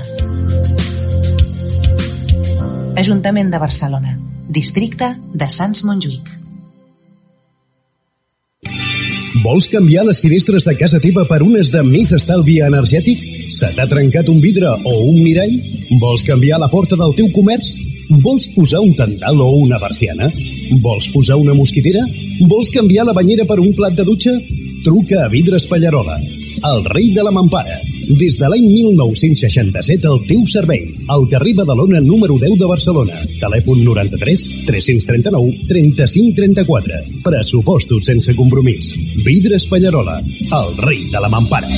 Ajuntament de Barcelona, districte de Sants Montjuïc. Vols canviar les finestres de casa teva per unes de més estalvi energètic? Se t'ha trencat un vidre o un mirall? Vols canviar la porta del teu comerç? Vols posar un tendal o una barciana? Vols posar una mosquitera? Vols canviar la banyera per un plat de dutxa? Truca a Vidres Pallarola, el rei de la mampara. Des de l'any 1967 al teu servei. Al carrer Badalona número 10 de Barcelona. Telèfon 93 339 35 34. Pressupostos sense compromís. Vidres Pallarola, el rei de la mampara.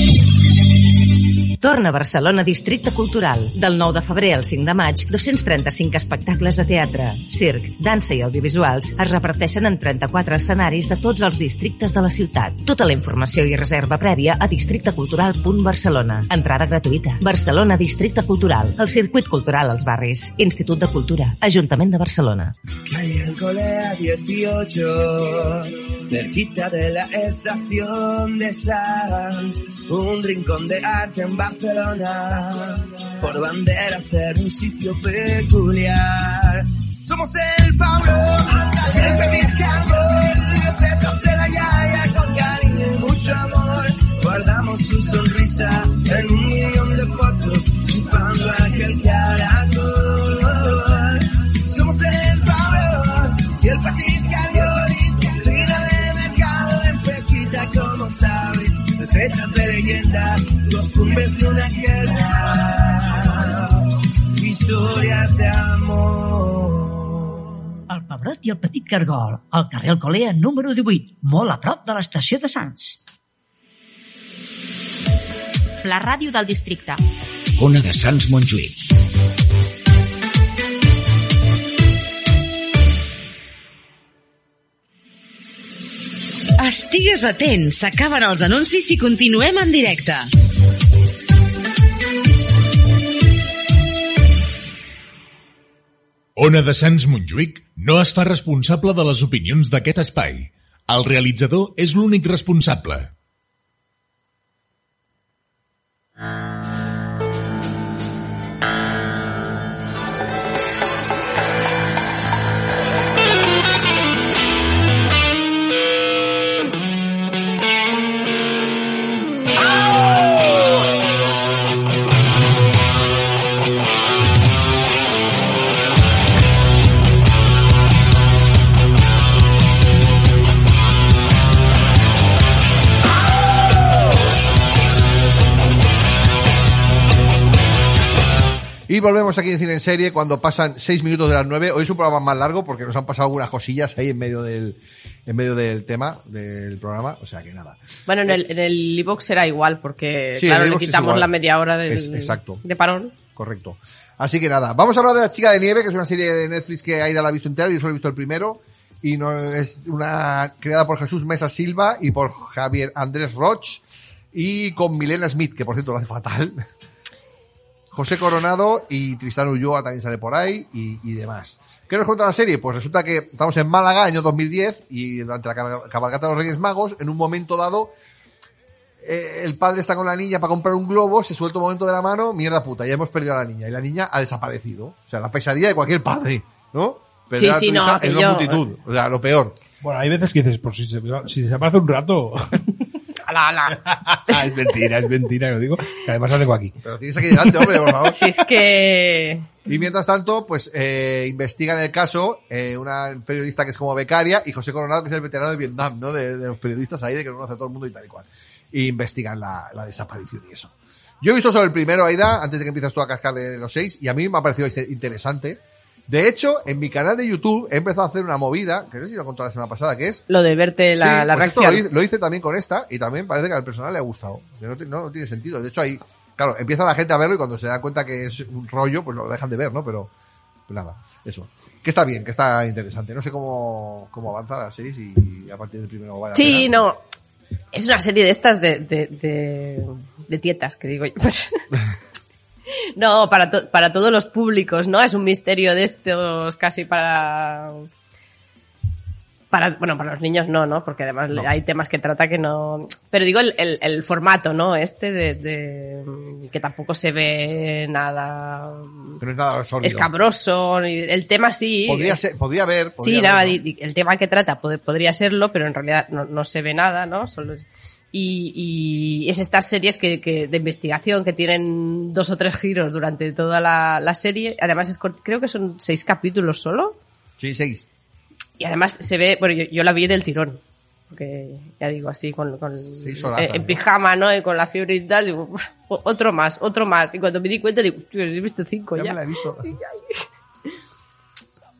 Torna a Barcelona Districte Cultural. Del 9 de febrer al 5 de maig, 235 espectacles de teatre, circ, dansa i audiovisuals es reparteixen en 34 escenaris de tots els districtes de la ciutat. Tota la informació i reserva prèvia a districtecultural.barcelona. Entrada gratuïta. Barcelona Districte Cultural. El circuit cultural als barris. Institut de Cultura. Ajuntament de Barcelona. Caí el cole a 18, cerquita de la estación de Sanz, un rincón de arte en Barcelona, por bandera ser un sitio peculiar. Somos el Pablo, el Pemir los dedos de la Yaya con cariño y mucho amor. Guardamos su sonrisa en un millón de fotos, chupando aquel caracol. Somos el Pablo y el Petit Cariol, reina de mercado en pesquita como sabe, recetas de leyenda, costumbres de una guerra, historias de amor. El Pebrot i el Petit Cargol, al carrer Alcolea número 18, molt a prop de l'estació de Sants. La ràdio del districte. Ona de Sants Montjuïc. Estigues atent, s'acaben els anuncis i continuem en directe. Ona de Sants Montjuïc no es fa responsable de les opinions d'aquest espai. El realitzador és l'únic responsable. Y volvemos aquí en Cine en Serie cuando pasan 6 minutos de las 9. Hoy es un programa más largo porque nos han pasado algunas cosillas ahí en medio del, en medio del tema del programa. O sea que nada. Bueno, en el, en el iVoox será igual, porque Sí, claro, el le iVoox es quitamos igual. la media hora del- Es- exacto. de parón. Correcto. Así que nada, vamos a hablar de La Chica de Nieve, que es una serie de Netflix que Aida la ha visto entera, yo solo he visto el primero. Y no es una creada por Jesús Mesa Silva y por Javier Andrés Roch y con Milena Smith, que por cierto lo hace fatal. José Coronado y Tristán Ulloa también sale por ahí y, y demás. ¿Qué nos cuenta la serie? Pues resulta que estamos en Málaga, año 2010, y durante la cabalgata de los Reyes Magos, en un momento dado, eh, el padre está con la niña para comprar un globo, se suelta un momento de la mano, mierda puta, ya hemos perdido a la niña. Y la niña ha desaparecido. O sea, la pesadilla de cualquier padre, ¿no? Perder a tu sí, no, eh. hija en aquello- una multitud. O sea, lo peor. Bueno, hay veces que dices, por si se, si se aparece un rato. Ala, ala. Ah, es mentira, es mentira, que lo digo. Que además la tengo aquí. Pero tienes aquí delante, hombre, por favor. Si es que... Y mientras tanto, pues eh, investigan el caso eh, una periodista que es como becaria y José Coronado, que es el veterano de Vietnam, ¿no? De, de los periodistas ahí, de que conoce a todo el mundo y tal y cual. Y investigan la, la desaparición y eso. Yo he visto solo el primero, Aida, antes de que empieces tú a cascarle los seis, y a mí me ha parecido este- interesante. De hecho, en mi canal de YouTube he empezado a hacer una movida, que no sé si lo conté la semana pasada, que es... Lo de verte la, Sí, la pues esto reacción. Lo hice, lo hice también con esta y también parece que al personal le ha gustado. Que No, ti- no- no tiene sentido. De hecho, ahí, claro, empieza la gente a verlo y cuando se dan cuenta que es un rollo, pues lo dejan de ver, ¿no? Pero pues nada, eso. Que está bien, que está interesante. No sé cómo, cómo avanza la serie y a partir del primero vale la Sí, pena. no. Es una serie de estas de, de, de, de tietas, que digo yo. no, para, to- para todos los públicos, ¿no? Es un misterio de estos casi para... Para, bueno, para los niños no, ¿no? Porque además le- hay temas que trata que no... Pero digo el, el- el formato, ¿no? Este de, de- que tampoco se ve nada Que no es nada sólido. escabroso. ni- El tema sí... Podría, es- ser, podría haber. podría Sí, haber, nada, ¿no? di- di- el tema que trata pod- podría serlo, pero en realidad no, no se ve nada, ¿no? Solo es- y, y es estas series que, que- de investigación que tienen dos o tres giros durante toda la, la serie. Además, es cort- creo que son seis capítulos solo. Sí, seguís. Y además se ve, bueno, yo, yo la vi del tirón. Porque ya digo, así, con, con- solapas, eh, en ¿no? pijama, ¿no? Y con la fiebre y tal, digo, "O- otro más, otro más. Y cuando me di cuenta, digo, "Tío, he visto cinco Ya Pues ya. me la he visto.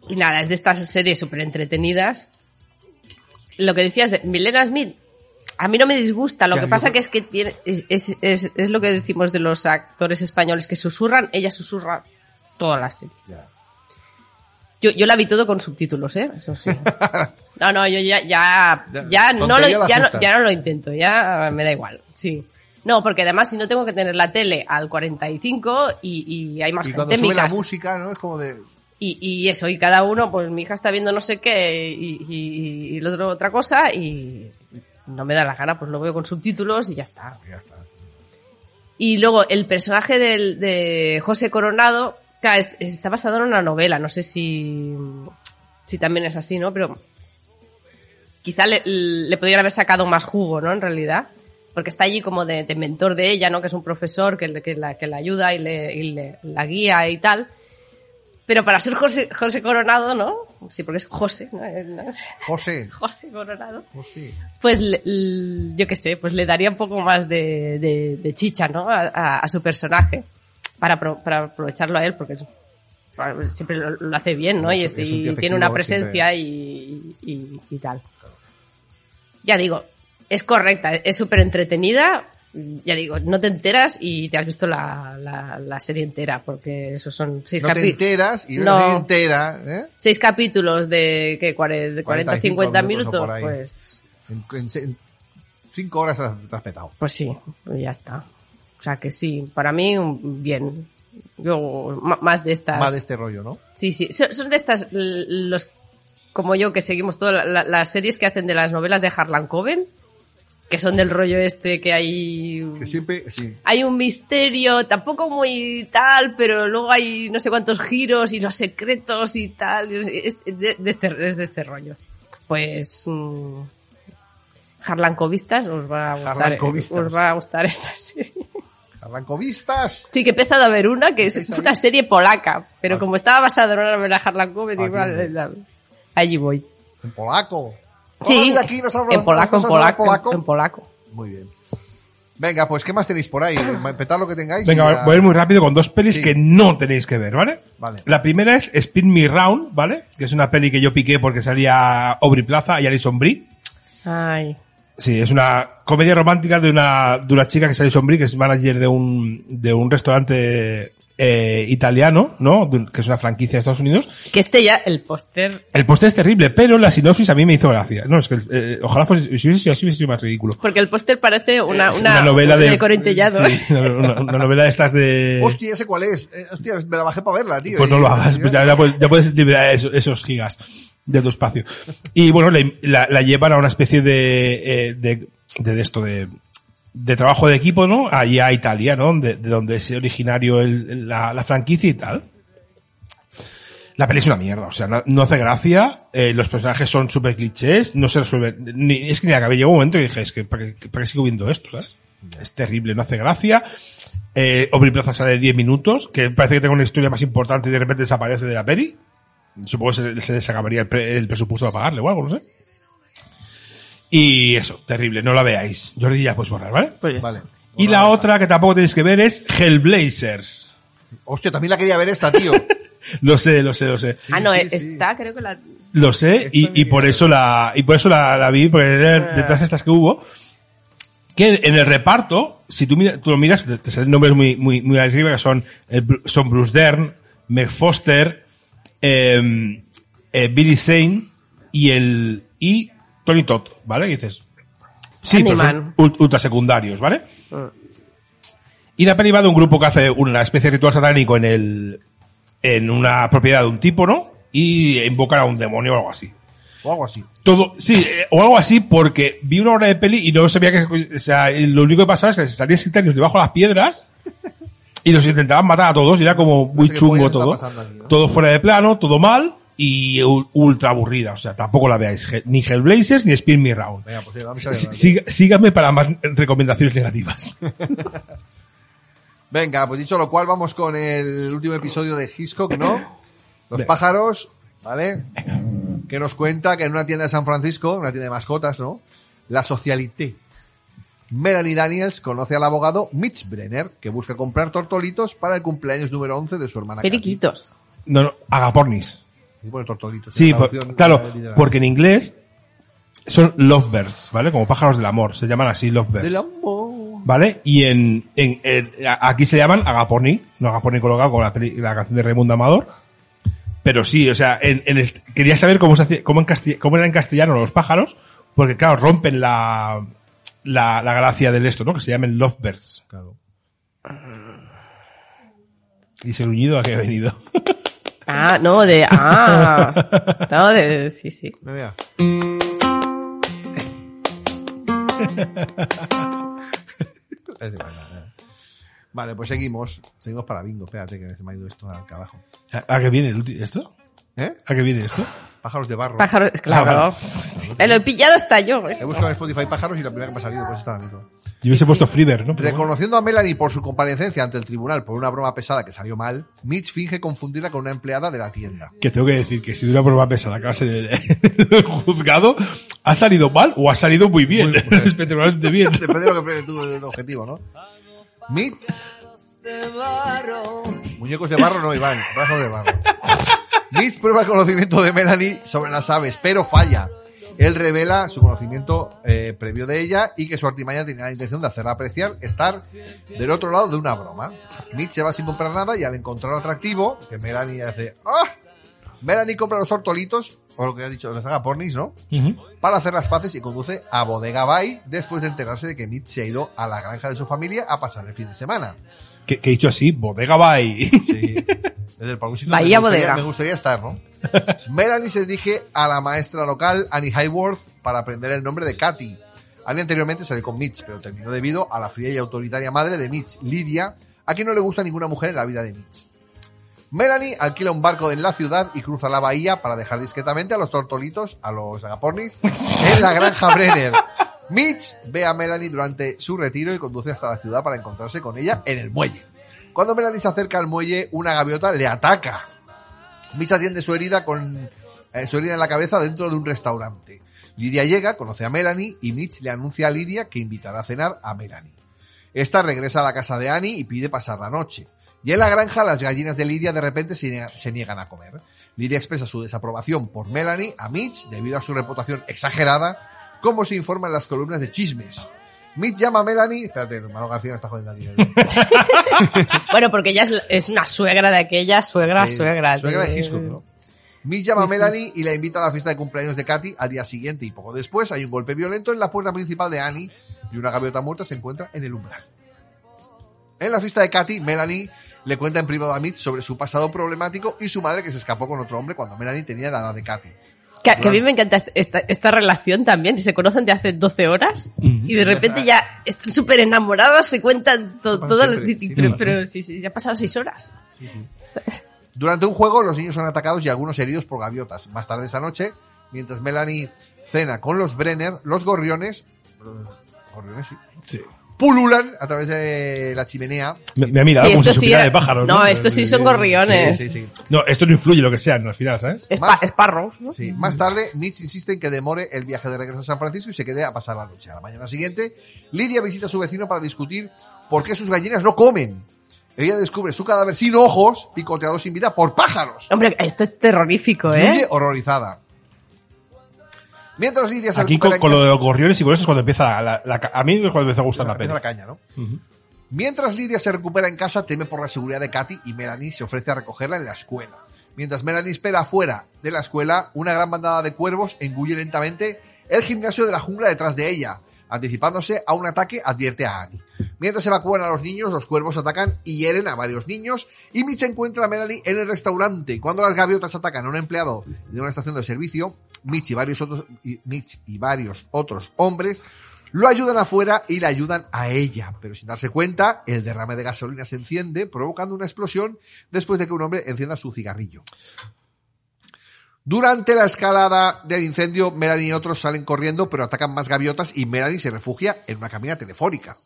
Y nada, es de estas series súper entretenidas. Lo que decías de Milena Smith, a mí no me disgusta. Lo Ya, que yo pasa creo- que es que tiene, es, es, es- es lo que decimos de los actores españoles que susurran. Ella susurra toda la serie. Ya. Yo, yo la vi todo con subtítulos, ¿eh? Eso sí. No, no, yo ya, ya, Ya, ya, no, lo, tontería la ya, no, justa. ya no lo intento, ya me da igual, sí. No, porque además si no tengo que tener la tele al 45 y, y hay más Y gente cuando en mi sube la casa. música, ¿no? Es como de. Y, y eso, y cada uno, pues mi hija está viendo no sé qué y, y, y el otro otra cosa y no me da la gana, pues lo veo con subtítulos y ya está. Ya está. sí. Y luego el personaje del, de José Coronado, claro, es- está basado en una novela, no sé si, si también es así, ¿no? Pero quizá le, le podrían haber sacado más jugo, ¿no? En realidad. Porque está allí como de, de mentor de ella, ¿no? Que es un profesor que, le- que la, que la ayuda y, le, y le- la guía y tal. Pero para ser José, José Coronado, ¿no? Sí, porque es José, ¿no? Él no es- José. José Coronado José. pues le- l- yo qué sé, pues le daría un poco más de, de- de chicha, ¿no? A, a- a su personaje para, apro- para aprovecharlo a él, porque es- bueno, siempre lo, lo hace bien, ¿no? Es- y es un tío este- y tiene efectivo, una siempre. presencia y, y- y tal. Ya digo, es correcta, es súper entretenida. Ya digo, no te enteras y te has visto la, la- la serie entera, porque esos son seis No te capítulos enteras y no, No. te entera, ¿eh? seis capítulos de, ¿qué? Cuare- de 40 45 minutos 50 o minutos, por ahí. pues En, en- en cinco horas te has- te has petado. Pues sí, pues ya está. O sea que sí, para mí un- bien. Yo ma- más de estas. Más de este rollo, ¿no? Sí, sí, son son de estas l- los como yo que seguimos todas la- las series que hacen de las novelas de Harlan Coben, que son del rollo este que hay Que siempre, sí. hay un misterio, tampoco muy tal, pero luego hay no sé cuántos giros y los secretos y tal. y no sé, Es de, de este, es de este rollo. Pues. mm, Harlancovistas os va a gustar. eh, Harlancovistas. Os va a gustar esta serie. Arrancovistas. Sí, que he empezado a ver una que es Empieza una ahí. serie polaca, pero Ah. como estaba basada en una novela Harlanco, me digo, Ah, "Vale, bien. dale". allí voy. En polaco. Toda la Sí, vida aquí nos hablan- en polaco, en nos hablan polaco, en- en polaco. Muy bien. Venga, pues ¿qué más tenéis por ahí? Eh, Petad lo que tengáis. y Venga, ya- voy a ir muy rápido con dos pelis Sí. que no tenéis que ver, ¿vale? Vale. La primera es Spin Me Round, ¿vale? Que es una peli que yo piqué porque salía Aubrey Plaza y Alison Brie. Ay. Sí, es una comedia romántica de una, de una chica que es Alison Brie, que es manager de un, de un restaurante eh, italiano, ¿no? De un- Que es una franquicia de Estados Unidos. Que este ya, el póster. El póster es terrible, pero la sinopsis a mí me hizo gracia. No, es que eh, ojalá fuese, si hubiese sido así hubiese sido más ridículo. Porque el póster parece una, Es una, novela de, Corintellado. sí, una, una- una novela de estas de... Hostia, ¿ese cuál es? Eh, hostia, me la bajé para verla, tío. Pues no Y- lo hagas, pues ya, ya puedes, ya puedes liberar eso- esos gigas de tu espacio. Y bueno, la, la- la llevan a una especie de, eh, de, de, de esto, de, de trabajo de equipo, ¿no? Allá a Italia, ¿no? De, de donde es originario el- el- la, la franquicia y tal. La peli es una mierda, o sea, no, no hace gracia, eh, los personajes son súper clichés, no se resuelven, ni, es que ni acabé, llegó un momento que dije, es que ¿para qué, para qué sigo viendo esto, sabes? Es terrible, no hace gracia, eh, Aubrey Plaza sale 10 minutos, que parece que tenga una historia más importante y de repente desaparece de la peli, supongo que se, se les acabaría el, pre- el presupuesto a pagarle o algo, no sé. Y eso, terrible, no la veáis. Jordi, pues ya puedes borrar, ¿vale? Pues Vale. Y la otra que tampoco tenéis que ver es Hellblazers. Hostia, también la quería ver esta, tío. Lo sé, lo sé, lo sé. ah, no, está, creo que la... Lo sé, y, y por eso la, y por eso la, la vi, porque era detrás de estas que hubo. Que en el reparto, si tú, mira- tú lo miras, te, te salen nombres muy, muy, muy arriba, que son, eh, Bru- son Bruce Dern, Meg Foster, eh, eh, Billy Zane y el, y Tony Todd, ¿vale? Y dices, sí, pero son Animal. ult- ultrasecundarios, ¿vale? Y la peli va de un grupo que hace una especie de ritual satánico en el, en una propiedad de un tipo, ¿no? Y invocan a un demonio o algo así. O algo así. Todo, sí, eh, o algo así, porque vi una hora de peli y no sabía que, o sea, lo único que pasaba es que se salían sectarios debajo de las piedras y los intentaban matar a todos y era como muy sé qué chungo pollas está todo. pasando aquí, ¿no? Todo fuera de plano, todo mal y u- ultra aburrida. O sea, tampoco la veáis. Ge- Ni Hellblazers ni Spin Me Round. Venga, pues sí, vamos a ver. Sí- sí- Síganme para más recomendaciones negativas. Venga, pues dicho lo cual, vamos con el último episodio de Hitchcock, ¿no? Los pájaros, ¿vale? Que nos cuenta que en una tienda de San Francisco, una tienda de mascotas, ¿no? La socialité. Melanie Daniels conoce al abogado Mitch Brenner, que busca comprar tortolitos para el cumpleaños número 11 de su hermana. Kathy. Periquitos. No, no, agapornis. Y pone tortolitos. Sí, La por- traducción claro, literal. porque en inglés son lovebirds, ¿vale? Como pájaros del amor, se llaman así Del lovebirds, amor. ¿vale? Y en, en- en- a- aquí se llaman agaporni, no agaporni colocado con la, peli- la canción de Raimundo Amador, pero sí, o sea, en, en el- quería saber cómo se hacía- cómo, en casti- cómo eran en castellano los pájaros, porque claro, rompen la, la, la gracia del esto, ¿no? Que se llamen lovebirds. Claro. Y ese gruñido a que he venido. Ah, no, de... Ah, no, de... Sí, sí. Mira, mira. Es igual, nada, nada. Vale, pues seguimos. Seguimos para bingo. Espérate que se me ha ido esto al carajo. ¿A, a qué viene el ulti- esto? ¿Eh? ¿A qué viene esto? Pájaros de barro. Pájaros, es claro. Ah, vale. Eh, lo he pillado hasta yo. ¿eh? He buscado en Spotify pájaros y la primera que me ha salido pues está amigo. Yo hubiese puesto Freebird, ¿no? Pero bueno. Reconociendo a Melanie por su comparecencia ante el tribunal por una broma pesada que salió mal, Mitch finge confundirla con una empleada de la tienda. que tengo que decir que si de una prueba pesada que va a ser en el, juzgado, ¿ha salido mal o ha salido muy bien? Espectacularmente bien. Depende de lo que pre- tu el objetivo, ¿no? Mitch. Muñecos de barro no, Iván. Brazos de barro. Mitch prueba el conocimiento de Melanie sobre las aves, pero falla. Él revela su conocimiento eh, previo de ella y que su artimaña tenía la intención de hacerla apreciar estar del otro lado de una broma. Mitch se va sin comprar nada y al encontrarlo atractivo, que Melanie hace ¡Ah! Melanie compra los tortolitos, o lo que ha dicho, las haga pornis, ¿no? para hacer las paces y conduce a Bodega Bay después de enterarse de que Mitch se ha ido a la granja de su familia a pasar el fin de semana. que, que he dicho así, bodega by. Sí. Desde el por algún sitio Bahía me gustaría, Bodega. me gustaría estar, ¿no? Melanie se dirige a la maestra local, Annie Highworth, para aprender el nombre de Katy. Annie anteriormente salió con Mitch, pero terminó debido a la fría y autoritaria madre de Mitch, Lydia, a quien no le gusta ninguna mujer en la vida de Mitch. Melanie alquila un barco en la ciudad y cruza la bahía para dejar discretamente a los tortolitos, a los agapornis, en la granja Brenner. Mitch ve a Melanie durante su retiro y conduce hasta la ciudad para encontrarse con ella en el muelle. Cuando Melanie se acerca al muelle, una gaviota le ataca. Mitch atiende su herida con eh, su herida en la cabeza dentro de un restaurante. Lidia llega, conoce a Melanie y Mitch le anuncia a Lidia que invitará a cenar a Melanie. Esta regresa a la casa de Annie y pide pasar la noche. Y en la granja, las gallinas de Lidia de repente se, nie- se niegan a comer. Lidia expresa su desaprobación por Melanie a Mitch debido a su reputación exagerada, como se informa en las columnas de chismes. Mitch llama a Melanie. Espérate, hermano García me está jodiendo aquí. Bueno, porque ella es, la- es una suegra de aquella, suegra, Sí, suegra. Suegra tío. de Hitchcock, ¿no? Mitch llama a Melanie y la invita a la fiesta de cumpleaños de Katy al día siguiente y poco después hay un golpe violento en la puerta principal de Annie y una gaviota muerta se encuentra en el umbral. En la fiesta de Katy, Melanie le cuenta en privado a Mitch sobre su pasado problemático y su madre que se escapó con otro hombre cuando Melanie tenía la edad de Katy. Que, que a mí me encanta esta- esta, esta relación también. Se conocen de hace 12 horas y de repente ya están súper enamorados, se cuentan to- Van todo. siempre, el- sí. pero, pero sí, sí, ya ha pasado 6 horas. Durante un juego, los niños son atacados y algunos heridos por gaviotas. Más tarde esa noche, mientras Melanie cena con los Brenner, los gorriones. Gorriones, sí. Pululan a través de la chimenea. Me, me ha mirado Sí, como si esto sí supiera era- de pájaros. no, estos sí son gorriones. Sí, sí, sí. No, esto no influye lo que sean al final, ¿sabes? Esparro. Sí. Más tarde, Nietzsche insiste en que demore el viaje de regreso a San Francisco y se quede a pasar la noche. A la mañana siguiente, Lidia visita a su vecino para discutir por qué sus gallinas no comen. Ella descubre su cadáver sin ojos, picoteado sin vida por pájaros. ¿Eh? Hombre, esto es terrorífico, ¿eh? Huye horrorizada. Mientras Lidia se Aquí recupera con, con en lo casa- de los gorriones y con esto es cuando empieza la, la ca- A mí es cuando empezó a gustar la pena. Empieza la caña, ¿no? Mientras Lidia se recupera en casa, teme por la seguridad de Katy y Melanie se ofrece a recogerla en la escuela. Mientras Melanie espera afuera de la escuela, una gran bandada de cuervos engulle lentamente el gimnasio de la jungla detrás de ella. Anticipándose a un ataque, advierte a Annie. Mientras evacúan a los niños, los cuervos atacan y hieren a varios niños y Mitch encuentra a Melanie en el restaurante. Cuando las gaviotas atacan a un empleado de una estación de servicio, Mitch y varios otros, y- Mitch y varios otros hombres lo ayudan afuera y la ayudan a ella, pero sin darse cuenta, el derrame de gasolina se enciende, provocando una explosión después de que un hombre encienda su cigarrillo. Durante la escalada del incendio, Melanie y otros salen corriendo, pero atacan más gaviotas y Melanie se refugia en una cabina telefónica.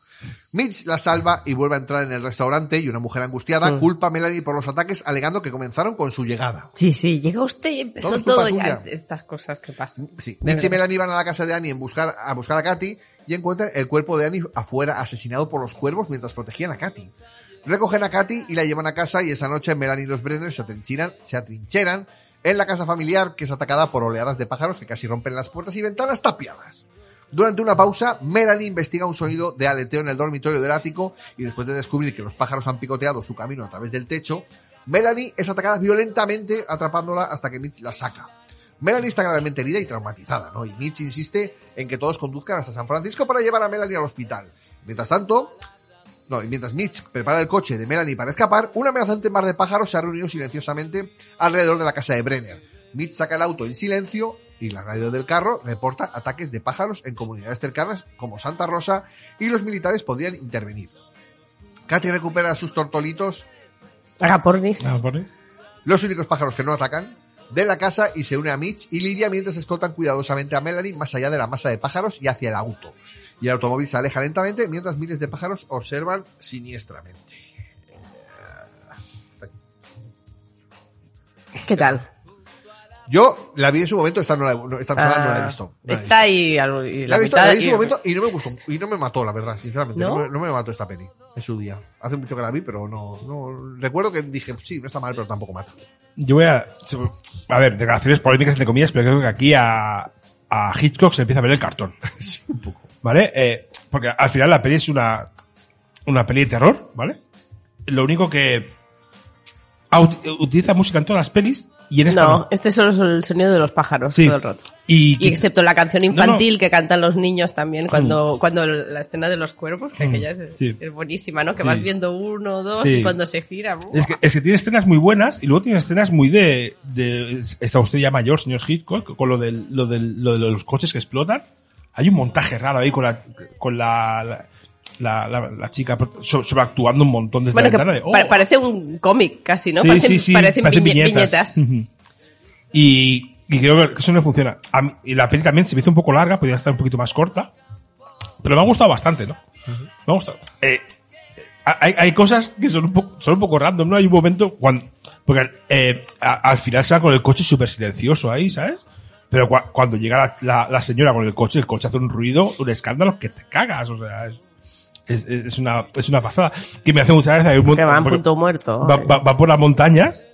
Mitch la salva y vuelve a entrar en el restaurante y una mujer angustiada Mm. culpa a Melanie por los ataques alegando que comenzaron con su llegada. Sí, sí, llega usted y empezó Todo es todo, culpa ya. tuya. est- Estas cosas que pasan. Sí. De Mitch y verdad. Melanie van a la casa de Annie en buscar, a buscar a Katy y encuentran el cuerpo de Annie afuera, asesinado por los cuervos mientras protegían a Katy. Recogen a Katy y la llevan a casa y esa noche Melanie y los Brenner se atrincheran, se atrincheran en la casa familiar que es atacada por oleadas de pájaros que casi rompen las puertas y ventanas tapiadas. Durante una pausa, Melanie investiga un sonido de aleteo en el dormitorio del ático y después de descubrir que los pájaros han picoteado su camino a través del techo, Melanie es atacada violentamente atrapándola hasta que Mitch la saca. Melanie está gravemente herida y traumatizada, ¿no? Y Mitch insiste en que todos conduzcan hasta San Francisco para llevar a Melanie al hospital. Mientras tanto, no, y mientras Mitch prepara el coche de Melanie para escapar, un amenazante mar de pájaros se ha reunido silenciosamente alrededor de la casa de Brenner. Mitch saca el auto en silencio y la radio del carro reporta ataques de pájaros en comunidades cercanas como Santa Rosa y los militares podrían intervenir. Katy recupera sus tortolitos Agapornis. Ah, los únicos pájaros que no atacan, de la casa y se une a Mitch y Lidia mientras escoltan cuidadosamente a Melanie más allá de la masa de pájaros y hacia el auto. Y el automóvil se aleja lentamente mientras miles de pájaros observan siniestramente. ¿Qué tal? Yo la vi en su momento, esta no la, he- no, esta no la he Ah, visto. Está ahí al- y la La he visto, mitad la vi en su y- momento y no me gustó, y no me mató, la verdad, sinceramente. No, ¿No? me, no me mató esta peli en su día. Hace mucho que la vi, pero no, no. Recuerdo que dije, sí, no está mal, pero tampoco mata. Yo voy a. A ver, declaraciones polémicas entre comillas, pero creo que aquí a, a Hitchcock se le empieza a ver el cartón. ¿Vale? Eh, porque al final la peli es una. Una peli de terror, ¿vale? Lo único que. ah, ut- utiliza música en todas las pelis y en esta. no, no. este solo es el sonido de los pájaros Sí. todo el rato. Y, Y excepto la canción No, no. infantil que cantan los niños también cuando, cuando la escena de los cuervos, que Mm, aquella es, sí. es buenísima, ¿no? Que Sí. vas viendo uno, dos Sí. y cuando se gira. ¡buah! Es que, es que tiene escenas muy buenas y luego tiene escenas muy de, de está usted ya mayor, señor Hitchcock, con lo del, lo del, lo de los coches que explotan. Hay un montaje raro ahí con la, con la, la, la, la- la chica so- sobreactuando un montón desde Bueno, la que ventana de, "Oh". pa- parece un cómic casi, ¿no? Sí, parecen sí, sí, parecen parecen viñe- viñetas. Mm. viñetas. y, y creo que eso no funciona. A mí- y la peli también se me hizo un poco larga, podía estar un poquito más corta, pero me ha gustado bastante, ¿no? Me ha gustado. Eh, hay, hay cosas que son un, poco, son un poco random, ¿no? Hay un momento cuando... Porque eh, a- al final se va con el coche súper silencioso ahí, ¿sabes? Pero cua- cuando llega la, la- la señora con el coche, el coche hace un ruido, un escándalo que te cagas, o sea... Es, es- es una, es una pasada. Que me hace mucha gracia. Hay un Que va en porque- punto muerto. va, va- va por las montañas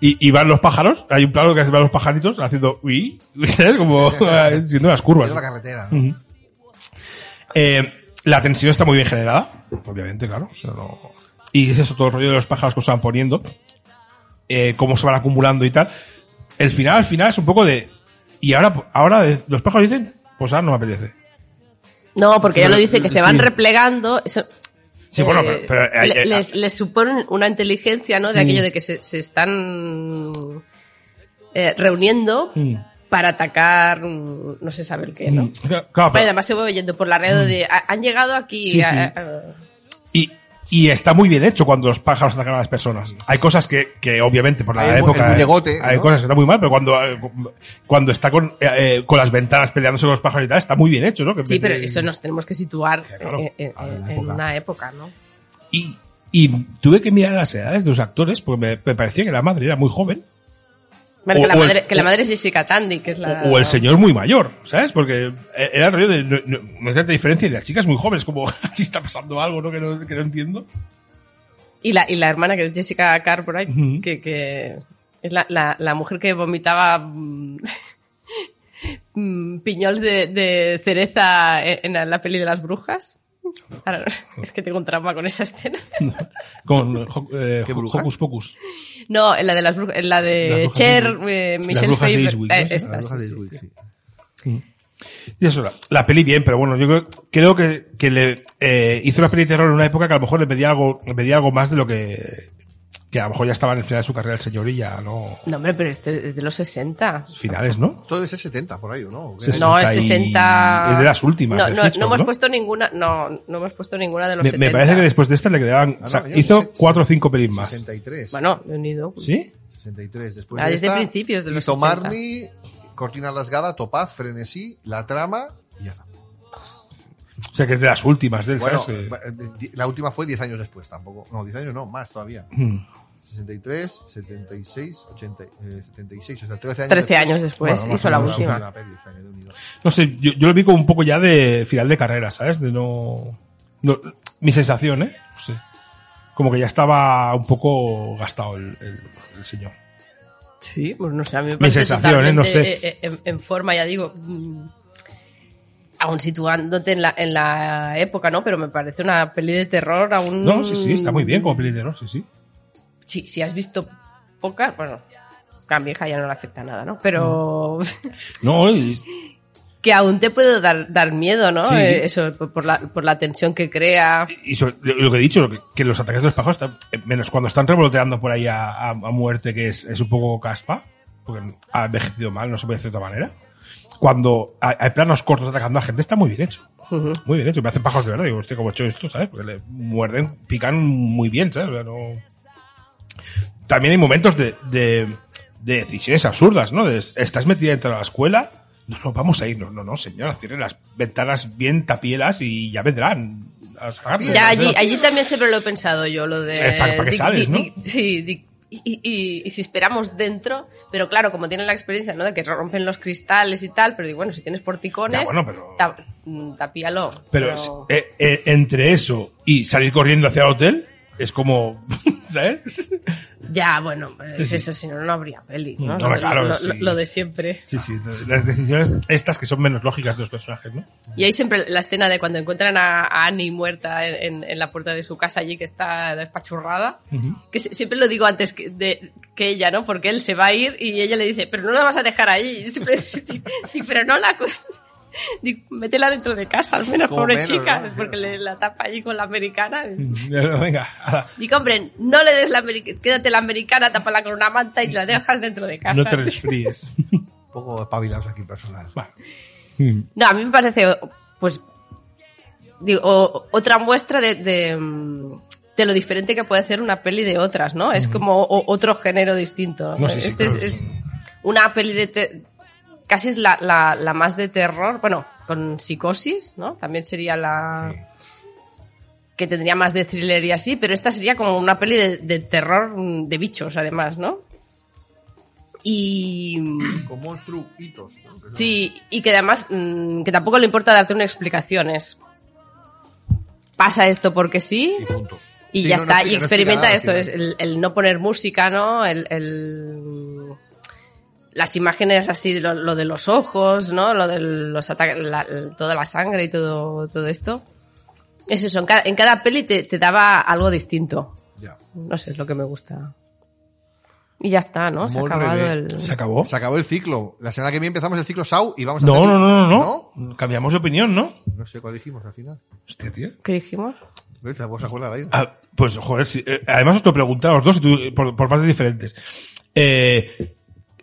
y, y van los pájaros. Hay un plano que van los pajaritos haciendo uy, ¿sabes? Como eh, siendo las curvas. Es la carretera. Ujú. Eh, la tensión está muy bien generada, obviamente, claro. o sea, no- Y es eso, todo el rollo de los pájaros que os van poniendo, eh, cómo se van acumulando y tal. El final, al final, es un poco de. Y ahora, ahora de- los pájaros dicen, pues ahora no me apetece. No, porque ya lo dice que se van Sí. replegando. eso- Sí, bueno, eh, pero. pero, eh, le- eh, les, les suponen una inteligencia, ¿no? De Sí. aquello de que se, se están eh, reuniendo mm. para atacar mm, no se sabe el qué, ¿no? Claro, claro, Vale, pero- además se va oyendo por la red de "Ah, han llegado aquí Mm. Sí, a- sí. a- Y, y está muy bien hecho cuando los pájaros atacan a las personas. Hay cosas que, que obviamente, por la Hay el mu- época. el eh, muñegote, hay ¿no? cosas que están muy mal, pero cuando, eh, cuando está con, eh, eh, con las ventanas peleándose con los pájaros y tal, está muy bien hecho, ¿no? Que- Sí, pero que- eso nos tenemos que situar claro, eh, eh, en, una época, ¿no? Y, y tuve que mirar las edades de los actores porque me, me parecía que la madre era muy joven. Bueno, O- que, la o el- madre, que la o- madre es Jessica Tandy, que es la... O el señor muy mayor, ¿sabes? Porque eh, era el rollo de no, no, no hay tanta diferencia y la chica es muy joven, es como aquí está pasando algo, ¿no? Que no, que no entiendo. Y la, y la hermana, que es Jessica Cartwright, Ujú. que, que es la, la, la mujer que vomitaba mm, mm, piñols de, de cereza e, en, en la peli de las brujas. Ahora, no- es que tengo un trauma con esa escena. Con eh, Hocus Pocus. No, en la de las brujas, en la Las de brujas Cher, de- eh, Las Michelle brujas de Pfeiffer. Eastwick, ¿no? Eh, Las esta, brujas sí, de sí, Eastwick, sí. Y eso, la, la peli bien, pero bueno, yo creo, creo que, que le eh, hizo una peli de terror en una época que a lo mejor le pedía algo, le pedía algo más de lo que, que a lo mejor ya estaba en el final de su carrera el señor y ya no. No, hombre, pero este es de los 60. Finales, ¿no? Todo es 70 por ahí, ¿o ¿no? No, 60 es y- 60. Este es de las últimas, No, de no, Hitchcock, no hemos ¿no? puesto ninguna. No, no hemos puesto ninguna de los Me, 70. me parece que después de esta le quedaban, o sea, Ah, no, yo hizo sé, cuatro o cinco pelis más. 63. Bueno, he unido. ¿Sí? 63. Después Ah, de desde esta, principios de los hizo 60. Marnie, Cortina Rasgada, Topaz, Frenesí, La Trama y ya está. O sea, que es de las últimas del Bueno, ¿sabes? eh, di- la última fue 10 años después tampoco. No, 10 años no, más todavía. Hmm. 63, 76, 80, eh, 76, o sea, 13 años 13 años después Bueno, más hizo o la menos última. peli, o sea, que de unido. No sé, yo, yo lo vi como un poco ya de final de carrera, ¿sabes? De no, no- mi sensación, ¿eh? No sé. Como que ya estaba un poco gastado el, el- el señor. Sí, pues no sé, a mí me Mi parece sensación, ¿eh? No sé. totalmente, eh, eh, En, en forma, ya digo. mm, Aún situándote en la, en la época, ¿no? Pero me parece una peli de terror aún. No, sí, sí, está muy bien como peli de terror, sí, sí. Si, si has visto pocas, bueno, a mi hija ya no le afecta nada, ¿no? Pero. Mm. No, y- que aún te puede dar, dar miedo, ¿no? Sí. Eh, Eso, por por la, por la tensión que crea. y sobre- lo que he dicho, lo que, que los ataques de los pájaros, están- eh, menos cuando están revoloteando por ahí a, a- a muerte, que es, es un poco caspa, porque ha envejecido mal, no se puede hacer de otra manera. Cuando hay, hay planos cortos atacando a gente, está muy bien hecho. Muy bien hecho, me hacen pájaros de verdad. Digo, hostia, ¿cómo he hecho esto? ¿Sabes? Porque le muerden, pican muy bien, ¿sabes? O sea, no- También hay momentos de, de- de decisiones absurdas, ¿no? De, estás metida dentro de la escuela. No, no, vamos a ir. No, no, no, señora, cierre las ventanas bien tapielas y ya vendrán. a sacarnos, Ya, ¿sabes? allí, allí también siempre lo he pensado yo, lo de... Eh, pa- pa' que sales, ¿no? sí, di- y, y- y- y si esperamos dentro, pero claro, como tienen la experiencia, ¿no? De que rompen los cristales y tal, pero digo, bueno, si tienes porticones, Ya, bueno, pero- ta- mm, tapíalo. Pero eh, eh, entre eso y salir corriendo hacia el hotel, es como. ¿Sabes? Ya, bueno, es Sí, sí. eso, si no, no habría pelis, ¿no? No, lo, de- claro, lo- sí. lo- lo de siempre. Sí, sí. Las decisiones estas que son menos lógicas de los personajes, ¿no? Y hay siempre la escena de cuando encuentran a, a Annie muerta en, en- en la puerta de su casa allí, que está despachurrada. Que se- siempre lo digo antes que, de- que ella, ¿no? Porque él se va a ir y ella le dice, pero no la vas a dejar ahí. Y siempre dice, pero no la... cu- Digo, métela dentro de casa, al menos, Como pobre menos, chica, ¿no? Mm. porque le, la tapa allí con la americana. Venga, a la- Digo, hombre, no le des la americana, quédate la americana, tápala con una manta y la dejas dentro de casa. no te resfríes. Un poco espabilados aquí personas. No, a mí me parece, pues, digo, o- otra muestra de, de, mm, de lo diferente que puede hacer una peli de otras, ¿no? Es como o- otro género distinto. No, sí, sí, este es- claro. es, una peli de... te- casi es la, la- la más de terror, bueno, con psicosis, ¿no? También sería la... que tendría más de thriller y así, pero esta sería como una peli de, de terror mm, de bichos, además, ¿no? Y... Con monstruitos. ¿no? Pero- Sí, y que además mm, que tampoco le importa darte una explicación, es pasa esto porque sí y, Sí, ya no, no está, explica- y no experimenta esto, explica nada, es el, el no poner música, ¿no? El, el- las imágenes así, lo, lo de los ojos, ¿no? Lo de los ataques, la- el- toda la sangre y todo, todo esto. Es eso, en cada, en cada peli te, te daba algo distinto. Ya. No sé, es lo que me gusta. Y ya está, ¿no? Se ha Molt acabado bé. el... acabó. Se acabó el ciclo. La semana que viene empezamos el ciclo Sau y vamos a ¿Oh? No, hacer- no, no, no, no. Cambiamos de opinión, ¿no? No sé cuál dijimos al final. Hostia, tío. ¿Qué dijimos? ¿Ves? ¿Te vas a acordar ahí? Ah, pues, joder, sí. Eh, además os lo pregunté a los dos y Eh, tú- por, por partes diferentes. Eh,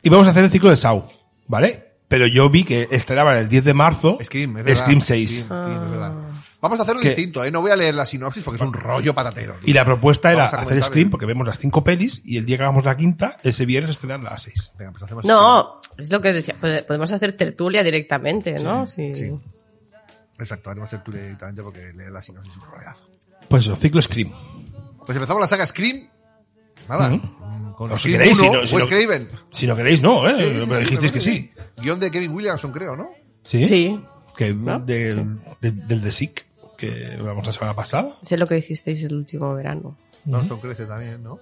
íbamos a hacer el ciclo de Sau, ¿vale? Pero yo vi que estrenaban el 10 de marzo Scream, es verdad. Scream 6. Scream, Scream, es verdad. Vamos a hacerlo Que- distinto, ¿eh? No voy a leer la sinopsis porque es un rollo patatero. tío. Y la propuesta era Vamos a hacer comentar, Scream ¿eh? porque vemos las cinco pelis y el día que hagamos la quinta, ese viernes estrenar las seis. Venga, pues hacemos No, es lo que decía. pode- Podemos hacer tertulia directamente, ¿no? Sí. Exacto, haremos el tour directamente porque leer la sinopsis es un rollazo. Pues eso, ciclo Scream. Pues empezamos la saga Scream. Nada. Mm, Con O si Scream queréis, si 1, no- si Wes no- Craven. Si no queréis, no, ¿eh? Sí, sí, sí, Pero sí, dijisteis que sí. Guión de Kevin Williamson, creo, ¿no? ¿Sí? Sí. Que de- de- del The Sick, que hablamos la semana pasada. Sé lo que hicisteis el último verano. Nelson Crece también, ¿no?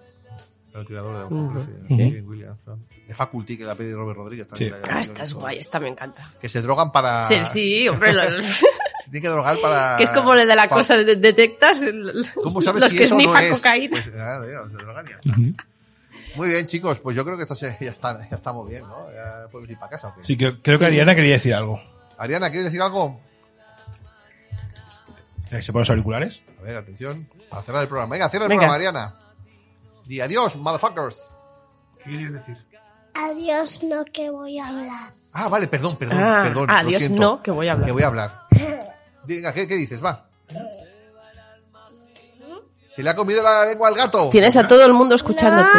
El creador de Nelson Ujú. Crece, Ujú. Kevin Williamson. De Faculty, que la peli de Robert Rodríguez también. Sí. la- Ah, esta es guay, esta me encanta. Que se drogan para... Ah. Sí, sí, hombre. lo- Se tienen que drogar para... que es como lo de la pa- cosa, de, detectas el- ¿Cómo sabes los si que eso no snifan es? cocaína. Pues, ah, mira, se drogan y ya está. Muy bien, chicos. Pues yo creo que esto se- ya, está, ya estamos bien, ¿no? Ya podemos ir para casa. ¿o qué? Sí, que, creo que Ariana quería decir algo. Ariana, ¿quieres decir algo? Eh, ¿Se ponen los auriculares? A ver, atención. Para cerrar el programa. Venga, cierra el Venga. programa, Ariana. Di adiós, motherfuckers. ¿Qué querías decir? Adiós, no que voy a hablar. Ah, vale, perdón, perdón, Ah, perdón. ah, lo Dios, siento. no, que voy a hablar. Que voy a hablar. Venga, ¿qué, qué dices? Va. Se le ha comido la lengua al gato. Tienes a todo el mundo escuchándote.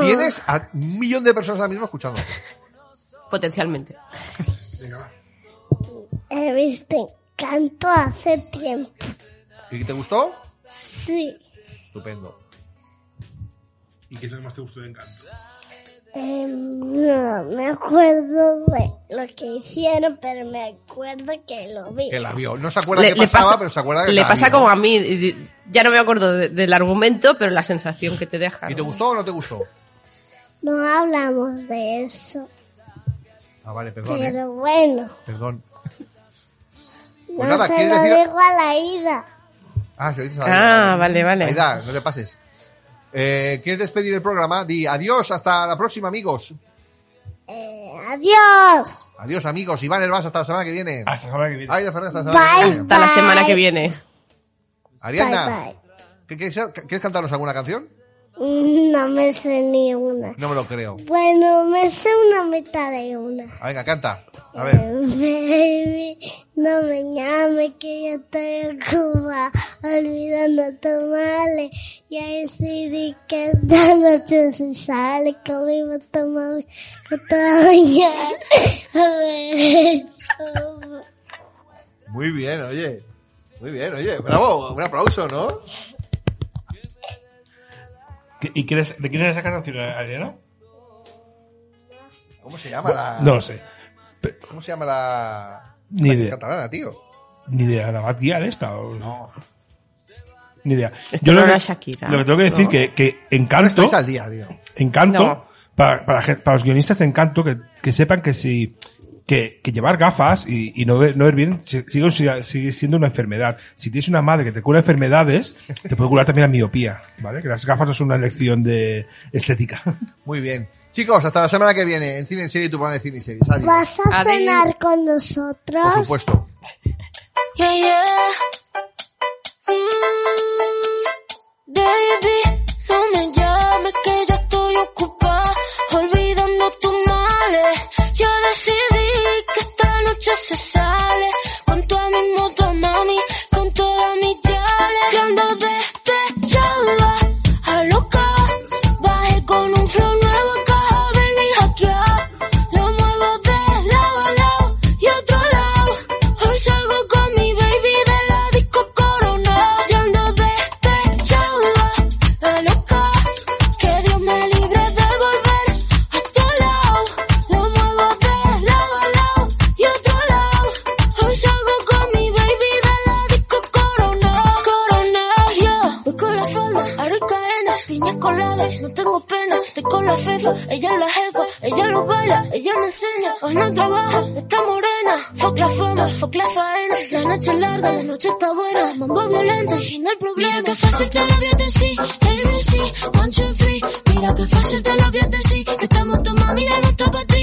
Tienes a un millón de personas ahora mismo escuchando. Potencialmente. He visto Encanto hace tiempo. ¿Y te gustó? Sí. Estupendo. ¿Y qué es lo que más te gustó de Encanto? Eh, no me acuerdo de lo que hicieron, pero me acuerdo que lo vi. Que la vio. No se acuerda qué pasaba, pero se acuerda que le la pasa vio. como a mí. y di- Ya no me acuerdo de- del argumento, pero la sensación que te deja. ¿Y te ¿no? gustó o no te gustó? No hablamos de eso. Ah, vale, perdón. eh. pero bueno, Perdón. no Pues nada, se ¿quieres lo decir- digo a la ida. Ah, se lo dices a Ah, Aida. vale, vale. Aida, no te pases. Eh, ¿Quieres despedir el programa? Di adiós, hasta la próxima, amigos. Eh, adiós. Adiós, amigos. Iván Herbás, hasta la semana que viene. Hasta la Ah, semana que viene. Aida Fernández, hasta la semana que Bye, viene. Hasta la Bye. semana que viene. Ariadna, Bye, bye. ¿qué- qué- qué- ¿quieres cantarnos alguna canción? Mm, No me sé ni una. No me lo creo. Bueno, me sé una mitad de una. Ah, venga, canta. A ver. Eh, Baby, no me llames que yo estoy ocupada olvidando tu male. Y ahí sí di que esta noche se sale conmigo tu mami, con toda mañana. A ver, chao. Muy bien, oye. Muy bien, oye. Bravo, un aplauso, ¿no? ¿Y quién es, de quién es esa canción, Ariana? ¿Cómo se llama la. No lo sé. ¿Cómo se llama la. Ni la idea. catalana, tío? Ni idea. ¿La Bad Gyal esta? o- No. Ni idea. Esta no lo que- era Shakira, Lo que tengo que decir ¿no? que, que No Encanto... estáis al día, tío. Encanto, No. para, para, gen- para los guionistas de Encanto, que, que sepan que si que, que llevar gafas y, y no, ver, no ver bien si- sigue, si- sigue siendo una enfermedad. Si tienes una madre que te cura enfermedades, te puede curar también la miopía, ¿vale? Que las gafas no son una elección de estética. Muy bien. Chicos, hasta la semana que viene en Cine en Serie, tu programa de Cine en Serie. Adiós. ¿Vas a Adiós. cenar con nosotros? Por supuesto. Yeah, yeah. Mm, baby, no me llames que ya estoy ocupada olvidando tus males. Yo decidí que esta noche se sale con toda mi moto, mami, con toda mi chale. Que ando despechada, a loca, bajé con un flow nuevo, caja, baby, atrás. Lo muevo de lado a lado y otro lado. Hoy salgo con mi baby de la disco corona. Yo ando despechada, este la loca. Que Dios me libre de volver a tu lado. Lo muevo de lado a lado y otro lado. Hoy salgo con mi baby de la disco corona. Corona, yo voy con la falda, aro y cadena, piña colada. No tengo pena, estoy con la fefa. Ella es la jefa, ella lo baila, ella me enseña. Hoy no trabaja, está morena. Fuck la fama, fuck la faena. La noche es larga, la noche está buena. Mambo violento, el fin del problema. Mira que fácil te lo voy a decir. ABC, one, two, three. Mira que fácil te lo voy a decir. Que estamos tu mami, ya no está para ti.